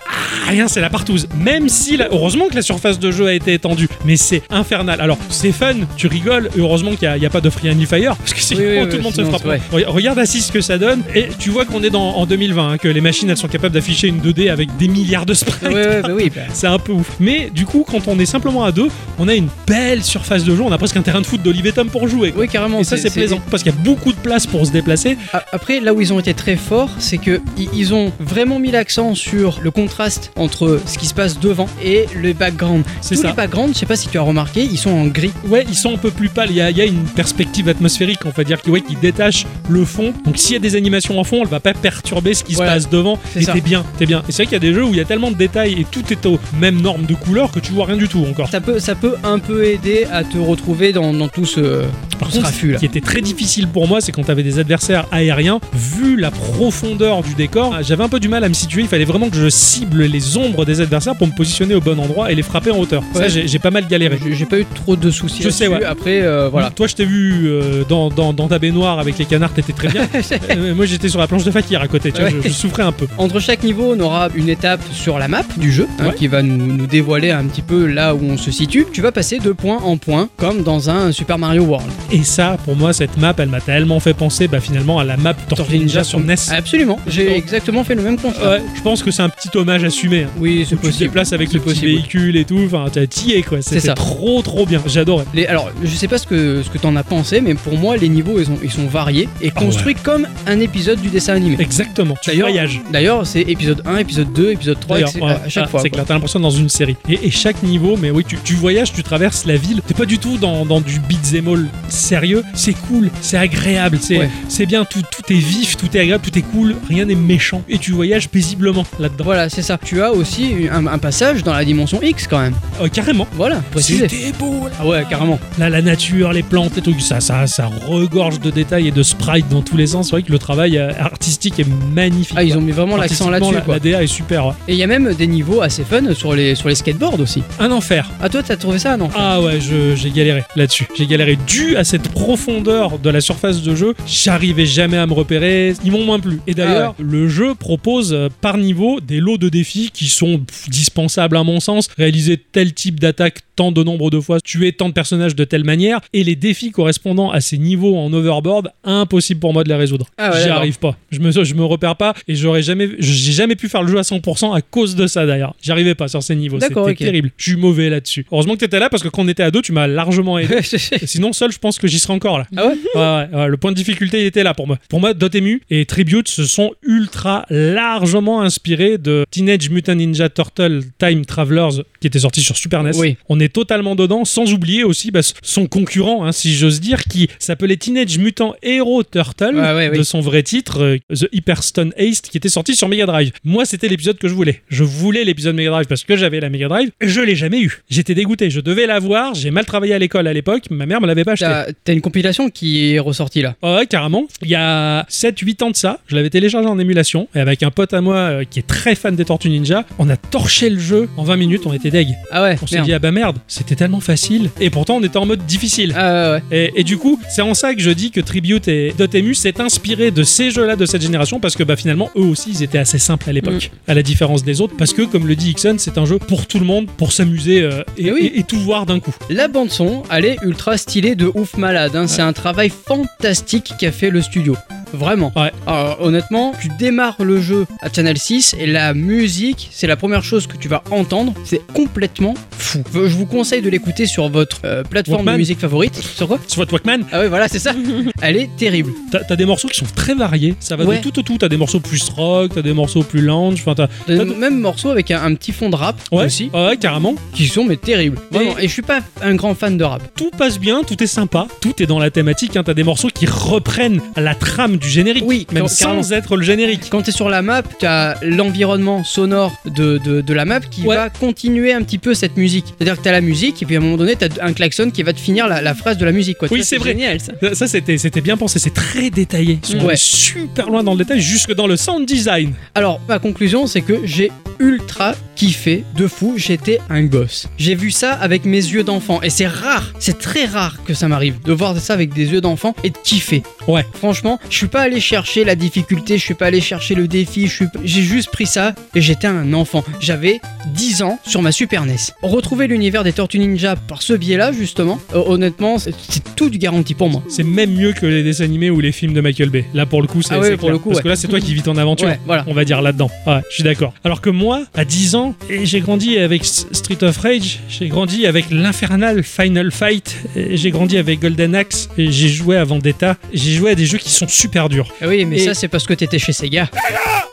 Speaker 1: rien, c'est la partouze. Même si, la- heureusement que la surface de jeu a été étendue, mais c'est infernal. Alors, c'est fun, tu rigoles, et heureusement qu'il n'y a, pas de free and fire, parce que sinon
Speaker 2: Oui, oui,
Speaker 1: tout
Speaker 2: oui,
Speaker 1: le monde
Speaker 2: sinon,
Speaker 1: se
Speaker 2: c'est vrai.
Speaker 1: frappe. Re- Regarde à 6 ce que ça donne, et tu vois qu'on est dans, en 2020, hein, que les machines elles sont capables d'afficher une 2D avec des milliards de sprites.
Speaker 2: Ouais, ouais, bah oui. bah.
Speaker 1: C'est un peu ouf. Mais du coup, quand on est simplement à deux, on a une belle surface de jeu. On a presque un terrain de foot d'Olivier Tom pour jouer. quoi.
Speaker 2: Oui, carrément.
Speaker 1: Et ça, c'est plaisant parce qu'il y a beaucoup de place pour se déplacer.
Speaker 2: A- Après, là où ils ont été très forts, c'est que i- ils ont vraiment mis l'accent sur le contraste entre ce qui se passe devant et le background.
Speaker 1: C'est
Speaker 2: Tous
Speaker 1: ça.
Speaker 2: les backgrounds, je sais pas si tu as remarqué, ils sont en gris.
Speaker 1: Ouais, ils sont un peu plus pâles. Il y a, il y a une perspective atmosphérique, on va dire, qui, ouais, qui détache le fond. Donc, s'il y a des animations en fond, elle va pas perturber ce qui
Speaker 2: Ouais,
Speaker 1: se passe devant.
Speaker 2: c'est
Speaker 1: Et
Speaker 2: ça.
Speaker 1: t'es bien, t'es bien. Et c'est vrai qu'il y a des jeux où il y a tellement de détails et tout est aux mêmes normes de couleur que tu vois rien du tout encore.
Speaker 2: Ça peut, ça peut un peu aider à te retrouver dans, dans tout ce,
Speaker 1: Par
Speaker 2: tout ce
Speaker 1: contre,
Speaker 2: raffut là.
Speaker 1: ce qui était très difficile pour moi, c'est quand t'avais des adversaires aériens, vu la profondeur du décor, ah, j'avais un peu du mal à me situer. Il fallait vraiment que je cible les ombres des adversaires pour me positionner au bon endroit et les frapper en hauteur. Ça,
Speaker 2: Ouais.
Speaker 1: j'ai j'ai pas mal galéré.
Speaker 2: J'ai j'ai pas eu trop de soucis.
Speaker 1: Je sais,
Speaker 2: là-dessus.
Speaker 1: ouais.
Speaker 2: Après, euh, voilà.
Speaker 1: Toi, je t'ai vu euh, dans, dans- dans ta baignoire avec les canards, t'étais très bien. Euh, moi, j'étais sur la planche de fakir à côté, tu vois,
Speaker 2: Ouais.
Speaker 1: je, je souffrais un peu.
Speaker 2: Entre chaque niveau, on aura une étape sur la map du jeu hein,
Speaker 1: Ouais.
Speaker 2: qui va nous, nous dévoiler un petit peu là où on se situe. Tu vas passer de point en point, comme dans un Super Mario World.
Speaker 1: Et ça, pour moi, cette map, elle m'a tellement fait penser bah, finalement à la map Tortue Ninja sur E NES.
Speaker 2: Absolument. J'ai exactement fait le même constat.
Speaker 1: Ouais, je pense que c'est un petit hommage assumé. hein.
Speaker 2: Oui, c'est
Speaker 1: Tu te
Speaker 2: possible.
Speaker 1: déplaces avec
Speaker 2: C'est
Speaker 1: le petit
Speaker 2: possible.
Speaker 1: véhicule et tout, enfin, t'as- t'y es quoi.
Speaker 2: C'est
Speaker 1: C'était
Speaker 2: ça.
Speaker 1: trop trop bien, j'adorais.
Speaker 2: Les- alors, je sais pas ce que, ce que t'en as pensé, mais pour moi, les niveaux, ils, ont- ils sont variés et
Speaker 1: Ah ouais.
Speaker 2: construits comme un épisode du dessin animé.
Speaker 1: Exactement. Tu
Speaker 2: D'ailleurs-
Speaker 1: voyages.
Speaker 2: D'ailleurs, c'est épisode 1, épisode 2, épisode 3,
Speaker 1: D'ailleurs,
Speaker 2: etc.
Speaker 1: ouais,
Speaker 2: à chaque
Speaker 1: ah,
Speaker 2: fois.
Speaker 1: c'est
Speaker 2: quoi.
Speaker 1: clair, t'as l'impression d'être dans une série. Et, et chaque niveau, mais oui, tu, tu voyages, tu traverses la ville. T'es pas du tout dans, dans du beat'em all sérieux. C'est cool, c'est agréable, c'est
Speaker 2: Ouais.
Speaker 1: c'est bien. Tout, tout est vif, tout est agréable, tout est cool. Rien n'est méchant. Et tu voyages paisiblement là-dedans.
Speaker 2: Voilà, c'est ça. Tu as aussi un, un passage dans la dimension X quand même.
Speaker 1: Euh, carrément.
Speaker 2: Voilà, précisé.
Speaker 1: C'était beau. Là.
Speaker 2: Ah ouais, carrément.
Speaker 1: Là, la nature, les plantes, les trucs, ça, ça, ça regorge de détails et de sprites dans tous les sens. C'est vrai que le travail euh, artistique est magnifique.
Speaker 2: Ah, ils
Speaker 1: quoi.
Speaker 2: ont mis vraiment l'accent
Speaker 1: Artistiquement,
Speaker 2: là-dessus.
Speaker 1: la-
Speaker 2: quoi.
Speaker 1: La DA est super. ouais.
Speaker 2: Et il y a même des niveaux assez fun sur les, sur les skateboards aussi.
Speaker 1: Un enfer.
Speaker 2: Ah, toi, t'as trouvé ça, non
Speaker 1: Ah ouais, je- j'ai galéré là-dessus. J'ai galéré dû à cette profondeur de la surface de jeu. J'arrivais jamais à me repérer. Ils m'ont moins plu. Et d'ailleurs,
Speaker 2: Ah
Speaker 1: le jeu propose euh, par niveau des lots de défis qui sont pff, dispensables à mon sens. Réaliser tel type d'attaque tant de nombre de fois, tuer tant de personnages de telle manière. Et les défis correspondant à ces niveaux en overboard, impossible pour moi de les résoudre.
Speaker 2: Ah ouais,
Speaker 1: J'y
Speaker 2: d'accord.
Speaker 1: arrive pas. Je me, je me repère pas et j'aurais jamais, j'ai jamais pu faire le jeu à 100% à cause de ça d'ailleurs. J'arrivais pas sur ces niveaux. C'était
Speaker 2: D'accord, ok.
Speaker 1: terrible. Je suis mauvais là-dessus. Heureusement que t'étais là parce que quand on était à deux, tu m'as largement aidé. Sinon, seul, je pense que j'y serais encore là.
Speaker 2: Ah ouais
Speaker 1: Ouais, ouais, ouais, le point de difficulté il était là pour moi. Pour moi, Dotemu et Tribute se sont ultra largement inspirés de Teenage Mutant Ninja Turtle Time Travelers qui était sorti sur Super NES.
Speaker 2: Oui.
Speaker 1: On est totalement dedans, sans oublier aussi bah, son concurrent, hein, si j'ose dire, qui s'appelait Teenage Mutant Hero Turtle
Speaker 2: Ouais, ouais, oui.
Speaker 1: de son vrai titre, euh, The Hyperstone Haste, qui était sorti sur Mega Drive. Moi, c'était l'épisode que je voulais. Je voulais l'épisode Mega Drive parce que j'avais la Mega Drive. Je l'ai jamais eu. J'étais dégoûté. Je devais l'avoir. J'ai mal travaillé à l'école à l'époque. Ma mère me l'avait pas acheté. Oh
Speaker 2: T'as t'as une compilation qui est ressortie là.
Speaker 1: Ouais, ouais, carrément. Il y a 7-8 ans de ça, je l'avais téléchargé en émulation et avec un pote à moi euh, qui est très fan des Tortues Ninja, on a torché le jeu en 20 minutes, on était deg.
Speaker 2: Ah ouais,
Speaker 1: On s'est
Speaker 2: merde.
Speaker 1: dit, ah bah merde, c'était tellement facile et pourtant on était en mode difficile.
Speaker 2: Ah ouais, ouais.
Speaker 1: Et, et du coup, c'est en ça que je dis que Tribute et Dotemu s'est inspiré de ces jeux-là de cette génération parce que bah, finalement, eux aussi, ils étaient assez simples à l'époque,
Speaker 2: Mm.
Speaker 1: à la différence des autres, parce que comme le dit Ixon, c'est un jeu pour tout le monde, pour s'amuser euh, et,
Speaker 2: Eh oui.
Speaker 1: et- et tout voir d'un coup.
Speaker 2: La bande son, elle est ultra stylée de ouf malade. hein. C'est un travail fantastique qu'a fait le studio. Vraiment.
Speaker 1: Ouais.
Speaker 2: Alors, honnêtement, tu démarres le jeu à Channel 6 et la musique, c'est la première chose que tu vas entendre. C'est complètement fou. Je vous conseille de l'écouter sur votre euh, plateforme
Speaker 1: Walkman.
Speaker 2: de musique favorite. Sur quoi
Speaker 1: Sur votre Walkman,
Speaker 2: Ah ouais, voilà, c'est ça. elle est terrible.
Speaker 1: T'as t'as des morceaux qui sont très variés, ça va
Speaker 2: Ouais.
Speaker 1: de tout au tout. T'as des morceaux plus rock, t'as des morceaux plus lounge, enfin t'as.
Speaker 2: T'as
Speaker 1: t'as
Speaker 2: le même morceau avec un, un petit fond de rap
Speaker 1: Ouais,
Speaker 2: aussi,
Speaker 1: ouais, carrément.
Speaker 2: qui sont mais terribles. Vraiment. Et je suis pas un grand fan de rap.
Speaker 1: Tout passe bien, tout est sympa, tout est dans la thématique. Hein. T'as des morceaux qui reprennent la trame du générique,
Speaker 2: Oui,
Speaker 1: même
Speaker 2: car-
Speaker 1: sans être le générique.
Speaker 2: Quand t'es sur la map, t'as l'environnement sonore de, de, de la map qui
Speaker 1: Ouais.
Speaker 2: va continuer un petit peu cette musique. C'est-à-dire que t'as la musique et puis à un moment donné, t'as un klaxon qui va te finir la, la phrase de la musique. Quoi.
Speaker 1: Oui,
Speaker 2: Tu vois,
Speaker 1: c'est vrai.
Speaker 3: Génial ça.
Speaker 1: Euh, Ça, c'était c'était bien pensé, c'est très détaillé. Ils sont
Speaker 2: Ouais.
Speaker 1: super loin dans le détail, jusque dans le sound design.
Speaker 2: Alors, ma conclusion, c'est que j'ai ultra kiffé de fou. J'étais un gosse. J'ai vu ça avec mes yeux d'enfant. Et c'est rare, c'est très rare que ça m'arrive de voir ça avec des yeux d'enfant et de kiffer.
Speaker 1: Ouais.
Speaker 2: Franchement, je suis pas allé chercher la difficulté, je suis pas allé chercher le défi, je suis pas- j'ai juste pris ça et j'étais un enfant. J'avais 10 ans sur ma Super NES. Retrouver l'univers des Tortues Ninja par ce biais-là, justement, euh, honnêtement, c'est c'est tout du garanti pour moi.
Speaker 1: C'est même mieux que les dessins animés ou les films de Michael Bay. Là, pour le coup, c'est
Speaker 2: Ah ouais,
Speaker 1: c'est
Speaker 2: pour
Speaker 1: clair.
Speaker 2: le coup,
Speaker 1: Parce
Speaker 2: ouais.
Speaker 1: que là, c'est toi qui vis ton aventure.
Speaker 2: Ouais, voilà.
Speaker 1: on va dire là-dedans. Ouais, je suis d'accord. Alors que moi, à 10 ans, et j'ai grandi avec S- Street of Rage, j'ai grandi avec l'Infernal Final Fight, et j'ai grandi avec Golden Axe, et j'ai joué à Vendetta, j'ai joué à des jeux qui sont super durs.
Speaker 2: Ah oui, mais
Speaker 1: Et-
Speaker 2: ça, c'est parce que t'étais chez Sega.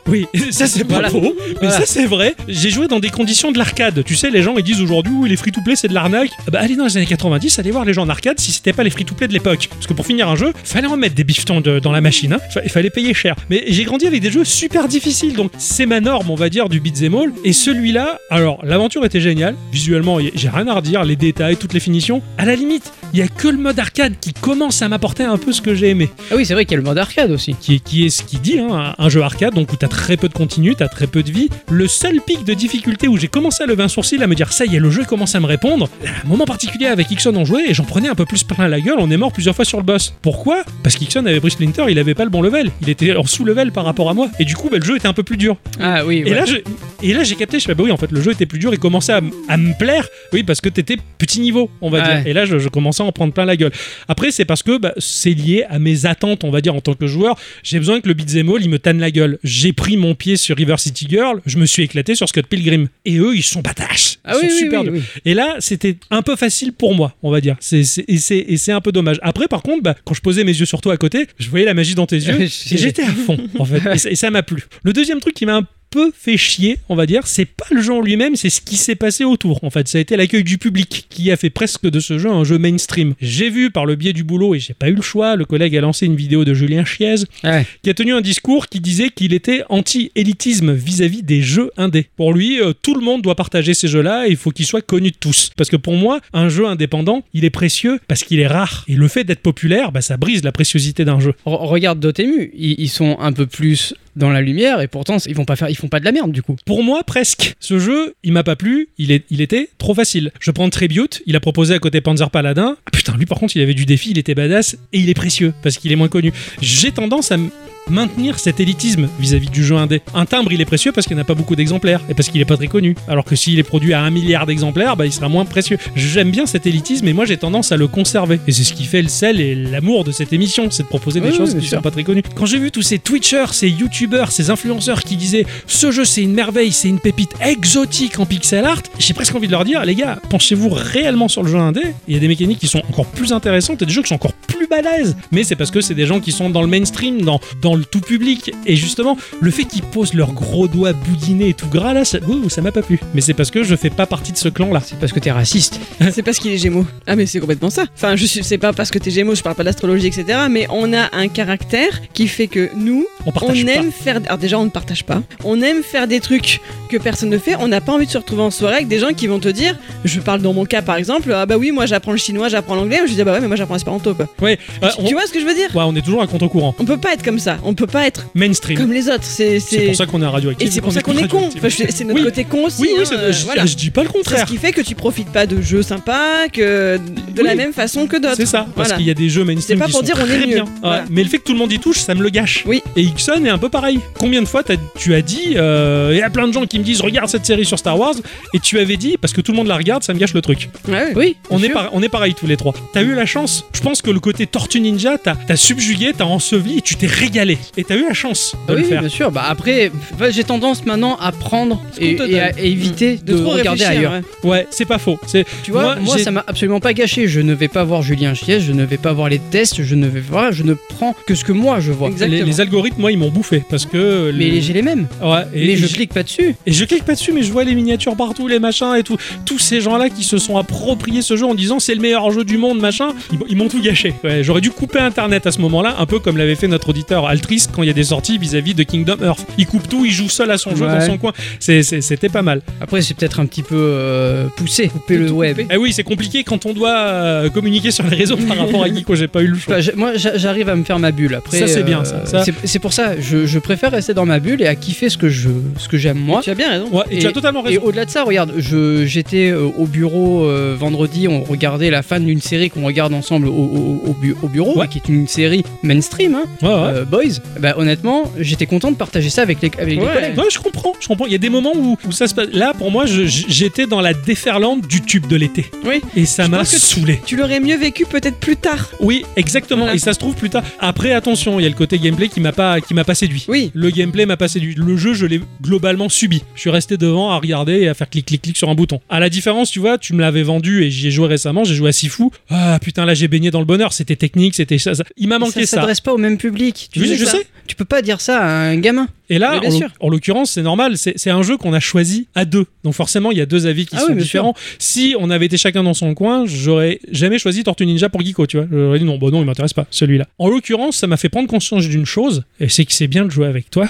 Speaker 1: Oui, ça c'est pas
Speaker 2: Voilà.
Speaker 1: faux, mais
Speaker 2: Voilà.
Speaker 1: ça c'est vrai. J'ai joué dans des conditions de l'arcade. Tu sais, les gens ils disent aujourd'hui, oui, les free-to-play c'est de l'arnaque. Ah Bah allez dans les années 90, allez voir les gens en arcade si c'était pas les free-to-play de l'époque. Parce que pour finir un jeu, fallait en mettre des bifetons de- dans la machine, hein. Fa- il fallait payer cher. Mais j'ai grandi avec des jeux super difficiles, donc c'est ma norme, on va dire, du beat'em all. Et celui-là, alors l'aventure était géniale, visuellement y- j'ai rien à redire, les détails, toutes les finitions. À la limite, il y a que le mode arcade qui commence à m'apporter un peu ce que j'ai aimé
Speaker 2: Ah oui, c'est vrai qu'il y a le mode arcade aussi.
Speaker 1: qui est, qui est ce qu'il dit, hein, un un jeu arcade, donc où t'as très peu de continu, t'as très peu de vie. Le seul pic de difficulté où j'ai commencé à lever un sourcil, à me dire ça y est, le jeu commence à me répondre, à un moment particulier avec Ixon on jouait et j'en prenais un peu plus plein la gueule, on est mort plusieurs fois sur le boss. Pourquoi Parce qu'Ixon avait pris Splinter, il avait pas le bon level, il était en sous-level par rapport à moi, et du coup bah, le jeu était un peu plus dur.
Speaker 2: Ah oui,
Speaker 1: Et
Speaker 2: ouais.
Speaker 1: là, je- et là, j'ai capté, je fais, bah oui, en fait, le jeu était plus dur et commençait à, m- à me plaire, oui, parce que t'étais petit niveau, on va
Speaker 2: Ah
Speaker 1: dire.
Speaker 2: ouais.
Speaker 1: Et là, je, je commençais à en prendre plein la gueule. Après, c'est parce que bah, c'est lié à mes attentes, on va dire, en tant que joueur. J'ai besoin que le beat'em all, il me tanne la gueule. J'ai pris mon pied sur River City Girl, je me suis éclaté sur Scott Pilgrim. Et eux, ils sont bataches. Ils
Speaker 2: Ah
Speaker 1: sont
Speaker 2: oui, oui,
Speaker 1: super
Speaker 2: oui,
Speaker 1: durs.
Speaker 2: oui.
Speaker 1: Et là, c'était un peu facile pour moi, on va dire. C'est, c'est- et, c'est, et c'est un peu dommage. Après, par contre, bah, quand je posais mes yeux sur toi à côté, je voyais la magie dans tes yeux. et j'étais à fond, en fait. Et ça- Et ça m'a plu. Le deuxième truc qui m'a un peu fait chier, on va dire, c'est pas le jeu en lui-même, c'est ce qui s'est passé autour. En fait, ça a été l'accueil du public qui a fait presque de ce jeu un jeu mainstream. J'ai vu par le biais du boulot, et j'ai pas eu le choix, le collègue a lancé une vidéo de Julien Chiez
Speaker 2: Ouais.
Speaker 1: qui a tenu un discours qui disait qu'il était anti-élitisme vis-à-vis des jeux indés. Pour lui, euh, tout le monde doit partager ces jeux-là et il faut qu'ils soient connus de tous. Parce que pour moi, un jeu indépendant, il est précieux parce qu'il est rare. Et le fait d'être populaire, bah, ça brise la préciosité d'un jeu.
Speaker 2: Re- regarde Dotemu, ils, ils sont un peu plus dans la lumière et pourtant ils vont pas faire, ils font pas de la merde du coup.
Speaker 1: Pour moi, presque. Ce jeu, il m'a pas plu, il, est, il était trop facile. Je prends Tribute, il a proposé à côté Panzer Paladin. Ah, putain, lui par contre, il avait du défi, il était badass et il est précieux parce qu'il est moins connu. J'ai tendance à m- maintenir cet élitisme vis-à-vis du jeu indé. Un timbre, il est précieux parce qu'il n'y en a pas beaucoup d'exemplaires et parce qu'il n'est pas très connu. Alors que s'il est produit à un milliard d'exemplaires, bah, il sera moins précieux. J'aime bien cet élitisme et moi j'ai tendance à le conserver. Et c'est ce qui fait le sel et l'amour de cette émission, c'est de proposer des
Speaker 2: Oui,
Speaker 1: choses
Speaker 2: oui, bien
Speaker 1: qui
Speaker 2: sûr.
Speaker 1: sont pas très connues. Quand j'ai vu tous ces Twitchers, ces YouTubers, ces influenceurs qui disaient ce jeu c'est une merveille, c'est une pépite exotique en pixel art, j'ai presque envie de leur dire les gars, penchez-vous réellement sur le jeu indé. Il y a des mécaniques qui sont encore plus intéressantes et des jeux qui sont encore plus balèzes. Mais c'est parce que c'est des gens qui sont dans le mainstream, dans, dans le tout public. Et justement, le fait qu'ils posent leurs gros doigts boudinés et tout gras là, ça, ouh, ça m'a pas plu. Mais c'est parce que je fais pas partie de ce clan là.
Speaker 2: C'est parce que t'es raciste.
Speaker 3: C'est parce qu'il est Gémeaux. Ah mais c'est complètement ça. Enfin, je suis- c'est pas parce que t'es Gémeaux, je parle pas d'astrologie, etc. Mais on a un caractère qui fait que nous,
Speaker 1: On
Speaker 3: on
Speaker 1: partage pas.
Speaker 3: aime faire. Alors déjà, on ne partage pas. On aime faire des trucs que personne ne fait. On n'a pas envie de se retrouver en soirée avec des gens qui vont te dire. Je parle dans mon cas, par exemple. Ah bah oui, moi j'apprends le chinois, j'apprends l'anglais. Je dis ah bah ouais, mais moi j'apprends l'espéranto. Quoi.
Speaker 1: Ouais, euh,
Speaker 3: Tu-
Speaker 1: on,
Speaker 3: Tu vois ce que je veux dire
Speaker 1: ouais, on est toujours à contre-courant.
Speaker 3: On peut pas être comme ça. On peut pas être
Speaker 1: Mainstream.
Speaker 3: comme les autres. C'est
Speaker 1: C'est
Speaker 3: c'est.
Speaker 1: pour ça qu'on est à radioactif.
Speaker 3: Et c'est pour ça qu'on est con. Enfin, je- c'est notre
Speaker 1: Oui.
Speaker 3: côté con aussi.
Speaker 1: Oui,
Speaker 3: hein,
Speaker 1: oui, c'est-
Speaker 3: euh,
Speaker 1: je,
Speaker 3: voilà.
Speaker 1: je dis pas le
Speaker 3: C'est ce
Speaker 1: contraire.
Speaker 3: qui fait que tu profites pas de jeux sympas, que de la
Speaker 1: Oui.
Speaker 3: même façon que d'autres.
Speaker 1: C'est ça, parce
Speaker 3: Voilà.
Speaker 1: qu'il y a des jeux mainstream
Speaker 3: C'est pas
Speaker 1: qui
Speaker 3: pour
Speaker 1: sont
Speaker 3: dire on est
Speaker 1: très
Speaker 3: mieux.
Speaker 1: bien. Ouais,
Speaker 3: Voilà.
Speaker 1: Mais le fait que tout le monde y touche, ça me le gâche.
Speaker 3: Oui.
Speaker 1: Et Ixon est un peu pareil. Combien de fois t'as- tu as dit, euh, il y a plein de gens qui me disent regarde cette série sur Star Wars, et tu avais dit parce que tout le monde la regarde, ça me gâche le truc.
Speaker 3: Ouais,
Speaker 2: Oui,
Speaker 1: On
Speaker 2: bien
Speaker 1: est,
Speaker 2: sûr.
Speaker 1: par- on est pareil tous les trois. T'as eu la chance. Je pense que le côté Tortue Ninja, t'as t'as subjugué, t'as enseveli, et tu t'es régalé. Et t'as eu la chance
Speaker 3: Ah
Speaker 1: de
Speaker 2: oui,
Speaker 1: le faire.
Speaker 2: bien sûr. Bah après, bah, j'ai tendance maintenant à prendre
Speaker 3: Ce qu'on
Speaker 2: et,
Speaker 3: te
Speaker 2: et à
Speaker 3: donne.
Speaker 2: éviter de,
Speaker 3: trop
Speaker 2: regarder
Speaker 3: réfléchir, hein.
Speaker 2: ailleurs.
Speaker 3: ouais.
Speaker 1: Ouais, c'est pas faux. C'est
Speaker 2: Tu vois,
Speaker 1: Moi,
Speaker 2: moi,
Speaker 1: j'ai-
Speaker 2: ça m'a absolument pas gâché. Je ne vais pas voir Julien Chies, je ne vais pas voir les tests, je ne vais voir, je ne prends que ce que moi je vois.
Speaker 3: Exactement.
Speaker 1: les, les algorithmes, moi, ils m'ont bouffé parce que.
Speaker 2: Mais
Speaker 1: les-
Speaker 2: j'ai les mêmes.
Speaker 1: Ouais, et,
Speaker 2: mais
Speaker 1: et
Speaker 2: je
Speaker 1: je-
Speaker 2: clique pas dessus.
Speaker 1: Et je clique pas dessus, mais je vois les miniatures partout, les machins et tout. Tous ces gens-là qui se sont appropriés ce jeu en disant c'est le meilleur jeu du monde, machin, ils, m- ils m'ont tout gâché. Ouais, J'aurais dû couper Internet à ce moment-là, un peu comme l'avait fait notre auditeur Altrice quand il y a des sorties vis-à-vis de Kingdom Hearts. Il coupe tout, il joue seul à son jeu
Speaker 2: Ouais.
Speaker 1: dans son coin. C'est- c'est- C'était pas mal.
Speaker 2: Après, c'est peut-être un petit peu euh, poussé, couper
Speaker 3: Tout
Speaker 2: le web.
Speaker 3: couper.
Speaker 1: Eh oui, c'est compliqué quand on doit euh, communiquer sur les réseaux par rapport à Geeko, j'ai pas eu le choix.
Speaker 2: Enfin, j'ai- moi, j'a- j'arrive à me faire ma bulle. Après,
Speaker 1: Ça, c'est
Speaker 2: euh,
Speaker 1: bien, ça. Ça-
Speaker 2: c'est- C'est pour ça, je, je préfère rester dans ma bulle et à kiffer ce que je, ce que j'aime moi.
Speaker 3: Tu as bien raison.
Speaker 1: Ouais, et, tu as totalement
Speaker 2: Et
Speaker 1: raison.
Speaker 2: au-delà de ça, regarde, je- j'étais euh, au bureau euh, vendredi, on regardait la fin d'une série qu'on regarde ensemble au, au- au bu- au bureau,
Speaker 1: Ouais.
Speaker 2: qui est une série mainstream, hein,
Speaker 1: Ouais, ouais.
Speaker 2: euh, Boys. Bah, honnêtement, j'étais content de partager ça avec les, avec les
Speaker 3: Ouais.
Speaker 2: collègues.
Speaker 1: Ouais, je comprends, je comprends. Il y a des moments où, où ça se passe. Là, pour moi, je- j'étais dans la déferlante du tube de l'été.
Speaker 3: Oui.
Speaker 1: Et ça
Speaker 3: Je
Speaker 1: m'a
Speaker 3: pense que tu-
Speaker 1: saoulé.
Speaker 3: Tu l'aurais mieux vécu peut-être plus tard.
Speaker 1: Oui, exactement.
Speaker 3: Voilà.
Speaker 1: Et ça se trouve plus tard. Après, attention, il y a le côté gameplay qui m'a pas, qui m'a pas séduit.
Speaker 3: Oui.
Speaker 1: Le gameplay m'a pas séduit. Le jeu, je l'ai globalement subi. Je suis resté devant à regarder et à faire clic, clic, clic sur un bouton. À la différence, tu vois, tu me l'avais vendu et j'y ai joué récemment. J'ai joué à Sifu. Ah putain, là, j'ai baigné dans le bonheur. C'était technique, c'était ça. ça. Il m'a manqué
Speaker 2: ça
Speaker 1: ça.
Speaker 2: s'adresse pas au même public. Tu
Speaker 1: Oui,
Speaker 2: sais
Speaker 1: je
Speaker 2: ça.
Speaker 1: sais.
Speaker 2: Tu peux pas dire ça à un gamin.
Speaker 1: Et là,
Speaker 3: Mais bien
Speaker 1: en,
Speaker 3: sûr.
Speaker 1: en l'occurrence, c'est normal. C'est c'est un jeu qu'on a choisi à deux. Donc forcément, il y a deux avis qui
Speaker 2: Ah
Speaker 1: sont
Speaker 2: oui, bien
Speaker 1: différents. Si on avait été chacun dans son coin, j'aurais jamais choisi Tortue Ninja pour Geeko, tu vois. J'aurais dit non, bon non, il m'intéresse pas celui-là. En l'occurrence, ça m'a fait prendre conscience d'une chose, et c'est que c'est bien de jouer avec toi.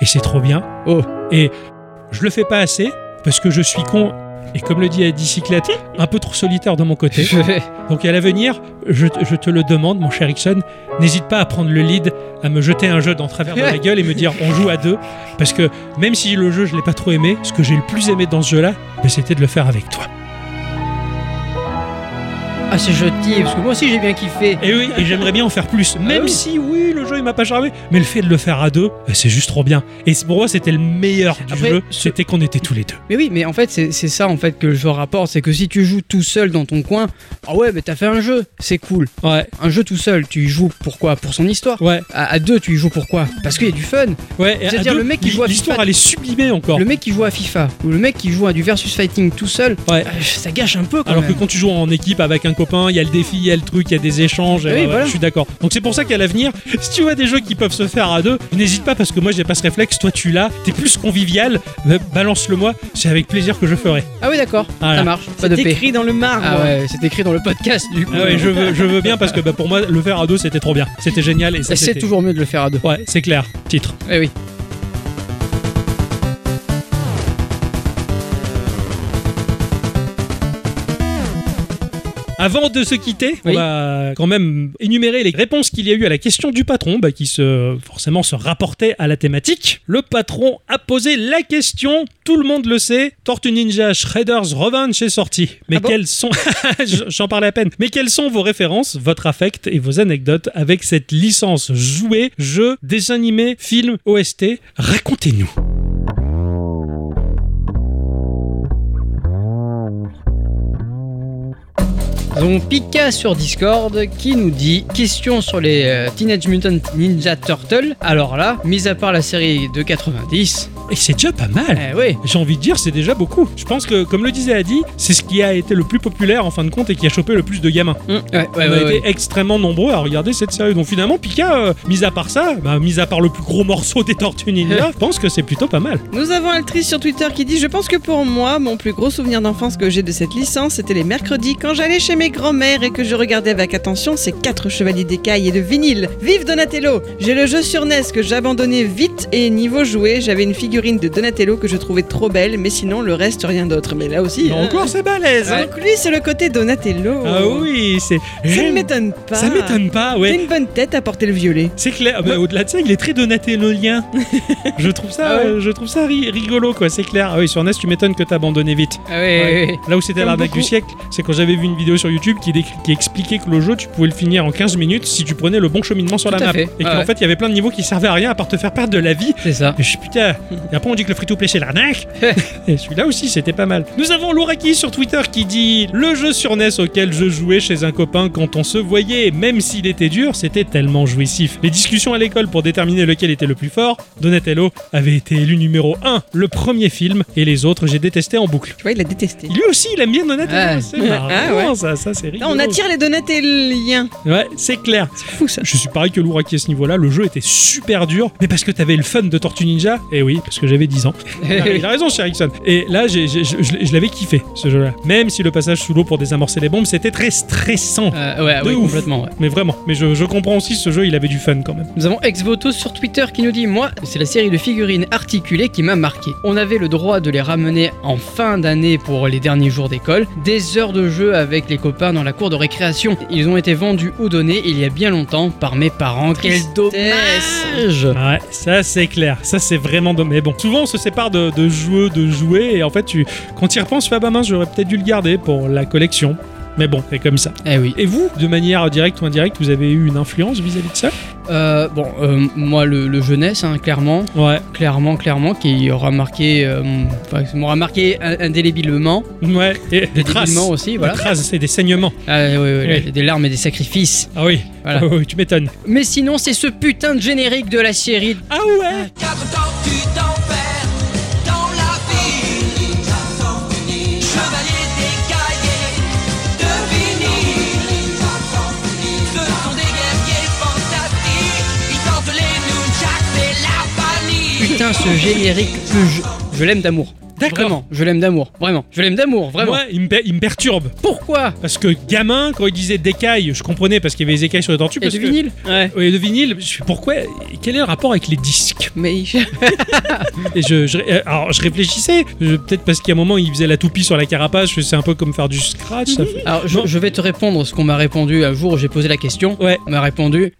Speaker 1: Et c'est trop bien.
Speaker 2: Oh.
Speaker 1: Et je le fais pas assez parce que je suis con. Et comme le dit la bicyclette, un peu trop solitaire de mon côté. Donc à l'avenir, je, te- je te le demande, mon cher Ixon, n'hésite pas à prendre le lead, à me jeter un jeu dans le travers de la gueule et me dire on joue à deux. Parce que même si le jeu je l'ai pas trop aimé, ce que j'ai le plus aimé dans ce jeu-là, ben, c'était de le faire avec toi.
Speaker 2: Ah, c'est joli, parce que moi aussi j'ai bien kiffé.
Speaker 1: Et oui, et j'aimerais bien en faire plus. Même
Speaker 2: oui.
Speaker 1: si Ah oui, le jeu il m'a pas charmé, mais le fait de le faire à deux, ben, c'est juste trop bien. Et c'est- pour moi, c'était le meilleur du
Speaker 2: Après,
Speaker 1: jeu,
Speaker 2: ce-
Speaker 1: c'était qu'on était tous les deux.
Speaker 2: Mais oui, mais en fait, c'est c'est ça en fait que je rapporte, c'est que si tu joues tout seul dans ton coin, ah ouais, mais t'as fait un jeu, c'est cool.
Speaker 1: Ouais,
Speaker 2: Un jeu tout seul, tu y joues pourquoi Pour son histoire.
Speaker 1: ouais,
Speaker 2: À, à deux, tu y joues pourquoi Parce qu'il y a du fun.
Speaker 1: ouais. et à
Speaker 2: C'est-à-dire,
Speaker 1: deux,
Speaker 2: le mec, il
Speaker 1: l'hi-
Speaker 2: joue à
Speaker 1: l'histoire
Speaker 2: FIFA.
Speaker 1: elle est sublimée encore.
Speaker 2: Le mec qui joue à FIFA ou le mec qui joue à du versus fighting tout seul,
Speaker 1: Ouais.
Speaker 2: euh, ça gâche un peu quand
Speaker 1: Alors
Speaker 2: même.
Speaker 1: que quand tu joues en équipe avec un copain, il y a le défi, il y a le truc, il y a des échanges.
Speaker 2: Oui,
Speaker 1: euh, ouais,
Speaker 2: voilà.
Speaker 1: Je suis d'accord. Donc c'est pour ça qu'à l'avenir, si tu vois des jeux qui peuvent se faire à deux, n'hésite pas parce que moi j'ai pas ce réflexe, toi tu l'as, t'es plus convivial, bah, balance-le-moi, c'est avec plaisir que je ferai.
Speaker 2: Ah oui, d'accord,
Speaker 1: Voilà. hein,
Speaker 2: ça marche, pas
Speaker 3: C'est
Speaker 2: de paix.
Speaker 3: écrit dans le marbre.
Speaker 2: Ah ouais, c'est écrit dans le podcast du coup.
Speaker 1: Ah ouais, je veux, je veux bien parce que bah, pour moi le faire à deux c'était trop bien, c'était génial et ça,
Speaker 2: Et C'est
Speaker 1: c'était-
Speaker 2: toujours mieux de le faire à deux.
Speaker 1: Ouais, c'est clair. Titre.
Speaker 2: Eh oui.
Speaker 1: Ah Avant de se quitter,
Speaker 2: Oui.
Speaker 1: on va quand même énumérer les réponses qu'il y a eu à la question du patron, bah, qui se, forcément se rapportait à la thématique. Le patron a posé la question, tout le monde le sait, Tortue Ninja Shredder's Revenge est sorti. Mais
Speaker 2: Ah bon
Speaker 1: quelles sont... J'en parle à peine. Mais quelles sont vos références, votre affect et vos anecdotes avec cette licence jouée, jeu, dessin animé, film, OST Racontez-nous.
Speaker 2: Nous avons Pika sur Discord qui nous dit question sur les euh, Teenage Mutant Ninja Turtles. Alors là, mis à part la série de 90,
Speaker 1: Et c'est déjà pas mal.
Speaker 2: eh oui,
Speaker 1: J'ai envie de dire, c'est déjà beaucoup. Je pense que, comme le disait Adi, c'est ce qui a été le plus populaire en fin de compte et qui a chopé le plus de gamins.
Speaker 2: ouais, ouais,
Speaker 1: On a
Speaker 2: ouais,
Speaker 1: été
Speaker 2: ouais.
Speaker 1: extrêmement nombreux à regarder cette série. Donc finalement, Pika, euh, mis à part ça, bah, mis à part le plus gros morceau des Tortues Ninja, je pense que c'est plutôt pas mal.
Speaker 3: Nous avons Altrice sur Twitter qui dit Je pense que pour moi, mon plus gros souvenir d'enfance que j'ai de cette licence, c'était les mercredis quand j'allais chez mes grands-mères et que je regardais avec attention ces quatre chevaliers d'écailles et de vinyle. Vive Donatello J'ai le jeu sur NES que j'abandonnais vite et niveau joué, j'avais une figurine de Donatello que je trouvais trop belle, mais sinon le reste rien d'autre. Mais là aussi.
Speaker 1: Mais
Speaker 3: hein.
Speaker 1: encore, c'est balèze. hein.
Speaker 3: Donc lui, c'est le côté Donatello.
Speaker 1: ah oui, c'est.
Speaker 3: Ça ne
Speaker 1: J'aime-
Speaker 3: m'étonne pas.
Speaker 1: Ça m'étonne pas,
Speaker 3: T'as
Speaker 1: ouais.
Speaker 3: une bonne tête à porter le violet.
Speaker 1: C'est clair. Ah bah, Au-delà de ça, il est très donatellolien. je trouve ça,
Speaker 2: Ah ouais.
Speaker 1: euh, je trouve ça ri- rigolo, quoi. C'est clair. Ah oui, sur NES, tu m'étonnes que t'as abandonné vite.
Speaker 2: Ah ouais, ouais,
Speaker 1: Là où c'était
Speaker 3: Comme
Speaker 1: l'arnaque du
Speaker 3: beaucoup.
Speaker 1: siècle, c'est quand j'avais vu une vidéo sur YouTube qui, décrit- qui expliquait que le jeu, tu pouvais le finir en 15 minutes si tu prenais le bon cheminement sur
Speaker 2: Tout
Speaker 1: la map.
Speaker 2: à fait.
Speaker 1: Et
Speaker 2: Ah
Speaker 1: qu'en
Speaker 2: ouais.
Speaker 1: fait, il y avait plein de niveaux qui servaient à rien à part te faire perdre de la vie.
Speaker 2: c'est ça.
Speaker 1: Et je suis putain, et après on dit que le free-to-play c'est l'arnaque. et celui-là aussi, c'était pas mal. Nous avons Louraki sur Twitter qui dit Le jeu sur NES auquel je jouais chez un copain quand on se voyait, même s'il était dur, c'était tellement jouissif. Les discussions à l'école pour déterminer lequel était le plus fort, Donatello avait été élu numéro 1, le premier film, et les autres j'ai détesté en boucle.
Speaker 3: Tu vois, il l'a détesté.
Speaker 1: Lui aussi, il aime bien Donatello.
Speaker 2: Ouais.
Speaker 1: C'est marrant,
Speaker 3: Ah ouais.
Speaker 1: ça, ça c'est
Speaker 3: Là,
Speaker 1: rigolo.
Speaker 3: on attire les Donatelliens.
Speaker 1: Ouais, c'est clair.
Speaker 3: C'est fou ça.
Speaker 1: Je suis pareil que Louraki à ce niveau-là. Le jeu était super dur, mais parce que t'avais le fun de Tortue Ninja. Et oui, parce que j'avais 10 ans. Non, mais il a raison, cher Erickson. Et là, j'ai- j'ai- je, je- je l'avais kiffé, ce jeu-là. Même si le passage sous l'eau pour désamorcer les bombes, c'était très stressant.
Speaker 2: Euh, ouais,
Speaker 1: De
Speaker 2: oui,
Speaker 1: ouf.
Speaker 2: complètement, ouais.
Speaker 1: Mais vraiment, mais je, je comprends aussi ce jeu, il avait du fun quand même.
Speaker 2: Nous avons Exvoto sur Twitter qui nous dit Moi, c'est la série de figurines articulées qui m'a marqué. On avait le droit de les ramener en fin d'année pour les derniers jours d'école, des heures de jeu avec les copains dans la cour de récréation. Ils ont été vendus ou donnés il y a bien longtemps par mes parents. Quel dommage
Speaker 1: Ouais, ça c'est clair, ça c'est vraiment dommage. Mais bon, souvent on se sépare de, de jeux, de jouets, et en fait, tu, quand tu y repenses, tu fais, ah bah mince, j'aurais peut-être dû le garder pour la collection. Mais bon, c'est comme ça.
Speaker 2: Eh oui.
Speaker 1: Et vous, de manière directe ou indirecte, vous avez eu une influence vis-à-vis de ça
Speaker 2: Euh, bon, euh, moi, le, le jeunesse, hein, clairement,
Speaker 1: Ouais.
Speaker 2: clairement, clairement, qui aura marqué, euh, mon- enfin, qui m'aura marqué in- indélébilement,
Speaker 1: Ouais. Et des traces.
Speaker 2: indélébilement aussi, voilà.
Speaker 1: Des traces et des saignements.
Speaker 2: Ah, oui, oui,
Speaker 1: Oui.
Speaker 2: oui, Des larmes et des sacrifices.
Speaker 1: Ah oui.
Speaker 2: Voilà.
Speaker 1: Ah oui, tu m'étonnes.
Speaker 2: Mais sinon, c'est ce putain de générique de la série
Speaker 1: Ah ouais
Speaker 2: Putain, ce générique que je, je l'aime d'amour.
Speaker 1: D'accord.
Speaker 2: Vraiment, je l'aime d'amour. Vraiment, je l'aime d'amour. Vraiment.
Speaker 1: Moi, il me, per- il me perturbe.
Speaker 2: Pourquoi
Speaker 1: Parce que gamin, quand il disait d'écailles, je comprenais parce qu'il y avait des écailles sur les tortues.
Speaker 2: Et
Speaker 1: parce
Speaker 2: du
Speaker 1: que-
Speaker 2: vinyle Ouais.
Speaker 1: Ouais, de vinyle, je fais pourquoi Quel est le rapport avec les disques
Speaker 3: Mais il-
Speaker 1: Et je, je- euh, alors, je réfléchissais, je- peut-être parce qu'à un moment il faisait la toupie sur la carapace, je- c'est un peu comme faire du scratch. ça fait-
Speaker 2: Alors, je,
Speaker 1: Non.
Speaker 2: je vais te répondre ce qu'on m'a répondu un jour où j'ai posé la question.
Speaker 1: Ouais.
Speaker 2: On m'a répondu.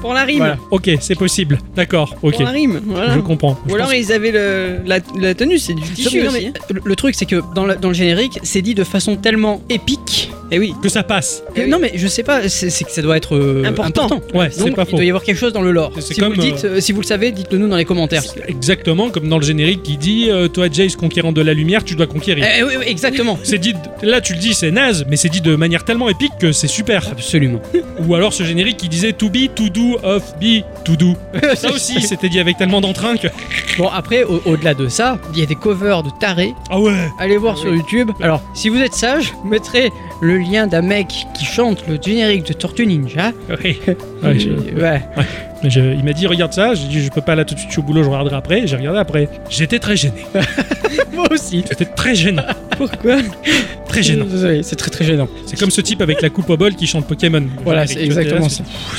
Speaker 3: Pour la rime.
Speaker 2: Voilà.
Speaker 1: Ok, c'est possible, d'accord, ok,
Speaker 3: Pour la rime.
Speaker 2: hein.
Speaker 3: Voilà.
Speaker 1: je comprends. Je
Speaker 3: Ou alors
Speaker 1: pense-
Speaker 3: ils avaient le, la, la tenue, c'est du tissu
Speaker 2: Non, mais
Speaker 3: aussi. hein.
Speaker 2: le, le truc, c'est que dans, la- dans le générique, c'est dit de façon tellement épique.
Speaker 3: Eh oui.
Speaker 1: Que ça passe,
Speaker 2: que- non, mais je sais pas, c'est c'est que ça doit être euh,
Speaker 3: Important.
Speaker 1: ouais, c'est
Speaker 2: Donc,
Speaker 1: pas
Speaker 2: il
Speaker 1: faux.
Speaker 2: doit y avoir quelque chose dans le lore.
Speaker 1: C'est
Speaker 2: Si vous, le
Speaker 1: comme,
Speaker 2: dites, euh, si vous le savez, dites-le nous dans les commentaires.
Speaker 1: Exactement comme dans le générique qui dit euh, Toi, Jace, conquérant de la lumière, tu dois conquérir.
Speaker 2: Eh, oui, oui, exactement.
Speaker 1: C'est dit, là tu le dis, c'est naze, mais c'est dit de manière tellement épique que c'est super.
Speaker 2: Absolument.
Speaker 1: Ou alors ce générique qui disait to be, to do, of be, to do. Ça aussi, c'était dit avec tellement d'entrain que.
Speaker 2: Bon, après, au- au-delà de ça, il y a des covers de tarés
Speaker 1: Ah ouais
Speaker 2: Allez voir sur YouTube. Alors, si vous êtes sage, vous mettrez le lien d'un mec qui chante le générique de Tortue Ninja.
Speaker 1: Ouais, ouais, je-
Speaker 2: Et-
Speaker 1: ouais.
Speaker 2: Ah, ouais.
Speaker 1: Mais je- il m'a dit regarde ça, j'ai dit je peux pas là tout de suite, je suis au boulot, je regarderai après, j'ai regardé après. J'étais très gêné.
Speaker 2: Moi aussi.
Speaker 1: J'étais très gêné.
Speaker 3: Pourquoi
Speaker 1: très gênant.
Speaker 2: Désolé, C'est très très gênant.
Speaker 1: C'est comme ce type avec la coupe au bol qui chante Pokémon.
Speaker 2: Voilà,
Speaker 1: Eric,
Speaker 2: c'est
Speaker 1: tu vois, t'es là,
Speaker 2: exactement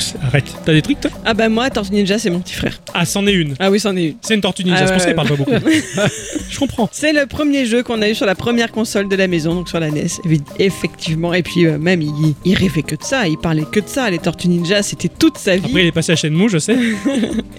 Speaker 1: c'est-
Speaker 2: ça.
Speaker 1: Arrête. T'as des trucs, toi
Speaker 3: Ah bah moi, Tortue Ninja, c'est mon petit frère.
Speaker 1: Ah, c'en est une.
Speaker 3: Ah oui, c'en est une.
Speaker 1: C'est une tortue ninja,
Speaker 3: Ah
Speaker 1: c'est pour ça qu'elle
Speaker 3: ouais.
Speaker 1: parle pas beaucoup. Je comprends.
Speaker 3: C'est le premier jeu qu'on a eu sur la première console de la maison, donc sur la NES, évi- effectivement. Et puis euh, même, il, il rêvait que de ça, il parlait que de ça. Les Tortues Ninja, c'était toute sa vie.
Speaker 1: Après, il est passé à Shenmue, je sais.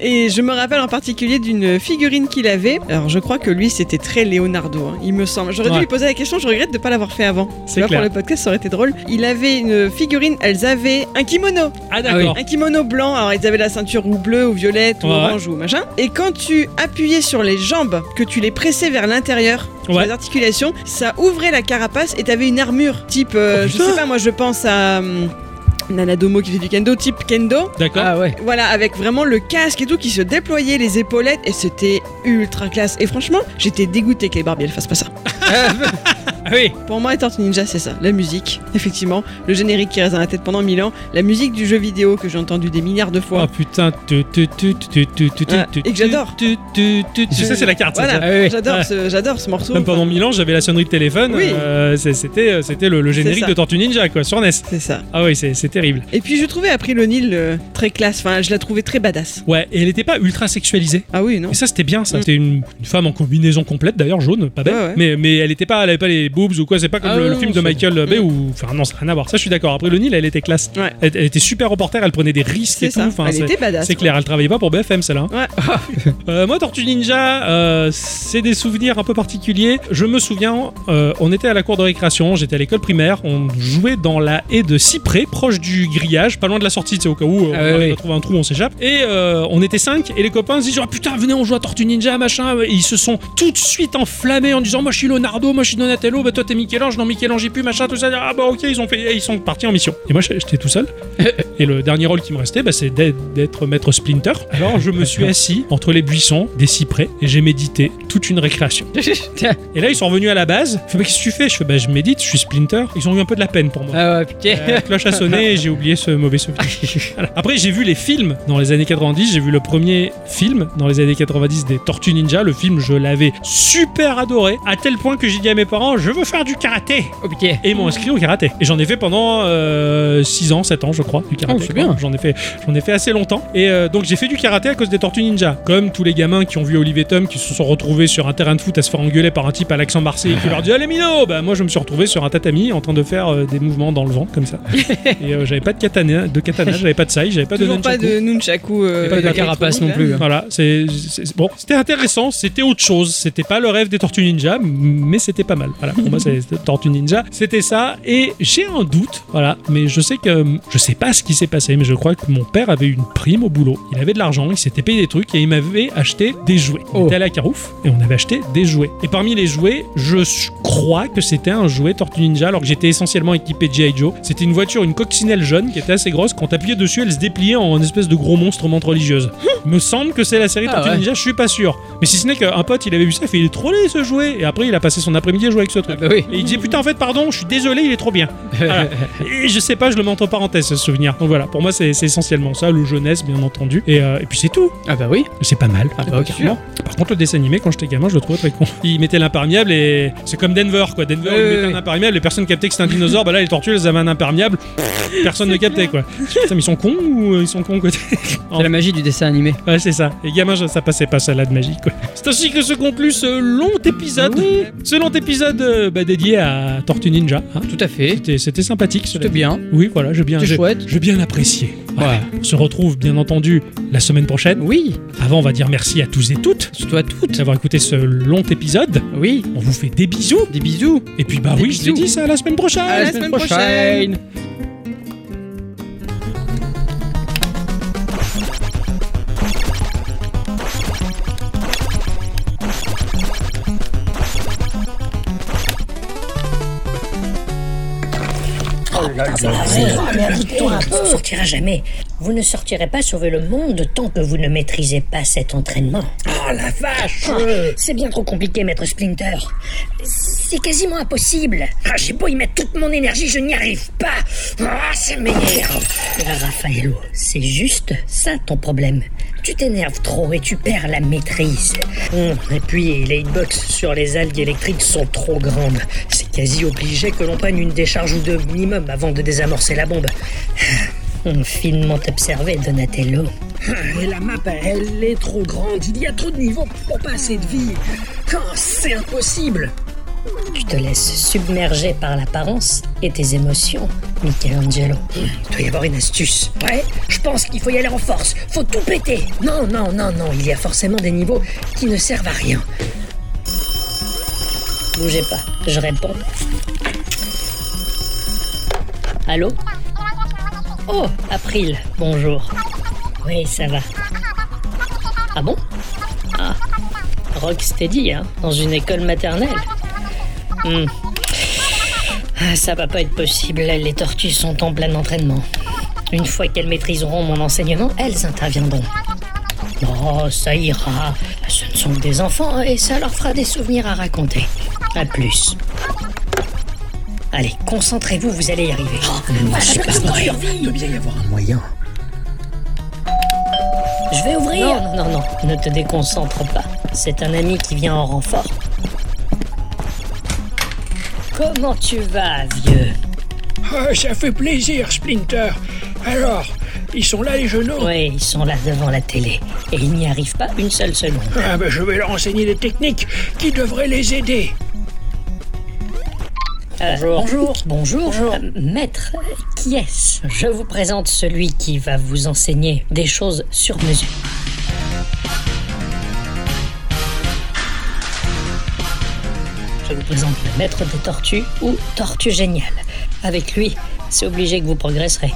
Speaker 3: Et je me rappelle en particulier d'une figurine qu'il avait. Alors je crois que lui, c'était très Leonardo, hein, il me semble. J'aurais
Speaker 1: Ouais.
Speaker 3: dû lui poser la question, je regrette de ne pas l'avoir fait avant.
Speaker 1: C'est
Speaker 3: Tu vois,
Speaker 1: clair.
Speaker 3: Pour le podcast, ça aurait été drôle. Il avait une figurine, elles avaient un kimono.
Speaker 1: Ah, d'accord.
Speaker 3: Un kimono blanc, alors ils avaient la ceinture ou bleue ou violette ou
Speaker 1: Ouais, ouais.
Speaker 3: orange ou machin. Et quand tu appuyais sur les jambes, que tu les pressais vers l'intérieur, sur
Speaker 1: Ouais.
Speaker 3: les articulations, ça ouvrait la carapace et t'avais une armure. Type, euh,
Speaker 1: Oh,
Speaker 3: je
Speaker 1: putain.
Speaker 3: sais pas, moi je pense à. hum, Nanadomo qui fait du kendo, type kendo.
Speaker 1: D'accord.
Speaker 2: Ah ouais.
Speaker 3: Voilà, avec vraiment le casque et tout qui se déployait, les épaulettes, et c'était ultra classe. Et franchement, j'étais dégoûtée que les Barbies elles fassent pas ça.
Speaker 1: Ah oui.
Speaker 3: Pour moi, Tortue Ninja, c'est ça. La musique, effectivement. Le générique qui reste dans la tête pendant mille ans. La musique du jeu vidéo que j'ai entendu des milliards de fois.
Speaker 1: Oh putain. Tu, tu, tu, tu, tu, tu, tu,
Speaker 3: Ouais,
Speaker 1: tu,
Speaker 3: Ah, et que j'adore.
Speaker 1: tu, tu, tu, tu. Ça, c'est la carte. ça,
Speaker 3: Voilà,
Speaker 1: ça.
Speaker 2: Ah oui.
Speaker 3: j'adore
Speaker 1: Ouais.
Speaker 3: ce, j'adore ce morceau.
Speaker 1: Même pendant mille ans, j'avais la sonnerie de téléphone.
Speaker 3: Oui.
Speaker 1: euh, c'est- c'était, euh, c'était le, le générique
Speaker 3: ça.
Speaker 1: de Tortue Ninja, quoi, sur NES.
Speaker 3: C'est ça.
Speaker 1: Ah oui, c'est, c'est terrible.
Speaker 3: Et puis je trouvais April O'Neil euh, très classe. Enfin, je la trouvais très badass.
Speaker 1: Ouais, et elle n'était pas ultra sexualisée.
Speaker 3: Ah oui, non
Speaker 1: Et ça, c'était bien, ça.
Speaker 3: Mm.
Speaker 1: C'était une, une femme en combinaison complète, d'ailleurs, jaune, pas belle.
Speaker 3: Ouais, ouais.
Speaker 1: Mais, mais elle était pas, elle avait pas les boobs ou quoi. C'est pas comme
Speaker 2: Ah
Speaker 1: le, le
Speaker 2: non,
Speaker 1: film de
Speaker 2: c'est-
Speaker 1: Michael Bay ou. Enfin, non, c'est rien à voir. Ça, je suis d'accord. Après, le Nil, elle était classe.
Speaker 3: Mm. Ouais.
Speaker 1: Elle, elle était super reporter, elle prenait des risques et
Speaker 3: C'est
Speaker 1: tout.
Speaker 3: ça.
Speaker 1: Enfin,
Speaker 3: Elle
Speaker 1: c'est-
Speaker 3: était badass.
Speaker 1: c'est clair, elle travaillait pas pour BFM celle-là. hein. Euh, moi, Tortue Ninja, euh, c'est des souvenirs un peu particuliers. Je me souviens, euh, on était à la cour de récréation, j'étais à l'école primaire, on jouait dans la haie de cyprès, proche du grillage, pas loin de la sortie, tu sais, au cas où euh,
Speaker 2: Ah
Speaker 1: on
Speaker 2: ouais,
Speaker 1: arrive
Speaker 2: ouais.
Speaker 1: à trouver un trou, on s'échappe. Et euh, on était cinq, et les copains se disaient, Ah, putain, venez, on joue à Tortue Ninja, machin. Et ils se sont tout de suite enflammés en disant, moi je suis Leonardo, moi je suis Donatello, bah toi t'es Michel-Ange, non Michel-Ange j'ai plus, machin, tout ça. Ah bah ok, ils ont fait, et ils sont partis en mission. Et moi j'étais tout seul. Et le dernier rôle qui me restait, bah, c'est d'être d'être maître Splinter. Alors je me suis assis entre les buissons des cyprès et j'ai médité toute une récréation.
Speaker 2: Tiens.
Speaker 1: Et là, ils sont revenus à la base. Je fais, bah, qu'est-ce que tu fais Je fais, bah, je médite, je suis Splinter. Ils ont eu un peu de la peine pour moi.
Speaker 2: Ah ouais, putain.
Speaker 1: Euh, La cloche a sonné et j'ai oublié ce mauvais souvenir. Voilà. Après, j'ai vu les films dans les années 90. J'ai vu le premier film dans les années 90 des Tortues Ninja. Le film, je l'avais super adoré, à tel point que j'ai dit à mes parents, je veux faire du karaté
Speaker 2: Oh putain.
Speaker 1: et ils m'ont inscrit au karaté. Et j'en ai fait pendant 6 ans, 7 ans, je crois, du karaté.
Speaker 2: Oh, c'est
Speaker 1: quoi.
Speaker 2: bien.
Speaker 1: J'en ai fait, j'en ai fait assez longtemps. Et euh, donc j'ai fait du karaté à cause des Tortues Ninja. Comme tous les gamins qui ont vu Olivier Tom, qui se sont retrouvés sur un terrain de foot à se faire engueuler par un type à l'accent marseillais qui leur dit Allez Mino Bah moi je me suis retrouvé sur un tatami en train de faire euh, des mouvements dans le vent comme ça. et euh, j'avais pas de katana, de katana, j'avais pas de sai, j'avais pas de
Speaker 3: Toujours pas
Speaker 1: nunchaku.
Speaker 3: de nunchaku. euh,
Speaker 1: Et pas de
Speaker 3: avec
Speaker 2: carapace
Speaker 3: les trous,
Speaker 2: non plus. hein.
Speaker 3: là.
Speaker 1: Voilà, c'est c'est- bon, c'était intéressant, c'était autre chose, c'était pas le rêve des Tortues Ninja, mais c'était pas mal. Voilà, pour moi c'est c'était Tortues Ninja, c'était ça et j'ai un doute, voilà, mais je sais que je sais pas ce qui s'est passé, mais je crois que mon père avait une prime au boulot. Il avait de l'argent, il s'était payé des trucs et il m'avait acheté des jouets. On
Speaker 2: Oh.
Speaker 1: était allé à Carouf et on avait acheté des jouets. Et parmi les jouets, je s- crois que c'était un jouet Tortue Ninja alors que j'étais essentiellement équipé de G.I. Joe. C'était une voiture, une coccinelle jaune qui était assez grosse, quand t'appuyais dessus, elle se dépliait en une espèce de gros monstre menthe religieuse. Il me semble que c'est la série
Speaker 2: Ah
Speaker 1: Tortue
Speaker 2: ouais.
Speaker 1: Ninja, je suis pas sûr. Mais si ce n'est qu'un pote, il avait vu ça, il fait il est trop laid ce jouet. Et après, il a passé son après-midi à jouer avec ce
Speaker 2: Ah
Speaker 1: truc.
Speaker 2: bah oui.
Speaker 1: Et il disait putain en fait pardon je suis désolé il est trop bien Voilà.
Speaker 2: Ah.
Speaker 1: et je sais pas je le mets entre parenthèses ce souvenir donc voilà pour moi c'est c'est essentiellement ça le jeunesse bien entendu et, euh, et puis c'est tout
Speaker 2: Ah bah oui.
Speaker 1: c'est pas mal
Speaker 2: Ah bah, carrément.
Speaker 1: par contre le dessin animé quand j'étais gamin je le trouvais très con il mettait l'imperméable et c'est comme Denver quoi Denver
Speaker 2: Ouais,
Speaker 1: il
Speaker 2: ouais,
Speaker 1: mettait
Speaker 2: ouais.
Speaker 1: un imperméable les personnes captaient que c'était un dinosaure bah là les tortues elles avaient un imperméable personne ne captait quoi putain mais ils sont cons ou euh, ils sont cons quoi
Speaker 2: C'est la magie du dessin animé.
Speaker 1: Ouais, c'est ça. Et gamin, je- ça passait pas ça là de magie, quoi. C'est ainsi que se conclut ce long épisode. Ce long épisode euh, bah, dédié à Tortue Ninja. hein.
Speaker 2: Tout à fait.
Speaker 1: C'était, c'était sympathique. cela
Speaker 2: C'était
Speaker 1: dit.
Speaker 2: bien.
Speaker 1: Oui, voilà, j'ai bien,
Speaker 2: C'était
Speaker 1: j'ai,
Speaker 2: chouette.
Speaker 1: j'ai bien apprécié.
Speaker 2: Ouais.
Speaker 1: On se retrouve, bien entendu, la semaine prochaine.
Speaker 2: Oui.
Speaker 1: Avant, on va dire merci à tous et toutes
Speaker 2: Surtout à toutes.
Speaker 1: d'avoir écouté ce long épisode.
Speaker 2: Oui.
Speaker 1: On vous fait des bisous.
Speaker 2: Des bisous.
Speaker 1: Et puis, bah
Speaker 2: Des
Speaker 1: oui, je
Speaker 2: bisous.
Speaker 1: te dis ça, à la semaine prochaine.
Speaker 2: À la semaine prochaine.
Speaker 7: Vous ne sortirez jamais. Vous ne sortirez pas sauver le monde tant que vous ne maîtrisez pas cet entraînement. Oh la vache C'est bien trop compliqué, maître Splinter. C'est quasiment impossible. Ah, J'ai beau y mettre toute mon énergie, je n'y arrive pas. Ah, ça m'énerve. Ah, Raffaello, c'est juste ça ton problème. Tu t'énerves trop et tu perds la maîtrise. Hum, Et puis, les hitbox sur les algues électriques sont trop grandes. C'est Quasi obligé que l'on prenne une décharge ou deux minimum avant de désamorcer la bombe. Hum, Finement observé, Donatello. Ah, Et la map, elle est trop grande. Il y a trop de niveaux pour pas assez de vie. Ah, c'est impossible Tu te laisses submerger par l'apparence et tes émotions, Michelangelo. Il doit y avoir une astuce. Ouais, je pense qu'il faut y aller en force. Faut tout péter. Non, non, non, non. Il y a forcément des niveaux qui ne servent à rien. Bougez pas, je réponds. Allô Oh, April, bonjour. Oui, ça va. Ah bon Ah, Rocksteady, hein, dans une école maternelle. Hmm. Ah, ça va pas être possible, les tortues sont en plein entraînement. Une fois qu'elles maîtriseront mon enseignement, elles interviendront. Oh, ça ira. Ce ne sont que des enfants et ça leur fera des souvenirs à raconter. À plus. Allez, concentrez-vous, vous allez y arriver. Ah, je suis pas sûr. Il doit bien y avoir un moyen. Je vais ouvrir. Non, non, non, ne te déconcentre pas. C'est un ami qui vient en renfort. Comment tu vas, vieux
Speaker 8: Ah, ça fait plaisir, Splinter. Alors, ils sont là les genoux
Speaker 7: Oui, ils sont là devant la télé et ils n'y arrivent pas une seule seconde.
Speaker 8: ah, ben, Je vais leur enseigner des techniques qui devraient les aider.
Speaker 7: Euh, bonjour. Bonjour. Euh, maître, euh, qui est-ce Je vous présente celui qui va vous enseigner des choses sur mesure. Je vous présente le maître des tortues ou tortue géniale. Avec lui, c'est obligé que vous progresserez.